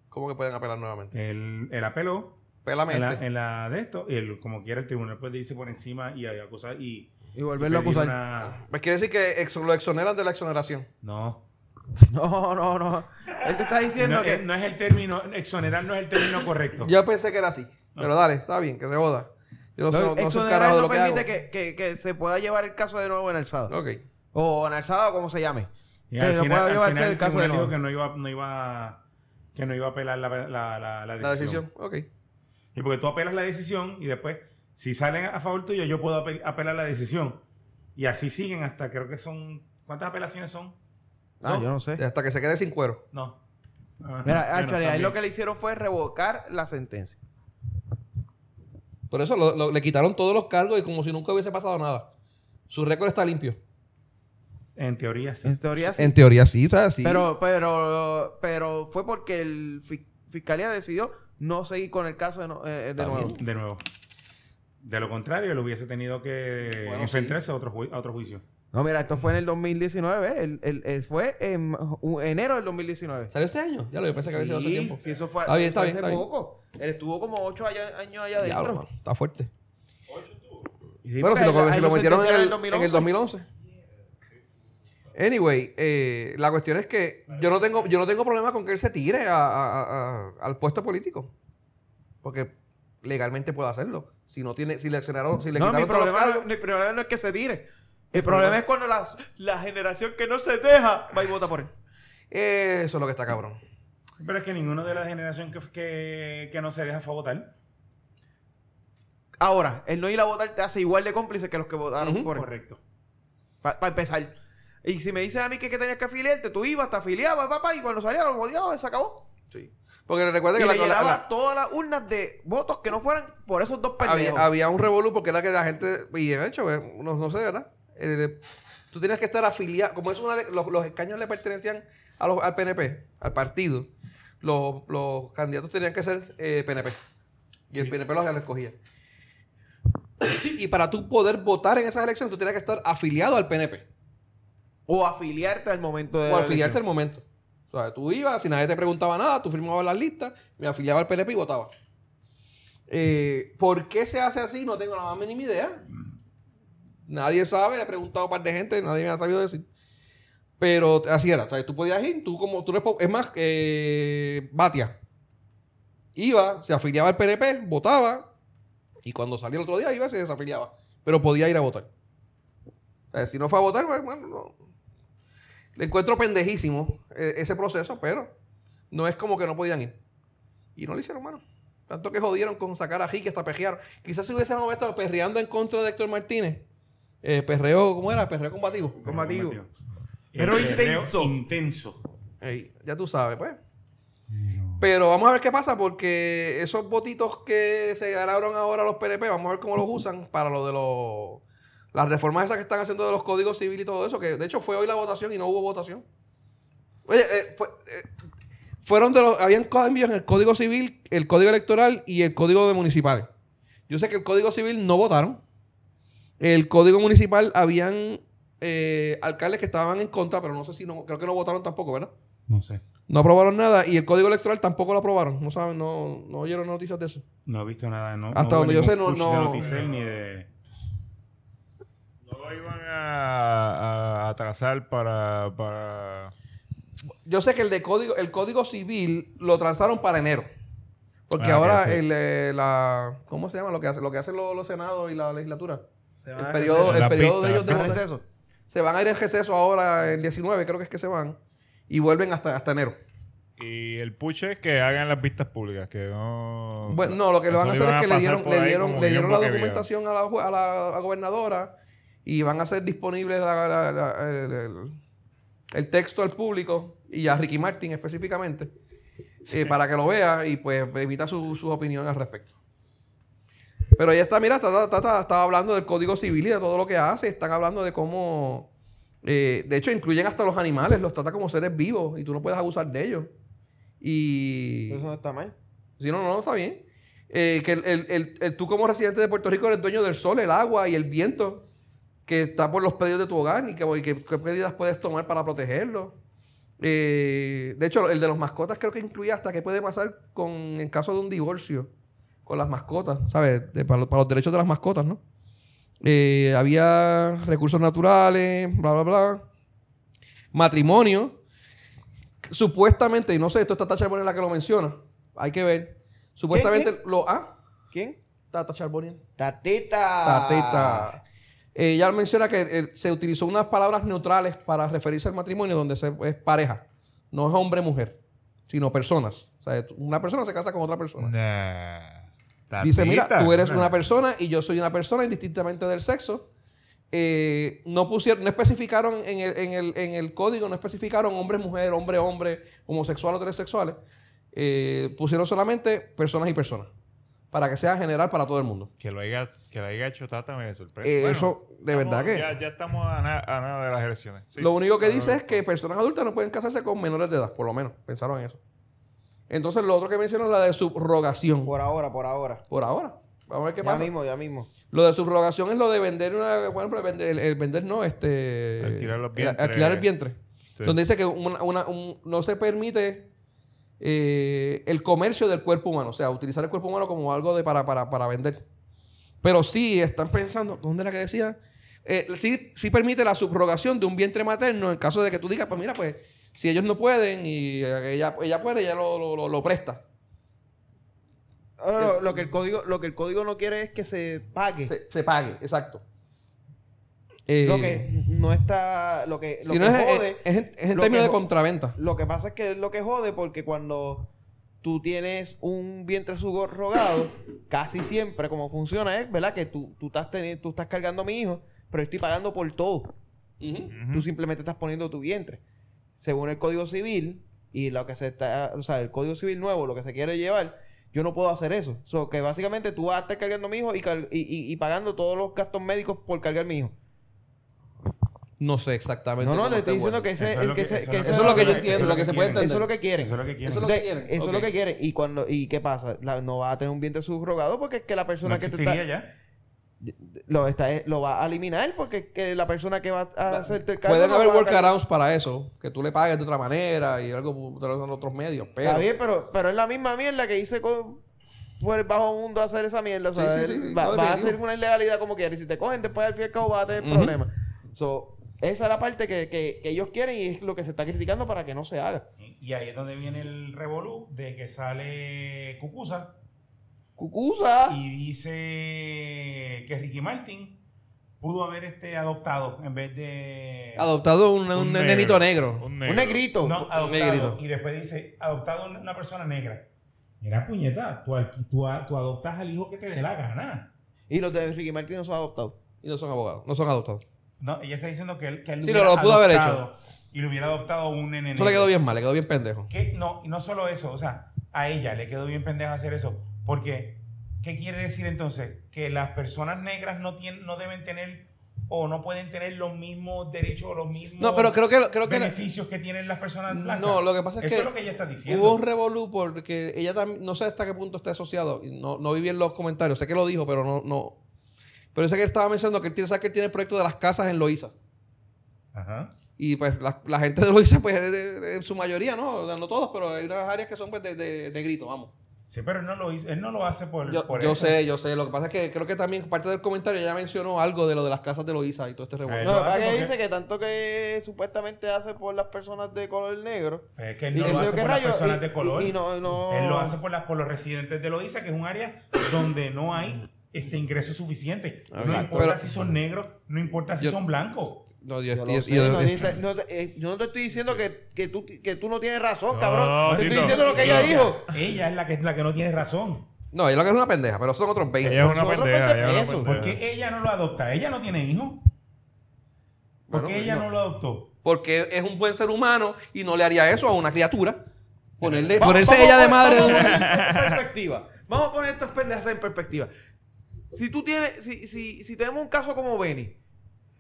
B: ¿Cómo que pueden apelar nuevamente?
D: Él, él apeló
B: Pélame
D: en la,
B: este.
D: en la de esto y él, como quiera el tribunal puede irse por encima y acusar y,
C: Y
D: y
C: volverlo a
D: pedir
C: acusar.
D: una-
B: Pues quiere decir que ex- lo exoneran de la exoneración.
D: No.
C: No, no, no. Él te está diciendo
D: No,
C: que.
D: es- no es el término, exonerar no es el término correcto.
B: Yo pensé que era así. Pero dale, está bien, que se joda. Yo no, sé, no,
C: No,
B: sé un
C: exonerar
B: carajo de
C: no
B: lo que hago.
C: permite que, que, que se pueda llevar el caso de nuevo en alzado.
B: Ok.
C: O en alzado, como se llame.
D: Y
C: Que
D: al
C: lo
D: final,
C: pueda
D: al
C: llevarse
D: final
C: el
D: el
C: caso de
D: tribunal dijo
C: nuevo.
D: que no iba, no iba, que no iba a apelar la, la- la- la
B: La
D: decisión.
B: decisión, ok.
D: Y porque tú apelas la decisión y después, si salen a favor tuyo, yo puedo apel- apelar la decisión. Y así siguen hasta, creo que son, ¿cuántas apelaciones son?
C: Ah,
D: No.
C: yo no sé.
B: Hasta que se quede sin cuero.
D: No.
C: Mira,
D: Ah, bueno,
C: actually, ahí
D: también.
C: lo que le hicieron fue revocar la sentencia.
B: Por eso lo- lo- le quitaron todos los cargos y como si nunca hubiese pasado nada. Su récord está limpio.
D: En teoría sí.
C: En teoría, sí.
B: En teoría sí, o sea, sí.
C: Pero, pero, pero fue porque el fi- fiscalía decidió no seguir con el caso de, no- eh, eh, de
B: Está
C: nuevo.
B: bien.
D: De nuevo. De lo contrario, él hubiese tenido que
B: Bueno,
D: enfrentarse a, otro ju- a otro juicio.
C: No, mira, esto fue en el 2019. ¿eh? El, el- el- fue en ju- enero del 2019.
B: ¿Salió este año? Ya lo yo pensé que había sido hace tiempo.
C: sí, eso fue,
B: Está bien,
C: fue
B: está bien,
C: hace
B: está bien.
C: poco. Él estuvo como ocho allá- años allá
B: Diablo,
C: adentro.
B: mano, está fuerte.
C: Sí,
B: bueno, si
C: porque
B: lo,
C: ahí-
B: si
C: ahí
B: lo metieron en
C: sentenciaron
B: el, en el 2011. Anyway, eh, la cuestión es que yo no tengo yo no tengo problema con que él se tire a- a- a- a- al puesto político. Porque legalmente puede hacerlo. Si no tiene si le exoneraron, si le
C: No, mi
B: quitaron todos los
C: problema no,
B: cargos-
C: mi problema no es que se tire. El problema es cuando la, la generación que no se deja va y vota por él.
B: Eh, eso es lo que está cabrón.
D: Pero es que ninguno de la generación que, que, que no se deja fue a votar.
C: Ahora, el no ir a votar te hace igual de cómplice que los que votaron
B: Ujú.
C: por él.
D: Correcto.
C: Para empezar. Y si me dices a mí que, que tenías que afiliarte, tú ibas, te afiliabas, papá, y cuando salías los votados, se acabó.
B: Sí. Porque recuerda
C: Y
B: que
C: le
B: la- la-
C: llenabas
B: la,
C: todas las urnas de votos que no fueran por esos dos
B: había,
C: pendejos.
B: había un revolú porque era que la gente, y de hecho, eh, no, no sé, ¿verdad? Eh, tú tienes que estar afiliado, como es una, le- los, los escaños le pertenecían a los, al PNP, al partido, los, los candidatos tenían que ser eh, PNP. Y el
D: Sí.
B: PNP los escogía. y para tú poder votar en esas elecciones, tú tienes que estar afiliado al PNP.
C: O afiliarte al momento de.
B: O
C: la
B: afiliarte al
C: elección.
B: momento. O sea, tú ibas, si nadie te preguntaba nada, tú firmabas las listas, me afiliaba al PNP y votaba. Eh, ¿Por qué se hace así? No tengo la más mínima idea. Nadie sabe, le he preguntado a un par de gente, nadie me ha sabido decir. Pero así era. O sea, tú podías ir, tú como tú eres po- Es más, eh, Batia iba, se afiliaba al PNP, votaba, y cuando salía el otro día iba y se desafiliaba. Pero podía ir a votar. O sea, si no fue a votar, pues, bueno, no. Le encuentro pendejísimo eh, ese proceso, pero no es como que no podían ir. Y no lo hicieron, mano. Tanto que jodieron con sacar a Jique hasta pejearon. Quizás si hubiesen estado perreando en contra de Héctor Martínez, eh, perreo, ¿cómo era? Perreo combativo.
C: Combativo.
D: Combativo.
C: Pero
D: El perreo
C: intenso.
D: Intenso.
B: Ey, ya tú sabes, pues. Pero vamos a ver qué pasa, porque esos botitos que se ganaron ahora los PNP, vamos a ver cómo los usan para lo de los. Las reformas esas que están haciendo de los códigos civiles y todo eso, que de hecho fue hoy la votación y no hubo votación. Oye, eh, fue- eh, fueron de los. Habían cambios en el código civil, el código electoral y el código de municipales. Yo sé que el código civil no votaron. El código municipal habían eh, alcaldes que estaban en contra, pero no sé si no. Creo que no votaron tampoco, ¿verdad?
D: No sé.
B: No aprobaron nada y el código electoral tampoco lo aprobaron. No saben, no, no oyeron noticias de eso.
D: No he visto nada. No,
B: Hasta
D: no hubo
B: donde yo sé,
D: ningún
B: no-
D: push de
B: no-
D: Noticel ni de...
H: No lo iban a, a atrasar para, para...
B: Yo sé que el de código, el código civil lo transaron para enero. Porque
H: Ah,
B: ahora
H: ok, sí.
B: el, eh, la, ¿cómo se llama? Lo que hace, lo que hacen los, los senados y la legislatura.
C: Se van
B: El
C: a
B: periodo,
H: La
B: el periodo
H: pista.
B: de ellos de
C: ¿Van a
B: votar.
C: receso?
B: se van a ir en receso ahora el 19, creo que es que se van. Y vuelven hasta, hasta enero.
H: Y el puche es que hagan las vistas públicas, que no...
B: Bueno, no, lo que le
H: Eso
B: van a hacer es que le
H: pasar
B: dieron,
H: por
B: le
H: ahí
B: dieron,
H: como
B: le dieron la
H: guión porque
B: documentación a la, jue- a la- a la gobernadora y van a ser disponibles la- la- la- el, el- el texto al público y a Ricky Martin específicamente eh, para que lo vea y pues evita su, sus opiniones al respecto. Pero ella está, mira, está, está- está- está hablando del código civil y de todo lo que hace, están hablando de cómo, eh, de hecho, incluyen hasta los animales, los trata como seres vivos y tú no puedes abusar de ellos. Y...
C: Eso no está mal.
B: Si no, no, no, está bien. Eh, que el, el- el- el- tú como residente de Puerto Rico eres dueño del sol, el agua y el viento que está por los predios de tu hogar y que, y que- qué medidas puedes tomar para protegerlo. Eh, de hecho, el de los mascotas creo que incluye hasta qué puede pasar con en caso de un divorcio con las mascotas, ¿sabes? De- para, los- para los derechos de las mascotas, ¿no? Eh, había recursos naturales, bla, bla, bla. Matrimonio supuestamente, y no sé, esto está Tata Charbonnier la que lo menciona, hay que ver. Supuestamente lo ah,
C: ¿Quién?
B: Tata Charbonnier.
C: Tatita. Ah.
B: Tatita. Ella menciona que eh, se utilizó unas palabras neutrales para referirse al matrimonio donde se, es pareja, no es hombre-mujer, sino personas. O sea, una persona se casa con otra persona.
H: Nah.
B: Dice, mira,
H: Tatita,
B: tú eres
H: nah.
B: una persona y yo soy una persona indistintamente del sexo. Eh, no pusieron, no especificaron en el, en el- en el código, no especificaron hombre, mujer, hombre, hombre, homosexual o heterosexuales. Eh, pusieron solamente personas y personas. Para que sea general para todo el mundo.
H: Que lo haya, que lo haya hecho Tata me sorprende.
B: Eh, eso, de verdad que-
H: Ya, ya estamos a, na- a nada de las elecciones. Sí.
B: Lo único que
H: Ah,
B: dice es que personas adultas no pueden casarse con menores de edad, por lo menos. Pensaron en eso. Entonces, lo otro que mencionan es la de subrogación.
C: Por ahora, por ahora.
B: Por ahora. Vamos a ver qué
C: ya
B: pasa.
C: mismo, ya mismo.
B: Lo de subrogación es lo de vender una. Bueno, pero vender, el, el vender no, este.
H: Alquilar los
B: el-
H: vientres.
B: alquilar el vientre.
H: Sí.
B: Donde dice que una- una- un- no se permite eh, el comercio del cuerpo humano. O sea, utilizar el cuerpo humano como algo de para, para, para vender. Pero sí están pensando, ¿dónde era que decía? Eh, sí, sí permite la subrogación de un vientre materno en caso de que tú digas, pues mira, pues si ellos no pueden y eh, ella, ella puede, ella lo, lo- lo- lo presta.
C: Ahora, Ah, lo, lo que el código, lo que el código no quiere es que se pague.
B: Se, se pague, exacto.
C: Lo
B: Eh,
C: que no está. Lo que, lo
B: Si no
C: que
B: es, es-
C: jode.
B: es en, es en
C: lo
B: términos
C: que
B: de
C: jo-
B: contraventa.
C: Lo que pasa es que es lo que jode porque cuando tú tienes un vientre subrogado, casi siempre como funciona es, ¿verdad? Que tú, tú, estás, teni- tú estás cargando a mi hijo, pero yo estoy pagando por todo.
H: ujú.
C: Tú simplemente estás poniendo tu vientre. Según el Código Civil y lo que se está, o sea, el Código Civil nuevo, lo que se quiere llevar, yo no puedo hacer eso. So, que básicamente tú vas a estar cargando a mi hijo y, car- y, y- y pagando todos los gastos médicos por cargar a mi hijo.
B: No sé exactamente.
C: No, no,
B: cómo
C: le
B: está
C: estoy diciendo
B: envuelto.
C: que ese es
D: Eso es
C: el
D: lo
C: que
D: que-
C: se-
D: eso
C: que
D: es
C: ese
B: Eso es lo que yo
D: Eso es lo
B: entiendo, lo
D: que
B: que se puede
D: quieren.
B: entender.
C: Eso es lo que quieren.
D: Eso es lo que quieren.
B: Eso es lo
C: De-
B: que quieren,
C: Eso es lo
B: ok.
C: que quiere. Y cuando, y qué pasa, La- no va a tener un vientre subrogado porque es que la persona
D: no
C: que te
D: existiría
C: está,
D: ya.
C: lo está eh, lo va a eliminar porque es que la persona que va a hacerte el cargo
B: Pueden
C: no
B: haber
C: va a cargar-
B: workarounds para eso, que tú le pagues de otra manera y algo utilizando otros medios, pero
C: Está bien, pero, pero es la misma mierda que hice con por el bajo mundo hacer esa mierda. o sea,
B: Sí, sí, sí,
C: va,
B: no,
C: va a
B: definitivo.
C: hacer una ilegalidad como quieras. Y si te cogen después al fin y al cabo vas a tener
B: Ujú.
C: problemas. So, esa es la parte que, que, que ellos quieren y es lo que se está criticando para que no se haga.
D: Y ahí es donde viene el revolú de que sale Cucusa
C: Cucusa.
D: y dice que Ricky Martin pudo haber este adoptado en vez de...
B: adoptado un, un
H: negro,
B: nenito negro.
H: Un
C: Un negrito.
D: No, adoptado.
B: negrito.
D: Y después dice, adoptado una- una persona negra. Mira, puñeta, tú, al- tú a- tú adoptas al hijo que te dé la gana.
C: Y los de Ricky Martin no son adoptados.
B: Y no son abogados, no son adoptados.
D: No, ella está diciendo que él, que él
B: Sí, lo- lo pudo haber
D: adoptado Y le hubiera adoptado un nene
B: Eso le quedó
D: negro.
B: bien mal, le quedó bien pendejo.
D: Que, no, y no solo eso, o sea, a ella le quedó bien pendejo hacer eso. Porque, ¿qué quiere decir entonces? Que las personas negras no, tienen, no deben tener o no pueden tener los mismos derechos o los mismos
B: No, pero creo que... Creo que
D: beneficios que tienen las personas blancas.
B: No, lo que pasa es
D: Eso
B: que
D: es lo que ella está diciendo.
B: Hubo un revolú porque ella también, no sé hasta qué punto está asociado, y no, no vi bien los comentarios, sé que lo dijo, pero no, no. Pero yo sé que él estaba mencionando que él tiene, sabe que él tiene el proyecto de las casas en Loiza.
D: Ajá.
B: Y pues la, la gente de Loiza, pues de- de- en su mayoría, ¿no? O sea, No todos, pero hay unas áreas que son pues de, de, de grito, vamos.
D: Sí, pero él no lo, hizo- él no lo hace por,
B: Yo,
D: por
B: yo
D: eso.
B: sé, yo sé. Lo que pasa es que creo que también parte del comentario ya mencionó algo de lo de las casas de Loiza y todo este
D: Ah,
B: revolú.
D: lo
C: No, para
D: hace
C: que
D: porque-
C: dice que tanto que supuestamente hace por las personas de color negro.
D: Es que él
C: Y
D: no
C: que
D: lo
C: sé yo
D: hace
C: qué
D: por las
C: rayos,
D: personas
C: y-
D: de color.
C: y- y no- no-
D: Él lo hace por, las, por los residentes de Loiza, que es un área donde no hay este ingreso suficiente. No
B: Exacto.
D: importa
B: Pero-
D: si son negros, no importa si
B: Yo-
D: son blancos.
B: No, yo,
C: Yo
B: estoy-
C: lo sé,
B: yo-
C: no, ni te- no te- eh, yo no te estoy diciendo que, que, tú, que tú no tienes razón,
H: No,
C: cabrón. Te estoy
H: Tito.
C: diciendo lo que ella
H: No.
C: dijo.
D: Ella es la que, la que no tiene razón.
B: no, yo lo que es una pendeja, pero son otros 20.
H: Ella es una
C: Nosotros
H: pendeja. Ella es
C: vendemos
H: una
C: eso,
H: pendeja.
D: Porque ella no lo adopta. Ella no tiene hijos. Porque
B: Bueno,
D: ella
B: no.
D: no. lo adoptó.
B: porque es un buen ser humano y no le haría eso a una criatura. Ponerle,
C: Vamos-
B: ponerse
C: vamos
B: ella
C: a
B: de
C: poner-
B: madre.
C: Vamos
B: de
C: a
B: una-
C: poner esto en perspectiva. Vamos a poner estas pendejas en perspectiva. Si tú tienes, si, si, si tenemos un caso como Benny,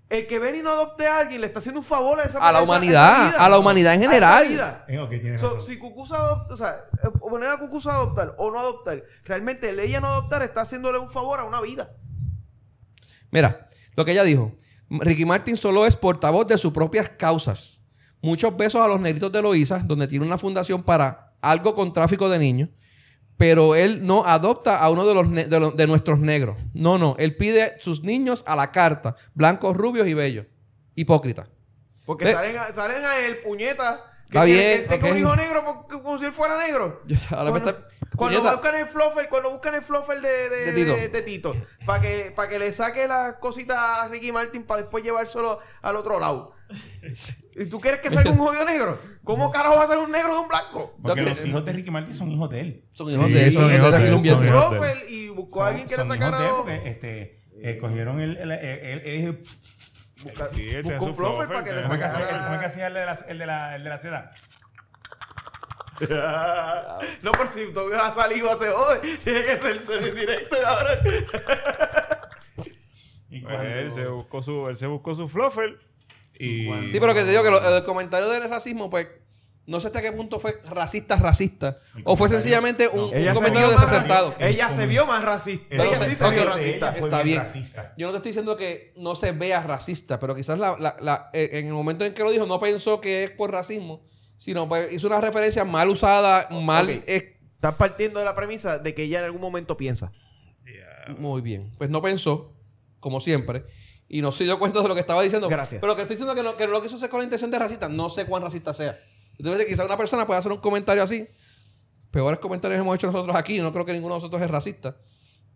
C: el que Benny no adopte a alguien le está haciendo un favor a esa
B: A la
C: esa-
B: humanidad,
C: esa vida.
B: a la humanidad en
C: A esa
B: general.
C: vida.
D: Eh, ok, tiene
C: So,
D: razón.
C: si Cucusa adopta, o sea, eh, poner a Cucusa a adoptar o no adoptar, realmente el ella no adoptar está haciéndole un favor a una vida.
B: Mira, lo que ella dijo. Ricky Martin solo es portavoz de sus propias causas. Muchos besos a los negritos de Loíza, donde tiene una fundación para algo con tráfico de niños. Pero él no adopta a uno de, los ne- de, lo- de nuestros negros. No, no. Él pide sus niños a la carta. Blancos, rubios y bellos. Hipócrita.
C: Porque
B: Eh.
C: salen, a, salen a él, puñeta.
B: Está
C: tiene-
B: bien,
C: que tenga
B: ok.
C: un hijo negro porque- como si él fuera negro.
B: Yo sé, ahora me
C: cuando,
B: está-
C: cuando
B: puñeta.
C: buscan el fluffer, cuando buscan el fluffer de, de,
B: De Tito.
C: de- de Tito, para que, pa' que le saque las cositas a Ricky Martin para después llevárselo al otro lado. ¿Y tú quieres que salga un jodido negro? ¿Cómo carajo va a ser un negro de un blanco?
D: Porque
B: Yo-
D: los hijos de Ricky Martin son hijos de él.
B: Son hijos
H: Sí,
B: de él.
H: son
B: Son
H: hijos de él,
B: hijos de
H: son
B: él.
H: hijos.
C: Fluffer y buscó a alguien que le
D: son
C: sacara
D: hijos de él,
C: los-
D: porque, este, eh, cogieron el... el, el, el- el-
C: busca-
H: Sí, él tenía
C: buscó un
H: su
C: fluffer para
H: fluffer,
C: que le
H: tenía
D: ¿Cómo es que
H: su
D: hacía- cómo es que
C: sacara...
D: hacía el de la- el de la- el de la seda?
C: No, pero si tú la saliva se jode, tiene que ser- ser directo ahora. eh,
D: Y
H: Pues
D: cuando-
H: él, se buscó su, él se buscó su fluffer y...
D: Cuando-
B: Sí, pero que te digo que lo- el comentario del racismo, pues, no sé hasta qué punto fue racista, racista.
D: El
B: O fue
D: comentario-
B: sencillamente un,
D: no.
B: un
D: Ella se
B: comentario
D: vio más
B: desacertado.
D: racista.
C: Ella se vio más racista.
D: El
C: Ella
B: sé,
C: sí
D: concepto
C: se
B: ok,
C: vio
D: de ella
C: racista.
D: fue
B: está bien.
D: racista.
B: Yo no te estoy diciendo que no se vea racista, pero quizás la- la- la- eh, en el momento en que lo dijo no pensó que es por racismo, sino pues hizo una referencia mal usada, mal...
C: ok.
B: eh,
C: Estás partiendo de la premisa de que ella en algún momento piensa.
B: muy bien. Pues no pensó, como siempre, y no se dio cuenta de lo que estaba diciendo.
C: Gracias.
B: Pero que estoy diciendo que no, que no lo quiso hacer con la intención de racista, no sé cuán racista sea. Entonces quizás una persona puede hacer un comentario así. Peores comentarios hemos hecho nosotros aquí, no creo que ninguno de nosotros es racista.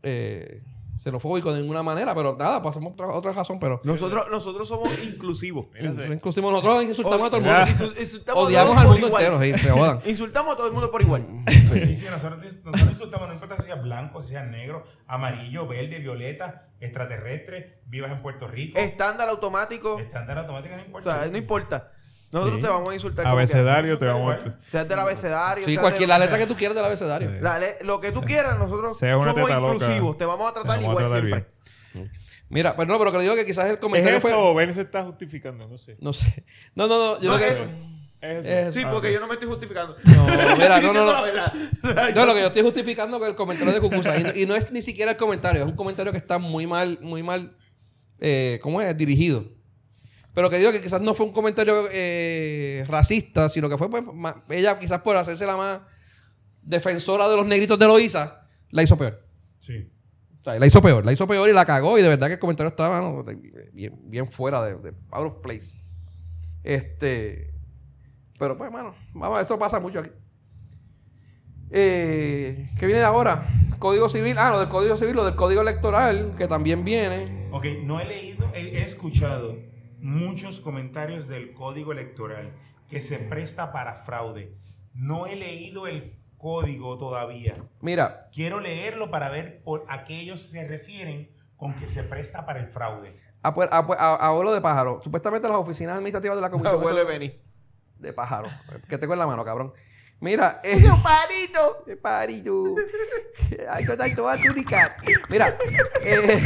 B: Eh, xenofóbico de ninguna manera, pero nada, pasamos otra, otra razón, pero...
C: Nosotros, nosotros somos inclusivos.
H: Mira, se-
B: Inclusive nosotros insultamos a todo el mundo.
C: Insu- insultamos a
B: Ah. Odiamos
C: todo
B: al
C: por
B: mundo
C: igual.
B: entero, sí, se jodan.
C: Insultamos a todo el mundo por igual.
D: Sí, sí, nosotros, nosotros insultamos, no importa si seas blanco, si seas negro, amarillo, verde, violeta, extraterrestre, vivas en Puerto Rico,
C: Estándar automático.
D: estándar automático, no
C: O
D: importa.
C: sea, no importa. Nosotros
B: Sí.
C: te vamos a insultar. como
H: Abecedario te vamos a...
C: quieras. Seas del abecedario.
B: Sí,
C: seas
B: cualquier,
C: de-
B: la letra que tú quieras del abecedario.
C: La le- lo que tú quieras, nosotros
H: Sea una
C: somos
H: teta loca.
C: inclusivos. Te vamos a tratar
H: Te vamos a
C: igual
H: tratar
C: siempre.
H: bien.
B: Mira, pero no, pero que le digo que quizás el
H: ¿Es
B: comentario
H: eso
B: fue...
H: o Ben se está justificando? No sé.
B: No sé. No, no, no. Yo
C: No,
B: lo que...
C: eso.
H: Es Ah,
B: Es
H: eso.
B: eso.
C: Sí, porque yo no me estoy justificando.
B: No, mira, no, no, no. No, lo que yo estoy justificando con el comentario de Cucusa. Y, no- y no es ni siquiera el comentario. Es un comentario que está muy mal, muy mal... eh, ¿Cómo es? Dirigido. Pero que digo que quizás no fue un comentario eh, racista, sino que fue pues, más- ella quizás por hacerse la más defensora de los negritos de Loíza, la hizo peor.
D: Sí.
B: O sea, la hizo peor, la hizo peor y la cagó. Y de verdad que el comentario estaba mano, de- bien, bien fuera de, de out of place. Este. Pero pues, mano, vamos, esto pasa mucho aquí. Eh, ¿Qué viene de ahora? Código civil. Ah, lo del código civil, lo del código electoral, que también viene.
D: Ok, no he leído, he, he escuchado muchos comentarios del código electoral que se presta para fraude. No he leído el código todavía.
B: Mira,
D: Quiero leerlo para ver por a qué ellos se refieren con que se presta para el fraude.
B: a, pu- a pu- a- a vuelo de pájaro. Supuestamente las oficinas administrativas de la Comisión
C: Abuelo Benny.
B: de pájaro. Que tengo en la mano, cabrón. Mira, eh,
C: parito!
B: Qué parito. Ay, toda, toda túnica. Mira, eh,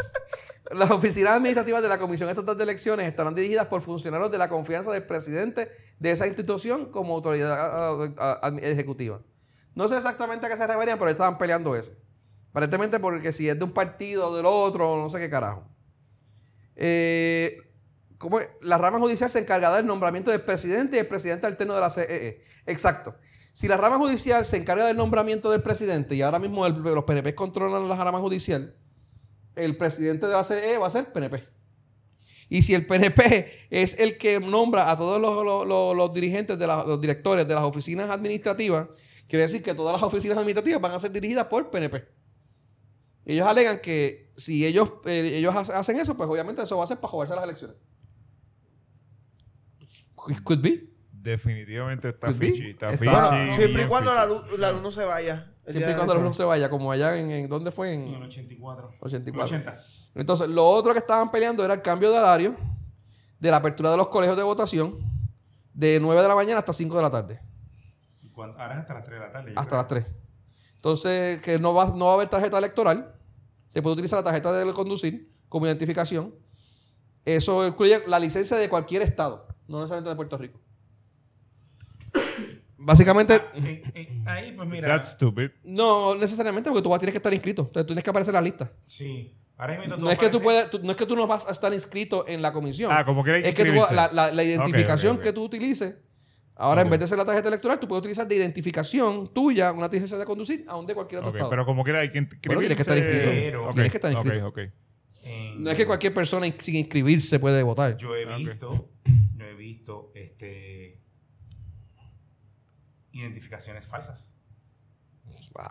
B: las oficinas administrativas de la Comisión Estatal de Elecciones estarán dirigidas por funcionarios de la confianza del presidente de esa institución como autoridad ah, ah, ah, ejecutiva. No sé exactamente a qué se referían, pero estaban peleando eso. Aparentemente porque si es de un partido o del otro, no sé qué carajo. Eh, ¿cómo es? La rama judicial se encargará del nombramiento del presidente y el presidente alterno de la CEE. Exacto. Si la rama judicial se encarga del nombramiento del presidente y ahora mismo el- los PNP controlan la rama judicial, el presidente de la CEE va a ser PNP. Y si el PNP es el que nombra a todos los, los- los- los dirigentes, de la- los directores de las oficinas administrativas, quiere decir que todas las oficinas administrativas van a ser dirigidas por PNP. Ellos alegan que si ellos, eh, ellos ha- hacen eso, pues obviamente eso va a ser para jugarse las elecciones. It could be.
H: Definitivamente está
B: Could be.
H: fichi. Está
B: Está-
H: fichi.
B: Bueno,
D: Ah,
H: bien
C: siempre y cuando
H: fichi.
C: la luz, la luz no se vaya. El día
B: Siempre y
C: de
B: cuando la
C: elección.
B: luz no se vaya, como allá en, en- ¿dónde fue?
C: Mm.
D: En el
B: En
D: 84.
B: 84.
D: 80.
B: Entonces, lo otro que estaban peleando era el cambio de horario, de la apertura de los colegios de votación, de 9 de la mañana hasta 5 de la tarde,
D: ¿Y cuándo? Ahora es hasta las 3 de la tarde. yo
B: hasta
D: creo.
B: las 3. Entonces, que no va, no va a haber tarjeta electoral, se puede utilizar la tarjeta de conducir como identificación. Eso incluye la licencia de cualquier estado, no necesariamente de Puerto Rico. Básicamente,
D: Eh, eh, ahí, pues mira.
H: That's stupid.
B: no necesariamente porque tú vas, tienes que estar inscrito, Entonces, tú tienes que aparecer en la lista.
D: Sí. Ahora mismo
B: No es, que tú
D: apareces-
B: puedes, tú- no es que tú no vas a estar inscrito en la comisión.
H: Ah, como que hay que
B: es que tú-
H: inscribirse.
B: la, la- la identificación
H: ok, ok.
B: que tú utilices, ahora en
H: Ok.
B: vez de ser la tarjeta electoral, tú puedes utilizar de identificación tuya una licencia de conducir a un de cualquier otro
H: Ok,
B: estado.
H: Pero como quiera hay que
B: Bueno, tienes que estar
H: inscribirse.
D: inscrito.
H: Ok,
B: Tienes que estar
H: ok,
B: inscrito.
H: ok.
D: en-
B: no es que cualquier persona in- sin inscribirse puede votar.
D: Yo he
H: Ah, ok.
D: visto, yo he visto este identificaciones falsas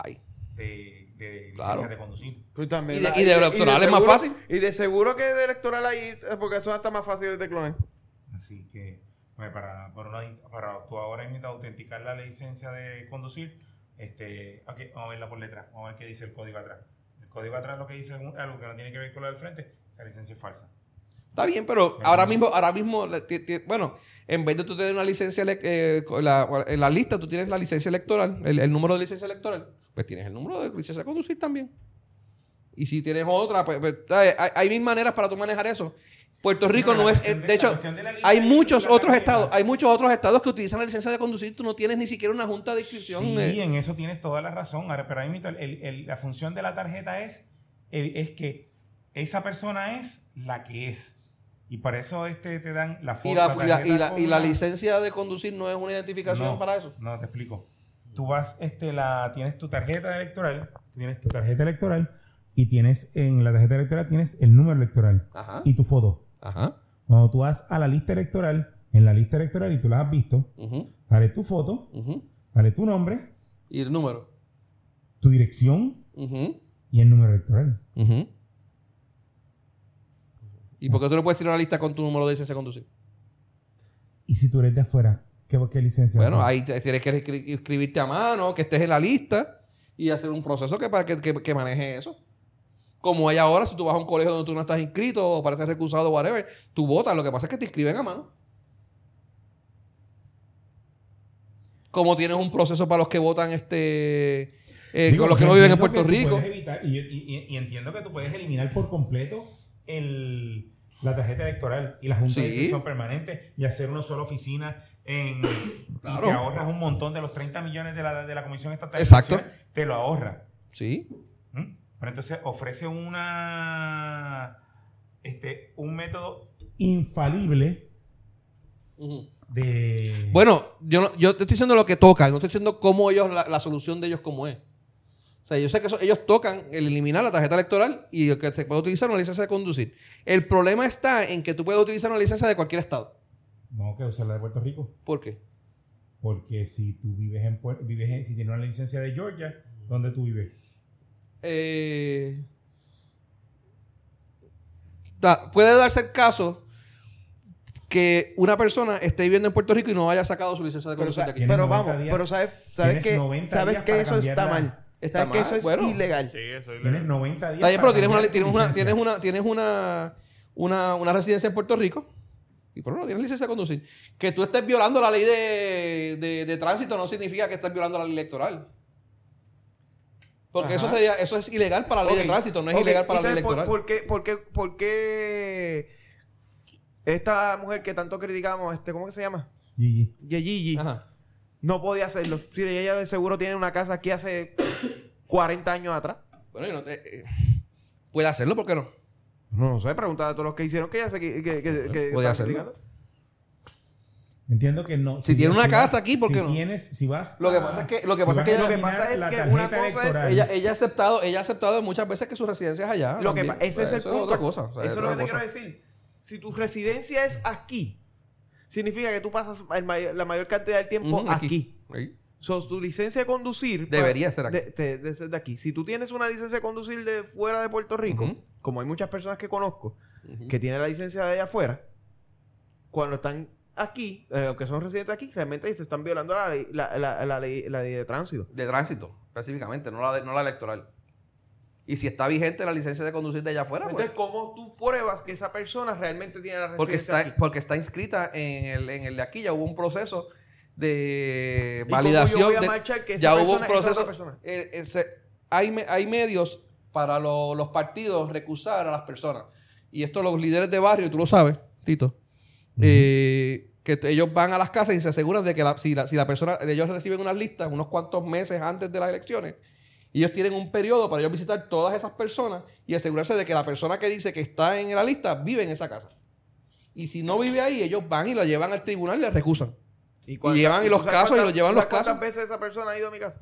B: Ay.
D: de, de
B: Claro.
D: licencia de conducir.
C: Pues también
B: Y de-
C: la-
B: y de electoral es más
C: seguro-
B: fácil.
C: Y de seguro que de electoral ahí, eh, porque son hasta más fáciles de clonar.
D: Así que, pues, para, para, una- para tú ahora intentar autenticar la licencia de conducir, este, ok, vamos a verla por detrás, vamos a ver qué dice el código atrás. El código atrás lo que dice es un- algo que no tiene que ver con lo del frente, esa licencia es falsa.
B: Está bien, pero
D: Ajá.
B: ahora mismo, ahora mismo, la- ti- ti- bueno, en vez de tú tener una licencia, elec- eh, con la- en la lista tú tienes la licencia electoral, el, el número de licencia electoral, pues tienes el número de licencia de conducir también. Y si tienes otra, pues, pues, ¿sabes? hay, hay mil maneras para tú manejar eso. Puerto Rico
D: Pero la
B: no es, eh,
D: cuestión
B: de
D: la
B: hecho,
D: cuestión de la lista
B: hay
D: es
B: muchos
D: la
B: otros
D: tarjeta.
B: estados, hay muchos otros estados que utilizan la licencia de conducir, tú no tienes ni siquiera una junta de inscripción.
D: Sí,
B: eh.
D: en eso tienes toda la razón. Ahora, pero ahí mismo el- el- la función de la tarjeta es, el- es que esa persona es la que es. Y para eso este, te dan la foto.
B: Y la, y, la, y la-
D: tarjeta
B: y la
D: con la-
B: licencia de conducir no es una identificación
D: No,
B: para eso.
D: No, te explico. Tú vas, este, la, tienes tu tarjeta electoral, tienes tu tarjeta electoral y tienes en la tarjeta electoral tienes el número electoral
B: Ajá.
D: y tu foto.
B: Ajá.
D: Cuando tú vas a la lista electoral, en la lista electoral y tú la has visto,
B: Ujú,
D: sale tu foto,
B: ujú.
D: sale tu nombre,
B: Y el número.
D: tu dirección
B: Ujú.
D: y el número electoral.
B: Ujú. ¿Y por qué tú no puedes tirar una lista con tu número de licencia de conducir?
D: Y si tú eres de afuera, ¿qué, qué licencia?
B: Bueno,
D: haces?
B: ahí te- tienes que inscri- inscribirte a mano, que estés en la lista y hacer un proceso que, para que, que- que maneje eso. Como hay ahora, si tú vas a un colegio donde tú no estás inscrito o pareces recusado o whatever, tú votas. Lo que pasa es que te inscriben a mano. Como tienes un proceso para los que votan este eh,
D: Digo,
B: con los que
D: pero
B: no viven en
D: entiendo
B: Puerto
D: que tú
B: Rico.
D: puedes evitar- y, y- y- y entiendo que tú puedes eliminar por completo el, la tarjeta electoral y la junta de
B: Sí.
D: inscripción permanente y hacer una sola oficina en,
B: Claro.
D: y te ahorras un montón de los 30 millones de la, de la Comisión Estatal de
B: Exacto.
D: Elecciones, te lo ahorras.
B: Sí.
D: ¿Mm? Pero entonces ofrece una este, un método infalible
B: Ujú.
D: de
B: Bueno, yo, no- yo te estoy diciendo lo que tocan, no estoy diciendo cómo ellos, la, la solución de ellos cómo es. O sea, yo sé que eso- ellos tocan el eliminar la tarjeta electoral y que se puede utilizar una licencia de conducir. El problema está en que tú puedes utilizar una licencia de cualquier estado.
D: no que usar la de Puerto Rico.
B: ¿Por qué?
D: Porque si tú vives en, Puer- vives en- si tienes una licencia de Georgia, ¿dónde tú vives?
B: Eh, da- puede darse el caso que una persona esté viviendo en Puerto Rico y no haya sacado su licencia de
C: Pero,
B: conducir
C: sa-
B: de aquí.
D: Tienes
C: pero
D: 90
C: vamos,
D: días.
C: pero sabes, sabes
D: Tienes
C: que,
D: 90
C: sabes
D: días
C: que
D: para
C: eso está
D: cambiarla.
C: mal.
B: Está
C: sabes que
B: mal,
C: eso es
B: bueno.
C: ilegal.
H: Sí, eso es
D: Tienes
H: la-
D: 90 días.
B: Está bien, pero
D: para
B: tienes una,
D: cambiar
B: tienes
D: tu
B: una,
D: licencia.
B: tienes una, tienes una, tienes una, una, una residencia en Puerto Rico y por lo menos tienes licencia de conducir. Que tú estés violando la ley de, de- de tránsito no significa que estés violando la ley electoral. Porque eso sería, eso es ilegal para la ley
C: Ok,
B: de tránsito, no es
C: ok,
B: ilegal para la ley
C: entonces,
B: electoral.
C: ¿por, por qué, por, qué, ¿Por qué esta mujer que tanto criticamos, este, ¿cómo que se llama?
D: Gigi.
C: Yeyigi,
B: Ajá.
C: no podía hacerlo. Si ella de seguro tiene una casa aquí hace 40 años atrás.
B: Bueno, yo no te- eh, puede hacerlo, ¿por qué no?
C: No, no sé, preguntar a todos los que hicieron que ella se que, que, que, que-
B: Podía
C: están
B: hacerlo.
C: criticando.
D: Entiendo que no.
B: Si tiene una casa aquí, ¿por
D: porque
B: qué no?
D: Tienes, si vas
B: Lo que
D: a-
B: pasa es que- lo que
D: si
B: pasa
D: vas
B: es que-
D: a
C: lo que pasa
D: eliminar
C: es
D: la
C: que
D: tarjeta
C: una cosa es
D: electoral,
B: Ella, ella ha aceptado, ella ha aceptado muchas veces que su residencia es allá.
C: Lo que
B: Ah, también.
C: pa- ese
B: O sea,
C: es el
B: eso
C: punto.
B: otra cosa. o sea,
C: eso es lo que
B: otra
C: te quiero
B: cosa.
C: decir. Si tu residencia es aquí, significa que tú pasas el may- la mayor cantidad del tiempo
B: Ujú,
C: aquí.
B: Ahí.
C: So, tu licencia de conducir pa-
B: Debería ser aquí.
C: de, de- de ser de aquí. Si tú tienes una licencia de conducir de fuera de Puerto Rico,
B: Ujú.
C: como hay muchas personas que conozco
B: Ujú.
C: que tienen la licencia de allá afuera, cuando están aquí, eh, aunque son residentes aquí, realmente se están violando la ley, la, la- la ley, la ley de tránsito.
B: De tránsito, específicamente, no la, de- no la electoral. Y si está vigente la licencia de conducir de allá afuera, pues,
C: Entonces, ¿cómo tú pruebas que esa persona realmente tiene la residencia
B: porque,
C: aquí?
B: está, porque está inscrita en el, en el de aquí, ya hubo un proceso de
C: ¿Y cómo
B: validación.
C: yo voy a
B: de-
C: marchar que esa
B: ya hubo un
C: persona es otra
B: proceso.
C: persona?
B: eh, eh, se- hay, me- hay medios para lo- los partidos recusar a las personas. Y esto los líderes de barrio, tú lo sabes, Tito, eh, que t- ellos van a las casas y se aseguran de que la- si, la, si la persona, ellos reciben unas listas unos cuantos meses antes de las elecciones, y ellos tienen un periodo para ellos visitar todas esas personas y asegurarse de que la persona que dice que está en la lista vive en esa casa. Y si no vive ahí, ellos van y lo llevan al tribunal y le recusan.
C: cuántas-
B: llevan- y
C: tú
B: los
C: sabes
B: casos, y
C: cuántas-
B: los llevan
C: tú
B: los
C: sabes ¿Cuántas
B: casos?
C: veces esa persona ha ido a mi casa?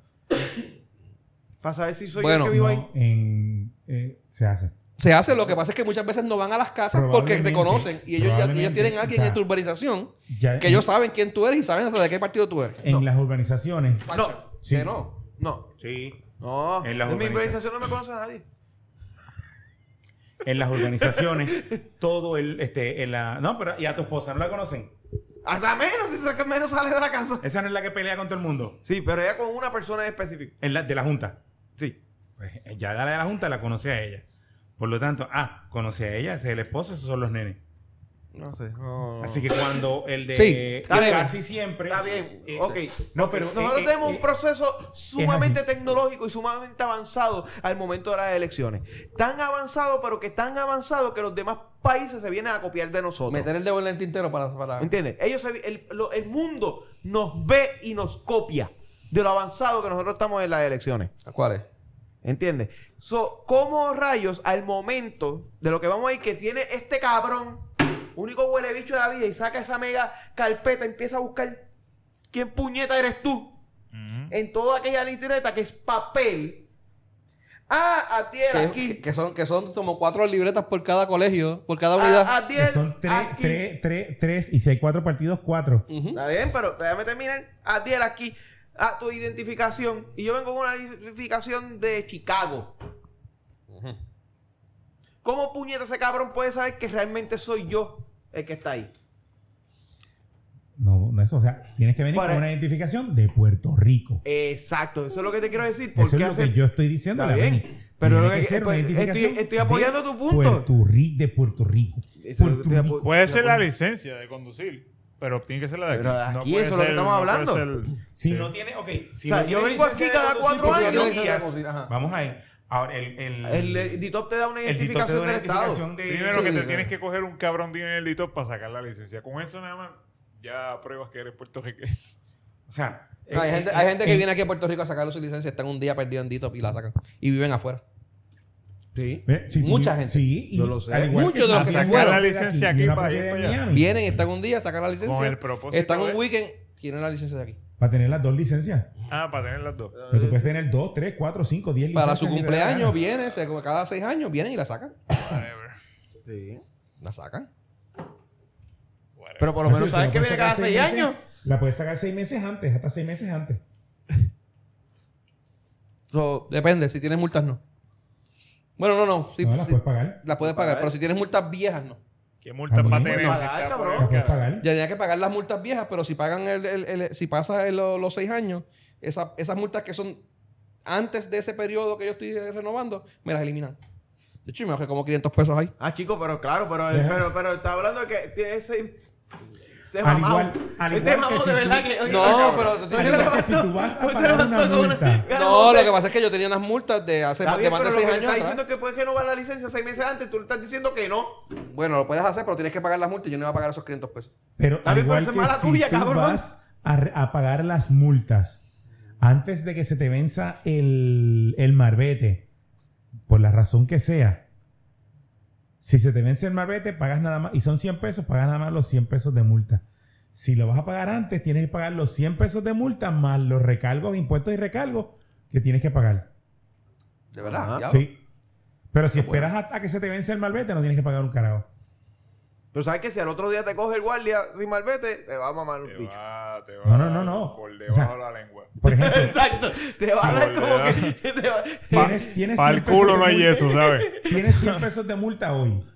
C: Para saber si soy
B: Bueno,
C: yo el que vivo ahí.
D: no, en, eh, se hace.
B: Se hace, lo que pasa es que muchas veces no van a las casas porque te
D: Probablemente,
B: conocen y ellos, ya, ellos tienen a alguien
D: o sea,
B: en tu urbanización
D: Ya
B: que
D: en,
B: ellos saben quién tú eres y saben hasta de qué partido tú eres.
D: en las urbanizaciones.
B: Pancho,
C: No.
D: Sí.
B: que no.
C: No,
J: Sí.
C: no.
J: En las
C: mi
J: urbanizaciones.
C: organización no me conoce a nadie.
D: En las urbanizaciones, todo el, este, en la. No, pero y a tu esposa no la conocen.
C: Hasta menos, si saca menos sale de la casa.
D: Esa no es la que pelea con todo el mundo.
C: Sí, pero ella con una persona en específico.
D: En la, de la Junta.
C: Sí.
D: Pues ya la de la Junta la conoce a ella. Por lo tanto, ah, conoce a ella, ese es el esposo, esos son los nenes.
C: No sé. no.
D: Así que cuando el de
B: Sí,
C: está bien.
D: casi siempre.
C: Está bien.
D: eh,
C: ok.
D: No, pero
C: Nosotros
D: eh, eh,
C: tenemos
D: eh,
C: un proceso sumamente tecnológico y sumamente avanzado al momento de las elecciones. Tan avanzado, pero que tan avanzado que los demás países se vienen a copiar de nosotros.
B: Meter el dedo en el tintero para... para...
C: ¿Entiendes? Ellos se vi- el, lo- el mundo nos ve y nos copia de lo avanzado que nosotros estamos en las elecciones.
B: ¿Cuál es?
C: ¿Entiendes? So, ¿Cómo rayos al momento de lo que vamos a ir que tiene este cabrón, único huele bicho de la vida, y saca esa mega carpeta, empieza a buscar quién puñeta eres tú en toda aquella libreta que es papel? Ah, a ti era
B: Que,
C: aquí.
B: que- que son, que son como cuatro libretas por cada colegio, por cada unidad.
C: Ah, a ti
D: que
C: era
D: son tres,
C: aquí.
D: tres, tres, tres, y si hay cuatro partidos, cuatro.
B: Ujú.
C: Está bien, pero déjame terminar. A ti era aquí. A tu identificación. Y yo vengo con una identificación de Chicago. ¿Cómo puñeta ese cabrón puede saber que realmente soy yo el que está ahí?
D: No, no eso, o sea, tienes que venir
C: Para-
D: con una identificación de Puerto Rico.
C: Exacto, eso es lo que te quiero decir. ¿Por
D: Eso
C: qué
D: es lo
C: hacer-
D: que yo estoy diciendo.
C: Está
D: la
C: bien,
D: Beni.
C: pero
D: Tiene
C: lo que-
D: ser una
C: pues, estoy-
D: identificación
C: estoy apoyando
D: de
C: tu punto.
D: Puerto Ri- de Puerto Rico.
C: Eso es lo que
D: Puerto
C: estoy apo-
D: Rico.
H: Puede ser la licencia de conducir, pero tiene que ser la de aquí.
C: Pero de
H: No
C: aquí,
H: puede
C: eso es lo que
H: ser-
C: estamos
H: no puede
C: hablando.
H: ser-
D: Si
H: sí.
D: no tiene, ok. Si
C: O sea,
D: no
C: yo
D: tiene
C: vengo aquí
D: licencia de
C: cada
D: conducir,
C: cuatro
D: porque
B: años.
D: no guías,
B: Ajá.
D: Vamos a ir. Ahora, el. El,
C: El, eh, DITOP te da una
D: el dito te da
C: identificación
D: una
C: del Estado.
D: identificación de.
H: Primero que
B: Sí,
H: te
B: claro.
H: tienes que coger un cabrón dinerito para sacar la licencia. Con eso nada más ya pruebas que eres puertorriqueño.
D: O sea.
H: ah,
B: No, hay,
D: eh,
B: gente,
D: eh,
B: hay gente que
D: eh,
B: viene aquí a Puerto Rico a sacar su licencia, están un día perdidos en DITOP y la sacan. Y viven afuera.
C: Sí.
D: eh, si tú-
B: Mucha gente.
D: Sí, y
C: Yo lo sé.
D: al igual
B: Muchos de los
D: si
B: que
D: alguien
B: fueron.
D: de
H: La licencia aquí
D: y una
H: para ir
D: propiedad
H: para
D: en
H: allá.
D: Miami,
B: Vienen, están un día, sacan la licencia.
H: Con el propósito
B: están un
H: de-
B: weekend, tienen la licencia de aquí.
D: Para tener las dos licencias.
H: Ah, para tener las dos.
D: Pero tú puedes tener dos, tres, cuatro, cinco, diez licencias.
B: Para su
D: que te dé la
B: cumpleaños
D: gana.
B: vienen, se- cada seis años vienen y la sacan.
H: Whatever.
C: Sí.
B: La sacan.
H: Whatever.
C: Pero por lo
D: Así
C: menos
D: que
C: sabes
D: la
C: que
D: puedes
C: viene
D: sacar
C: cada seis
D: meses-
C: años.
D: La puedes sacar seis meses antes, hasta seis meses antes.
C: So,
B: Depende, si tienes multas no. Bueno, no, no. Si,
D: no, las
B: si-
D: puedes pagar.
B: las puedes pagar, pero si tienes multas viejas no.
H: ¿Qué multa
D: También.
H: va a tener?
C: Pagar,
H: Si está
C: Ah, cabrón.
H: por el
D: Las puedes
H: cara.
D: pagar.
B: Ya tenía que pagar las multas viejas, pero si pagan el, el- el- si pasa el- los seis años, esa- esas multas que son antes de ese periodo que yo estoy eh, renovando, me las eliminan. De hecho, yo me bajé como 500 pesos ahí.
C: ah, chico, pero claro, pero,
D: Deja-
C: pero, pero está hablando de que tiene ese Este
J: Al
C: mamao.
J: igual- al
C: Este
J: igual
C: mamao
J: que
C: de
J: si
C: verdad
J: tú-
C: que- oye,
B: No,
C: o sea,
B: pero
C: oye,
B: tú
C: se
B: tienes
D: que si tú
C: levantó-
D: vas a
C: oye, se
D: pagar
C: levantó
D: una
C: con
D: multa.
C: gana
B: No, lo
C: bote.
B: que pasa es que yo tenía unas multas de hace
C: Está
B: más, de
C: bien,
B: más de
C: pero lo
B: 6
C: que te
B: años.
C: Estás
B: atrás.
C: diciendo que puedes renovar la licencia seis meses antes, tú le estás diciendo que no.
B: Bueno, lo puedes hacer, pero tienes que pagar las multas. Yo no iba a pagar esos 500 pesos.
D: Pero
C: Está
D: al
C: bien, pero
D: igual
C: eso es
D: que
C: mala
D: si
C: tuya,
D: tú
C: cabrón.
D: vas a, re- a pagar las multas antes de que se te venza el, el marbete, por la razón que sea, si se te vence el marbete, pagas nada más, y son 100 pesos, pagas nada más los 100 pesos de multa. Si lo vas a pagar antes, tienes que pagar los 100 pesos de multa más los recargos, impuestos y recargos que tienes que pagar.
B: De verdad.
C: Ajá.
B: diablo.
D: Sí. Pero si esperas hasta que se te vence el malvete, no tienes que pagar un carajo.
C: Pero sabes que si al otro día te coge el guardia sin malvete, te va a mamar un
H: Te
C: bicho.
H: va, te va
D: No, no, no, no.
H: por
D: O sea,
H: debajo de la lengua.
D: Por ejemplo,
C: Exacto. Te va a
H: Sí,
C: dar como
H: ¿verdad?
C: que. Te va,
D: tienes, tienes
H: Para
D: 100
H: el
D: pesos
H: culo
D: de
H: no hay
D: multa.
H: eso, ¿sabes?
D: Tienes 100 pesos de multa hoy.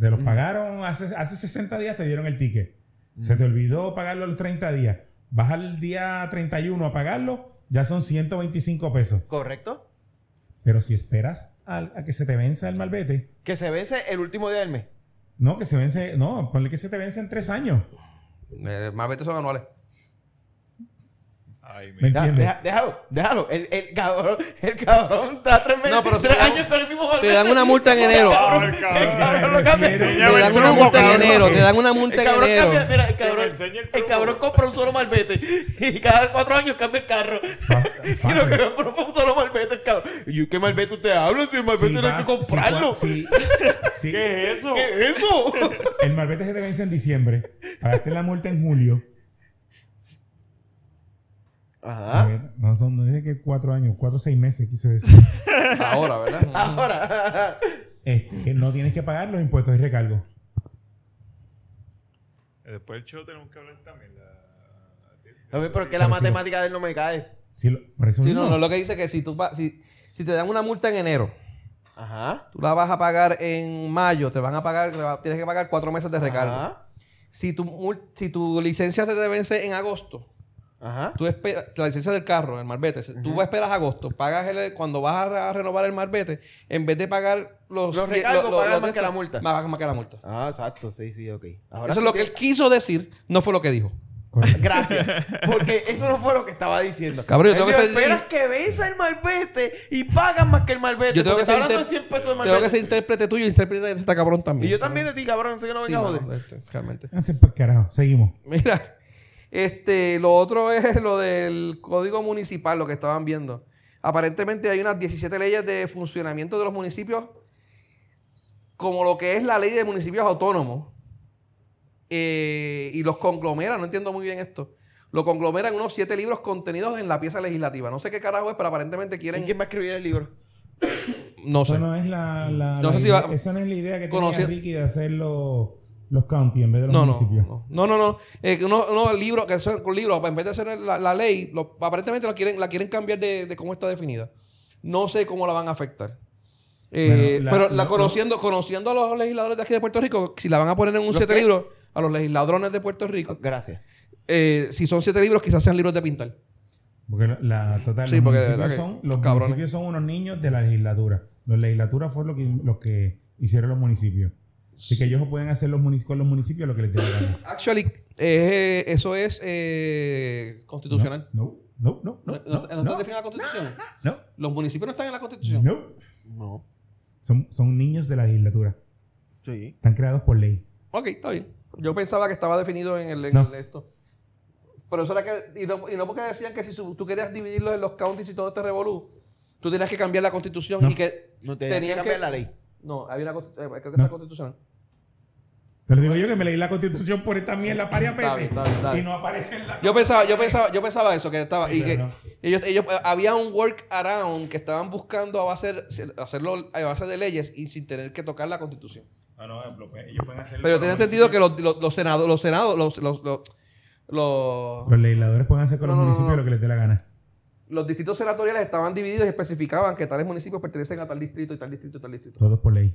D: Te los pagaron hace, hace 60 días, te dieron el ticket. Se te olvidó pagarlo a los 30 días. Vas al día 31 a pagarlo, ya son 125 pesos.
C: Correcto.
D: Pero si esperas al- a, que se te venza el malvete,
C: Que se vence el último día del mes.
D: no, que se vence, no, ponle que se te vence en tres años.
B: Eh, más veces son anuales.
H: Ay,
D: ¿Me
H: mira.
C: Ya,
D: entiendes?
C: deja- déjalo, déjalo. El, el cabrón, el cabrón está tres meses,
B: No, pero
C: tres
B: te dan-
C: años con el mismo
B: Te
C: malvete.
B: dan una multa en enero.
H: Cabrón,
C: El cabrón lo
D: Me
C: cambia.
D: refiero-
H: Te
B: Te dan una
H: Cabrón,
B: multa en
H: cabrón.
B: enero. Te dan una multa
C: El
B: en
C: cabrón cambia,
B: enero.
C: mira, el
H: me
C: cabrón,
H: enseñe el
C: el,
H: truco.
C: cabrón compra un solo malvete y cada cuatro años cambia el carro.
D: Fa-
C: y lo
D: fácil.
C: que compró fue un solo malvete, el cabrón. ¿Y yo, qué malvete usted habla? Si el malvete
D: Si
C: no hay que
D: vas- si
C: comprarlo.
D: cua- si- si-
H: ¿Qué es eso?
C: ¿Qué es eso?
D: El malvete se te vence en diciembre. Pagaste la multa en julio.
C: Ajá.
D: No son, no dije que cuatro años, cuatro o seis meses quise decir.
B: Ahora,
C: Ah.
B: ¿verdad?
C: Ahora.
D: Este, no tienes que pagar los impuestos y recargos.
H: Después del show tenemos que hablar también. La...
C: A ver, pero es que la
D: Pero si-
C: matemática de él no me cae.
D: Si lo- por eso
B: Sí,
D: mismo,
B: no, no, lo que dice que si tú pa- si, si te dan una multa en enero,
C: Ajá.
B: tú la vas a pagar en mayo, te van a pagar, te va- tienes que pagar cuatro meses de recargo.
C: Ajá.
B: Si tu, mul- si tu licencia se te vence en agosto,
C: Ajá.
B: tú esperas, la licencia del carro, el marbete, se- tú vas a esperar agosto, pagas el, cuando vas a, re- a renovar el marbete, en vez de pagar los...
C: Los
B: cien-
C: recargos, pagas
B: los
C: más
B: de
C: que la
B: esto,
C: multa.
B: Más, más que la multa.
C: Ah, exacto, sí, sí, ok. Ahora
B: Eso
C: sí
B: es lo que
C: que-
B: él quiso decir, no fue lo que dijo.
D: correcto.
C: Gracias. Porque eso no fue lo que estaba diciendo.
B: Cabrón, yo tengo
C: Él
B: que
C: dijo,
B: ser-
C: Esperas que venza el malvete y pagas más que el malvete.
B: Yo tengo
C: porque
B: que, ser
C: está hablando
B: inter-
C: de 100 pesos de
B: tengo
C: malvete.
B: que ser intérprete tuyo y intérprete de este cabrón también.
C: Y yo también de ti, cabrón. No sé que no
B: Sí,
C: venga a joder.
B: mano, este, realmente.
D: Hace pa' carajo, seguimos.
B: Mira, este, lo otro es lo del código municipal, lo que estaban viendo. Aparentemente hay unas 17 leyes de funcionamiento de los municipios, como lo que es la ley de municipios autónomos, eh, y los conglomeran, no entiendo muy bien esto. Lo conglomeran unos siete libros contenidos en la pieza legislativa. No sé qué carajo es, pero aparentemente quieren.
C: ¿Y ¿Quién va a escribir el libro?
B: No
D: Eso
B: sé.
D: no es la, la-
B: No
D: la
B: sé si
D: idea,
B: va-
D: eso no es la idea que
B: Conoci-
D: tenía Ricky de hacer los, los county en vez de los
B: No, no,
D: municipios.
B: no, no, no, no. Eh, que uno, uno libro, que son con libros, en vez de hacer la, la ley, lo- aparentemente la quieren, la quieren cambiar de, de cómo está definida. No sé cómo la van a afectar. Eh,
D: Bueno, la-
B: pero la,
D: lo-
B: conociendo, conociendo a los legisladores de aquí de Puerto Rico, si la van a poner en un
C: ¿Los
B: siete
C: qué?
B: libros, a los legisladrones de Puerto Rico,
C: Gracias.
B: eh, si son siete libros, quizás sean libros de pintar.
D: Porque la- la total,
B: Sí,
D: los,
B: porque de
D: municipios,
B: verdad que-
D: son, los
B: cabrones.
D: municipios son unos niños de la legislatura. Los legislaturas fueron los que, los que hicieron los municipios. Así que ellos pueden hacer los municipios, con los municipios lo que les dé la gana.
B: Actually, eh, eso es eh, constitucional.
D: No, no, no,
B: ¿No,
D: no.
B: no,
D: No,
B: no está
D: no,
B: definida la constitución?
D: no,
B: Los municipios no están en la constitución.
D: no.
C: No.
D: Son, son niños de la legislatura.
C: Sí.
D: Están creados por ley.
B: Ok, está bien. Yo pensaba que estaba definido en el, en
D: No.
B: el esto. Pero eso era que. Y no, y no porque decían que si su- tú querías dividirlo en los counties y todo este revolú, tú tenías que cambiar la constitución
D: No.
B: y que.
C: No te
B: Tenían
C: tenías que cambiar
B: que-
C: la ley.
B: No, había una constitu- eh, creo que
D: No.
B: está constitucional.
D: Te lo digo yo que me leí la constitución por esta mierda varias
B: Está bien,
D: veces.
B: está bien, está bien.
D: Y no aparece en la.
B: Yo pensaba, yo pensaba, yo pensaba eso, que estaba.
D: Sí,
B: y que
D: pero no.
B: ellos, ellos eh, había un workaround que estaban buscando a base- hacerlo a base de leyes y sin tener que tocar la constitución.
D: Ah, No, no, lo pueden- ellos pueden hacer.
B: Pero
D: con
B: tenía
D: los
B: entendido que
D: municipios.
B: los, los, los senados, los senados, los, los, los, los-
D: Los legisladores pueden hacer con
B: No,
D: los
B: no, no, no.
D: municipios lo que les dé la gana.
B: los distritos senatoriales estaban divididos y especificaban que tales municipios pertenecen a tal distrito y tal distrito y tal distrito.
D: Todos por ley.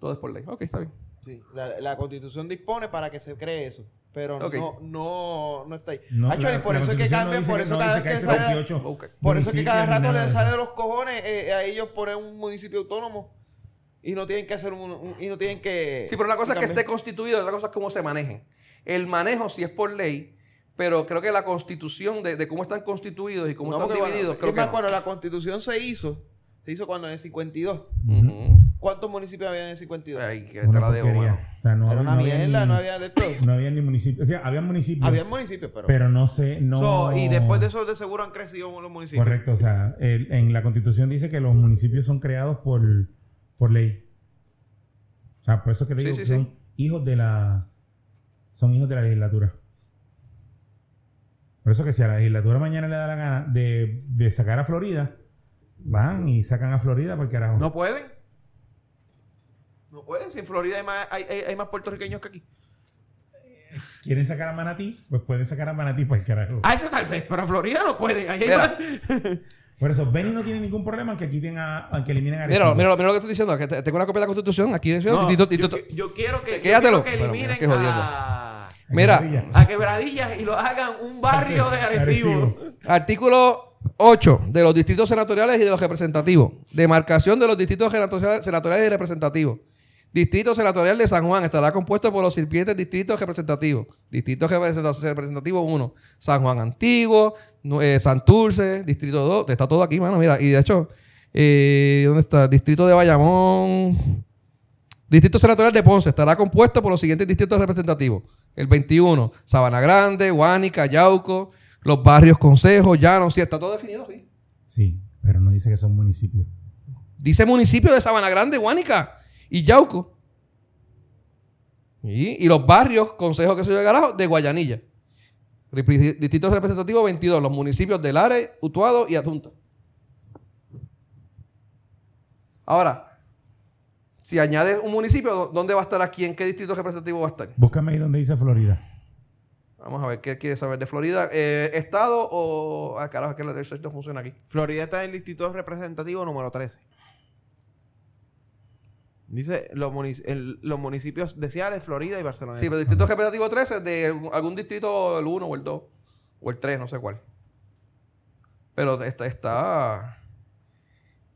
B: Todo es por ley. Ok, está bien.
C: Sí. La, la constitución dispone para que se cree eso. Pero
B: Ok.
C: no, no, no está ahí.
D: No,
C: Actually,
D: la-
C: por
D: la
C: eso es que
D: Constitución no
C: cambian,
D: dice
C: por
D: que-
C: eso
D: no
C: cada
D: dice
C: vez que
D: hay
C: sale.
D: 78
B: Ok.
C: Por eso es que cada
D: municipios ni
C: rato
D: nada
C: les
D: de
C: sale
D: eso.
C: de los cojones eh, a ellos poner un municipio autónomo. Y no tienen que hacer un, un- y no tienen que
B: Sí, pero una cosa es que
C: cambiar.
B: esté constituido, otra cosa es cómo se manejen. El manejo sí es por ley, pero creo que la constitución de, de cómo están constituidos y cómo
C: No,
B: están
C: porque cuando-
B: divididos,
C: es
B: creo que
C: más,
B: no.
C: cuando la Constitución se hizo, se hizo cuando en el 52.
B: Ujú.
C: ¿Cuántos municipios había en el 52?
B: Ay, que te
D: Una
B: la debo,
D: porquería.
B: mano.
D: O sea, no,
C: Era
D: había-
C: una
D: no había
C: mierda,
D: ni,
C: no había de todo.
D: no había ni municipios. O sea, había municipios.
C: Había municipios, pero...
D: pero no sé, no.
C: So, y después de eso de seguro han crecido los municipios.
D: Correcto, o sea, el- en la constitución dice que los municipios son creados por, por ley. O sea, por eso que te
B: Sí,
D: digo
B: sí,
D: que
B: sí.
D: son hijos de la. Son hijos de la legislatura. Por eso que si a la legislatura mañana le da la gana de, de sacar a Florida, van y sacan a Florida porque carajo.
C: No pueden. No pueden. Si en Florida hay más, hay, hay- hay más puertorriqueños que aquí.
D: Quieren sacar a Manatí, pues pueden sacar a Manatí para el carajo.
C: Ah, eso tal vez, pero en Florida no pueden. Ahí hay
B: Mira.
C: más.
D: Por eso, Benny no tiene ningún problema en que aquí tenga, en que eliminen a
B: Mira,
D: Arecibo.
B: mira, mira lo que estoy diciendo, que te- tengo una copia de la constitución aquí. dice,
C: No,
B: Tito- Tito-
C: yo, qui- yo quiero que, yo
B: Quédatelo.
C: quiero que
B: Bueno,
C: eliminen
B: mira, qué jodiendo.
C: a,
B: mira,
D: Quebradilla.
C: a Quebradillas y lo hagan un barrio de Arecibo.
D: Arecibo.
B: Artículo 8 de los distritos senatoriales y de los representativos. Demarcación de los distritos senatoriales senatoriales y representativos. Distrito senatorial de San Juan estará compuesto por los sirvientes distritos representativos. Distrito representa- representativo 1, San Juan Antiguo, nu- eh, Santurce, Distrito 2, está todo aquí, mano, mira. Y de hecho, eh, ¿dónde está? Distrito de Bayamón, Distrito Senatorial de Ponce estará compuesto por los siguientes distritos representativos. El 21, Sabana Grande, Guánica, Yauco, los barrios Consejo, Llano, sí, está todo definido, sí.
D: Sí, pero no dice que son municipios.
B: Dice municipio de Sabana Grande, Guánica y Yauco. Y, y los barrios, Consejo que se yo de Garajo, de Guayanilla. Repri- Distrito representativo 22, los municipios de Lares, Utuado y Atunta. Ahora, si añades un municipio, ¿dó- ¿dónde va a estar aquí? ¿En qué distrito representativo va a estar?
D: Búscame ahí donde dice Florida.
B: Vamos a ver qué quiere saber de Florida. Eh, ¿Estado o.? Ah, carajo, es que el research no funciona aquí.
C: Florida está en el distrito representativo número 13. Dice los, munici- el- los municipios de Ciales, Florida y Barcelona.
B: Sí, pero el distrito representativo 13 es de algún- algún distrito, el 1 o el 2 o el 3, no sé cuál. Pero está. está...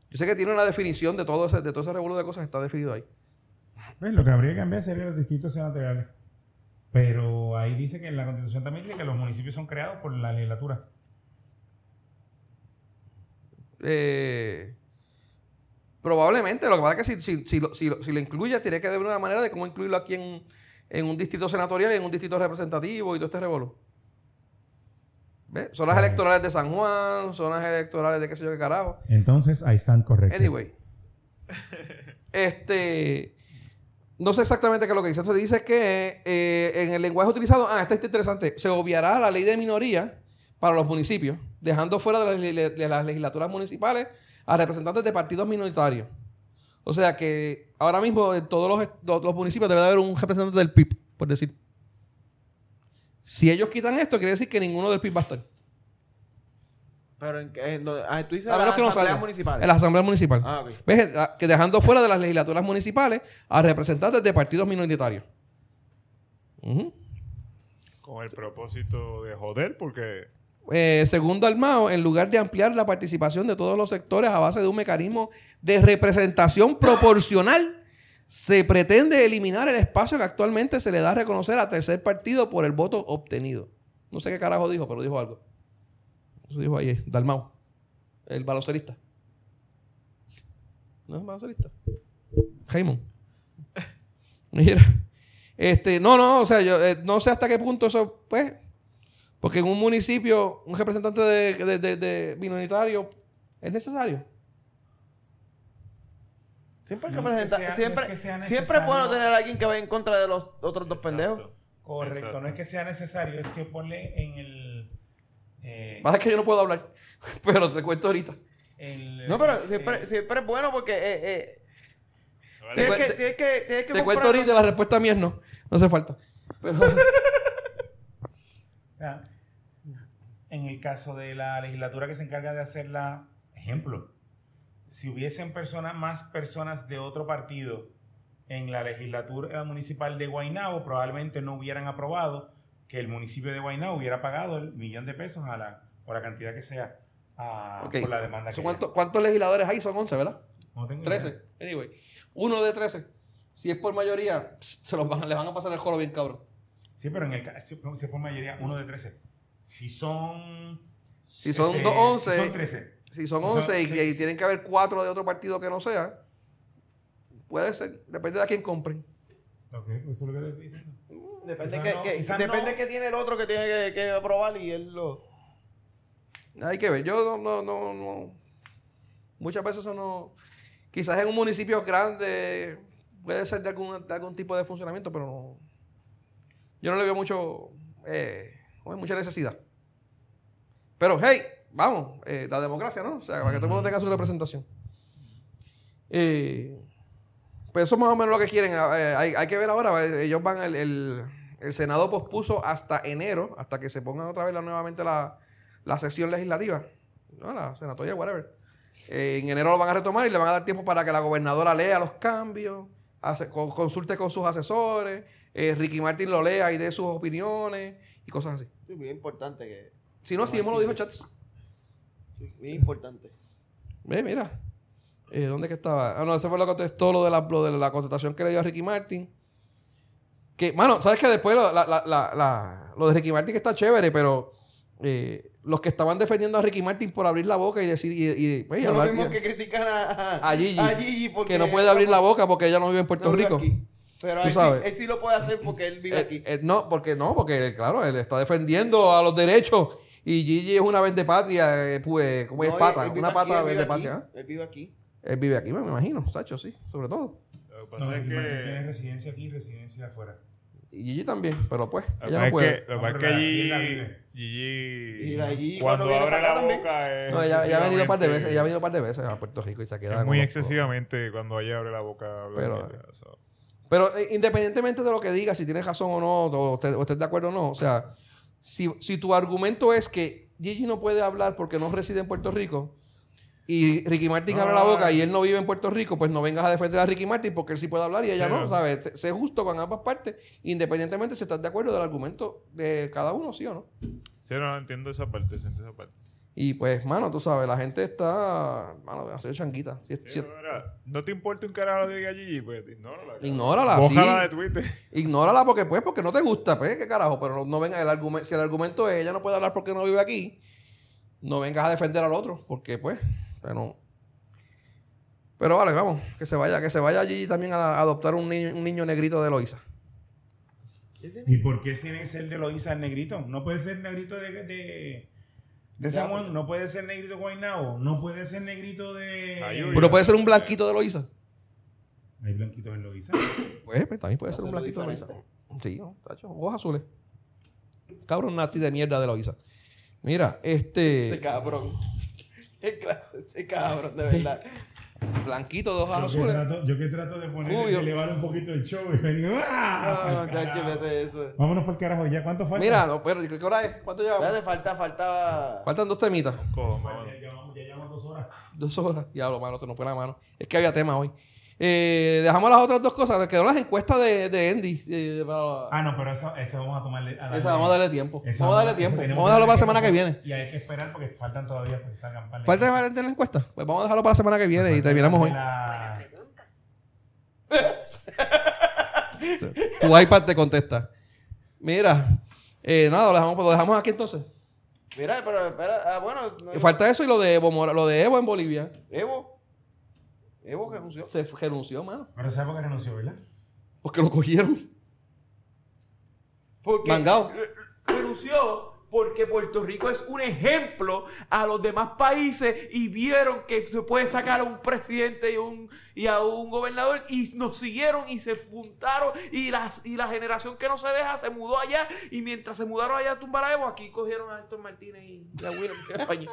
B: Yo sé que tiene una definición de todo ese, de todo ese revuelo de cosas, está definido ahí.
D: ¿Ves? Lo que habría que cambiar serían los distritos senatoriales. Pero ahí dice que en la constitución también dice que los municipios son creados por la legislatura.
B: Eh, probablemente, lo que pasa es que si, si, si lo, si, lo, si lo incluyes, tiene que haber una manera de cómo incluirlo aquí en, en un distrito senatorial y en un distrito representativo y todo este revolú. ¿Ves? Zonas
D: Ajá.
B: electorales de San Juan, zonas electorales de qué sé yo qué carajo.
D: Entonces, ahí están correctos.
B: Anyway. este. No sé exactamente qué es lo que dice. Se dice que eh, en el lenguaje utilizado. Ah, esta está interesante. Se obviará la ley de minoría para los municipios, dejando fuera de las, le- de las legislaturas municipales a representantes de partidos minoritarios. O sea que ahora mismo en todos los, est- los- los municipios debe de haber un representante del PIB, por decir. Si ellos quitan esto, quiere decir que ninguno del PIB va a estar.
C: Pero en, en donde- ah, tú dices
B: A menos
C: las
B: que no
C: asambleas
B: salga.
C: municipales.
B: En las asambleas municipales.
C: Ah, ok.
B: ¿Ves? Eh, ah, Que dejando fuera de las legislaturas municipales a representantes de partidos minoritarios. Ujú.
H: Con el propósito de joder, porque
B: Eh, segundo Almao, en lugar de ampliar la participación de todos los sectores a base de un mecanismo de representación proporcional, se pretende eliminar el espacio que actualmente se le da a reconocer a tercer partido por el voto obtenido. No sé qué carajo dijo, pero dijo algo. Eso dijo ahí, eh, Dalmau, el baloncerista. ¿No es baloncerista? Raymond. Mira. Este, no, no, o sea, yo eh, no sé hasta qué punto eso, pues, porque en un municipio, un representante de, de- de- de minoritario es necesario.
C: Siempre, hay
D: No
C: que
D: es que
C: presentar-
D: sea- no
C: siempre,
D: es que sea
C: siempre es bueno
D: necesario.
C: tener a alguien que vaya en contra de los otros dos pendejos.
H: Exacto.
D: Correcto.
H: Exacto.
D: No es que sea necesario, es que ponle en el. eh,
B: Pasa que yo no puedo hablar, pero te cuento ahorita.
D: el-
C: No, pero
D: eh,
C: siempre, siempre es bueno porque eh, eh, tienes,
H: ¿vale?
B: Te
C: que,
B: cuen-
C: tienes que- tienes que
B: Te cuento
C: comprar-
B: ahorita, la respuesta mía es no. No hace falta. Pero,
D: ah, en el caso de la legislatura que se encarga de hacerla, ejemplo, si hubiesen personas, más personas de otro partido en la legislatura municipal de Guaynabo, probablemente no hubieran aprobado que el municipio de Guaynabo hubiera pagado el millón de pesos a la, o la cantidad que sea a,
B: ok.
D: por la demanda que
B: ¿Cuánto- ¿Cuántos legisladores hay? Son 11, ¿verdad?
D: haya. No tengo idea.
B: 13. Anyway. uno de 13. Si es por mayoría, pss, se los van, a- le van a pasar el jolo bien cabrón.
D: Sí, pero en el caso, si si es por mayoría, uno de 13. Si son.
B: Si son
D: este,
B: dos once,
D: Si son 13.
B: Si son
D: O sea,
B: 11 y,
D: sí,
B: y
D: sí.
B: tienen que haber cuatro de otro partido que no sea, puede ser, depende de a quién compren.
D: Ok, pues eso es lo que te estoy diciendo.
C: Depende,
D: Quizás
C: que,
D: no,
C: que-
D: quizás
C: depende
D: no.
C: que tiene el otro que tiene que, que aprobar y él lo...
B: Hay que ver. Yo no, no, no, no. Muchas veces eso no. Quizás en un municipio grande puede ser de algún, de algún tipo de funcionamiento, pero no. Yo no le veo mucho. eh, no hay mucha necesidad. Pero hey, vamos, eh, la democracia, ¿no? O sea, para que todo el mundo tenga su representación. Eh, pues eso es más o menos lo que quieren. Eh, hay, hay que ver ahora. eh, Ellos van, el, el- el Senado pospuso hasta enero, hasta que se pongan otra vez la- nuevamente la, la sesión legislativa, ¿no? la senatoria, whatever. Eh, en enero lo van a retomar y le van a dar tiempo para que la gobernadora lea los cambios, hace- con- consulte con sus asesores, eh, Ricky Martin lo lea y dé sus opiniones y cosas así.
C: Sí, bien importante que...
B: Si no, así mismo lo dijo Chats.
C: sí, Bien importante.
B: Ve, mira. Eh, ¿Dónde que estaba? Ah, no, ese fue lo que contestó lo de la, lo de la contratación que le dio a Ricky Martin. Que, mano, ¿sabes que Después lo, la- la- la- la- lo de Ricky Martin que está chévere, pero eh, los que estaban defendiendo a Ricky Martin por abrir la boca y decir... Y, y- pues, y
C: No lo
B: hablar
C: mismo
B: bien.
C: que critican a,
B: A Gigi,
C: porque
B: que no puede abrir la boca porque ella no vive en Puerto
C: no vive
B: Rico.
C: aquí. Pero
B: Tú
C: él, sí-
B: sabes.
C: él sí lo puede hacer porque él vive
B: Eh,
C: aquí.
B: eh, no, porque no, porque claro, él está defendiendo a los derechos y Gigi es una vendepatria, eh, pues, como es
C: No, él-
B: pata,
C: él vive
B: una
C: aquí,
B: pata
C: él vive
B: vendepatria.
C: aquí,
B: ¿eh?
C: Él vive aquí.
B: Él vive aquí, me imagino, Sacho, sí, sobre todo.
H: Lo que pasa
D: No,
H: es
D: Ricky Martin tiene
H: que.
D: residencia aquí y residencia afuera.
B: Y Gigi también, pero pues,
H: Lo
B: ella
H: que pasa
B: no
H: Ah, es
B: puede.
H: que- lo que pasa es que
D: No, pero la- la vive.
H: Gigi- Gigi-
C: Y la Gigi cuando
H: Cuando
C: viene
H: abre
C: para acá
H: la
C: también.
H: boca. es
B: No, ella, ella ha venido un par de
H: excesivamente-
B: veces, ella ha venido un par de veces a Puerto Rico y se ha quedado.
H: Es muy
B: con-
H: excesivamente cuando ella abre la boca. habla
B: Pero-
H: mierda, so.
B: Pero eh, independientemente de lo que diga, si tienes razón o no, o usted, o estés de acuerdo o no, o sea, si, si tu argumento es que Gigi no puede hablar porque no reside en Puerto Rico y Ricky Martin
H: No, eh.
B: abre la boca
H: no.
B: y él no vive en Puerto Rico, pues no vengas a defender a Ricky Martin porque él sí puede hablar y ella
H: Sí,
B: no,
H: no.
B: ¿sabes? Sé- Sé justo con ambas partes, independientemente si estás de acuerdo del argumento de cada uno, sí o no.
H: Sí, no, entiendo esa parte, siento esa parte.
B: Y pues, mano, tú sabes, la gente está, mano, haciendo changuita. Si-
H: Sí,
B: si-
H: no, era, no te importa un carajo lo que diga Gigi, pues ignórala. cabrón.
B: Ignórala,
H: Bójala
B: sí.
H: de Twitter.
B: Ignórala porque pues, porque no te gusta, pues, qué carajo, pero no, no venga el argumento, si el argumento es ella no puede hablar porque no vive aquí, no vengas a defender al otro, porque pues, bueno. Pero vale, vamos, que se vaya, que se vaya allí también a adoptar un niño, un niño negrito de Loiza.
D: ¿Y por qué tiene que ser de Loiza el negrito? No puede ser negrito de, de, de San
B: pues.
D: Juan, no puede ser negrito de Guaynabo, no puede ser negrito de.
H: Ayuya.
B: Pero puede ser un blanquito de Loiza.
D: Hay blanquitos en Loiza.
B: Pues, pues, también puede ser un
C: Hacerlo
B: blanquito de Loiza. Sí, ¿no? tacho, ojos azules. Cabrón nazi de mierda de Loiza. Mira,
C: Este
B: este
C: cabrón. Qué clase, este cabrón, de verdad.
B: blanquito de ojos
D: Yo que,
B: azules.
D: trato, yo que trato de poner,
B: Rubio.
D: de elevar un poquito el show y venir. ¡ah!
C: Ah,
D: Pa'l
C: ya,
D: carajo.
C: chulete eso.
D: Vámonos por el carajo, ¿ya cuánto falta?
B: Mira, no, pero ¿qué hora es? ¿Cuánto llevamos?
C: Espérate, falta, falta.
B: Faltan dos temitas.
H: Cojo,
D: Ya
H: mamá.
D: llevamos, ya llevamos dos horas.
B: Dos horas. Diablo, mano, se nos fue la mano. Es que había tema hoy. Eh, dejamos las otras dos cosas. Nos quedaron las encuestas de, de Andy. eh, para-
D: Ah, no, pero eso, eso vamos a tomarle. A
B: esa, vamos a darle tiempo.
D: Ah, esa
B: vamos a darle
D: esa
B: tiempo.
D: tenemos
B: Vamos a dejarlo para la semana
D: darle
B: que
D: tiempo.
B: viene.
D: Y hay que esperar porque faltan todavía porque salgan par de-
B: ¿Falta de valente la encuesta? Pues vamos a dejarlo para la semana que viene y
D: Faltan
B: terminamos hoy.
D: la-
B: Tu iPad te contesta. Mira, eh, nada, lo dejamos, lo dejamos aquí entonces.
C: Mira, pero espera. Ah, bueno. no-
B: Eh, Falta eso y lo de Evo, Mora- lo de Evo en Bolivia.
C: Evo. Evo que funcionó.
B: Se renunció, mano.
D: Pero sabes por qué renunció, ¿verdad?
B: Porque lo cogieron.
C: Porque
B: Mangao.
C: renunció porque Puerto Rico es un ejemplo a los demás países y vieron que se puede sacar a un presidente y, un, y a un gobernador y nos siguieron y se juntaron y, las, y la generación que no se deja se mudó allá y mientras se mudaron allá a tumbar a Evo, aquí cogieron a Héctor Martínez y a William de España.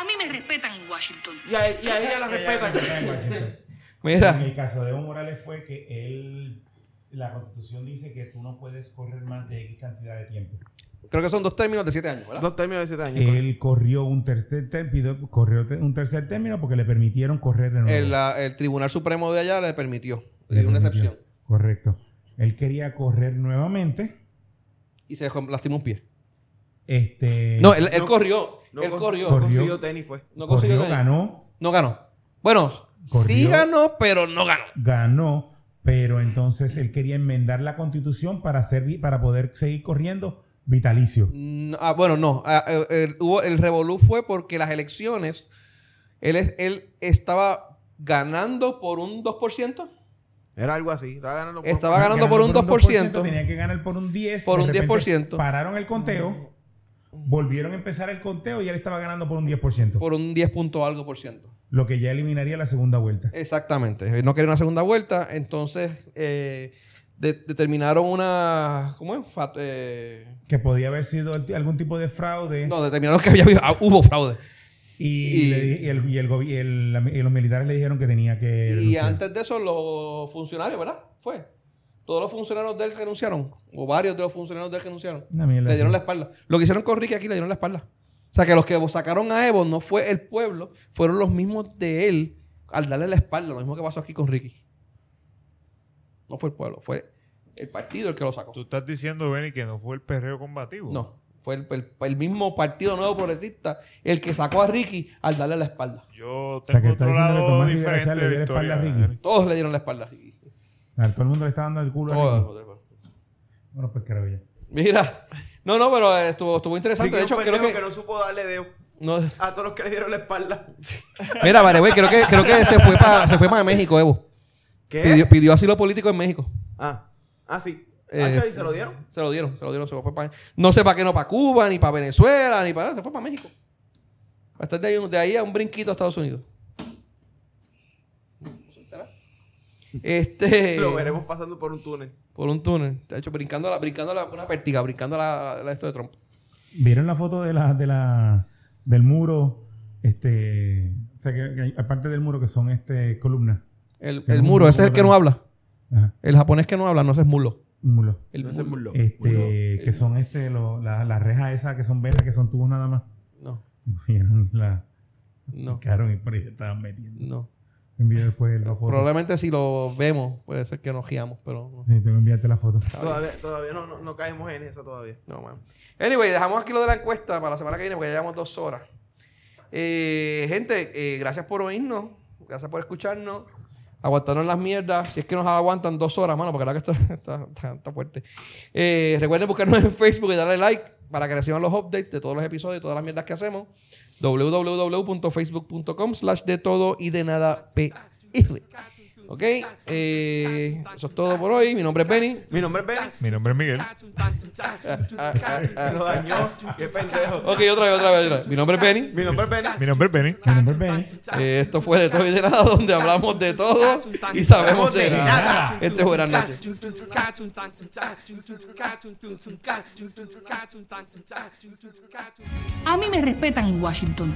A: A mí me respetan en Washington.
C: Y a, y a ella la
D: Ella
C: respetan.
D: renunció en Washington.
B: Mira.
D: En el caso de Evo Morales fue que él, la constitución dice que tú no puedes correr más de X cantidad de tiempo.
B: Creo que son dos términos de siete años, ¿verdad?
C: términos de siete
D: Él corrió un tercer término, corrió te- un tercer término porque le permitieron correr de nuevo.
B: El, la- el Tribunal Supremo de allá le permitió. Le
D: Le
B: dio una
D: permitió.
B: excepción.
D: Correcto. Él quería correr nuevamente.
B: Y se dejó- lastimó un pie.
D: Este,
B: No, él, él
C: no-
B: corrió.
C: no
B: él
C: cons-
B: corrió.
D: Corrió. consiguió
C: tenis fue.
B: no consiguió
D: corrió,
B: ganar.
D: ganó.
B: No ganó. Bueno,
D: corrió,
B: Sí ganó, pero no ganó.
D: ganó, pero entonces él quería enmendar la constitución para, ser, vi- para poder seguir corriendo vitalicio.
B: No, ah, bueno, no. Ah, eh, el, hubo- el revolú fue porque las elecciones, él, es- él estaba ganando por un 2%,
C: Era algo así. Estaba ganando por-
B: Estaba ganando por un 2%.
D: Tenía que ganar por un 10.
B: Por
D: de
B: un
D: repente
B: 10%.
D: Pararon el conteo, volvieron a empezar el conteo y él estaba ganando por un 10%.
B: por un 10 punto algo por ciento.
D: Lo que ya eliminaría la segunda vuelta.
B: Exactamente. Eh, No quería una segunda vuelta, entonces eh, de- determinaron una... ¿Cómo es? Fat- eh,
D: Que podía haber sido el- algún tipo de fraude.
B: no, determinaron que había habido, ah, hubo fraude.
D: Y,
B: Y-
D: le di- y el, y el gobi- y el- la- y los militares le dijeron que tenía que.
B: Y
D: renunciar.
B: antes de eso, los funcionarios, ¿verdad? Fue. Todos los funcionarios de él renunciaron, o varios de los funcionarios de él renunciaron.
D: Una mierda
B: Le dieron
D: así.
B: la espalda. Lo que hicieron con Ricky aquí le dieron la espalda. O sea, que los que sacaron a Evo no fue el pueblo, fueron los mismos de él al darle la espalda. Lo mismo que pasó aquí con Ricky. No fue el pueblo, fue el partido el que lo sacó.
H: Tú estás diciendo, Benny, que no fue el perreo combativo.
B: No, fue el, el- el mismo partido nuevo progresista el que sacó a Ricky al darle la espalda.
H: Yo
D: sea,
H: tengo
D: que está
H: otro
D: diciendo que
H: lado
D: Tomás Rivera
H: diferente
D: Chávez le
H: de
D: dio la
H: la
D: espalda
H: historia.
D: a Ricky.
H: Benny.
B: Todos le dieron la espalda a Ricky.
D: A todo el mundo le está dando el culo. a Ricky.
B: Todos.
D: Bueno, pues creo ya.
B: Mira. No, no, pero eh, estuvo, estuvo interesante.
C: Ricky
B: De
C: es un
B: hecho, creo
C: pendejo
B: que...
C: no supo darle de
B: no-
C: a todos los que le dieron la espalda.
B: Mira, vale, güey, creo que, creo que se fue para se fue para México, Evo.
C: ¿Qué?
B: Pidió, pidió asilo político en México.
C: Ah, ah, sí.
B: Eh,
C: ah, ¿y se lo dieron?
B: Se lo dieron, se lo dieron, se fue para No sé para qué, no para Cuba, ni para Venezuela, ni para se fue para México. Va a estar de ahí, de ahí a un brinquito a Estados Unidos. Este.
C: Lo veremos pasando por un túnel.
B: Por un túnel. De hecho, brincando, la, brincando la- una pértiga, brincando la, la- la- esto de Trump.
D: ¿Vieron la foto de la, de la, del muro? Este, o sea, que, que hay- aparte del muro que son este, columnas.
B: El,
D: Que
B: el
D: es un
B: muro, ese es el que no
D: muro.
B: habla.
D: Ajá,
B: El japonés que no habla, no ese es mulo.
D: un muro.
B: El
C: No se
B: mulo.
C: burló.
D: Este,
B: muro,
D: que
B: el-
D: son este, lo- la- las rejas esas que son velas, que son tubos nada más.
B: No,
D: Vieron la.
B: no,
D: Quedaron y por ahí se estaban metiendo.
B: no.
D: Te envío después la foto.
B: Probablemente si lo vemos, puede ser que nos guiamos, pero no.
D: Sí, tengo que enviarte la foto.
B: Está bien.
C: Todavía, todavía no, no, no caemos en esa todavía.
B: No, man. Anyway, dejamos aquí lo de la encuesta para la semana que viene porque ya llevamos dos horas. Eh, gente, eh, gracias por oírnos. Gracias por escucharnos. Aguantarnos las mierdas. Si es que nos aguantan dos horas, mano, porque la verdad que está, está- está- está fuerte. Eh, recuerden buscarnos en Facebook y darle like para que reciban los updates de todos los episodios y todas las mierdas que hacemos. www.facebook.com slash de todo y de nada PL. Ok, eh, eso es todo por hoy. Mi nombre es Benny.
C: Mi nombre es Benny.
H: Mi nombre es Miguel.
C: Lo dañó. Qué pendejo.
B: Ok, otra vez, otra vez, otra vez. Mi nombre es Benny.
C: Mi nombre es Benny.
H: Mi nombre es Benny.
D: Mi nombre es Benny.
B: Eh, esto fue de todo y de nada, donde hablamos de todo y sabemos de nada.
D: nada.
B: Este es buenas noches.
A: A mí me respetan en Washington.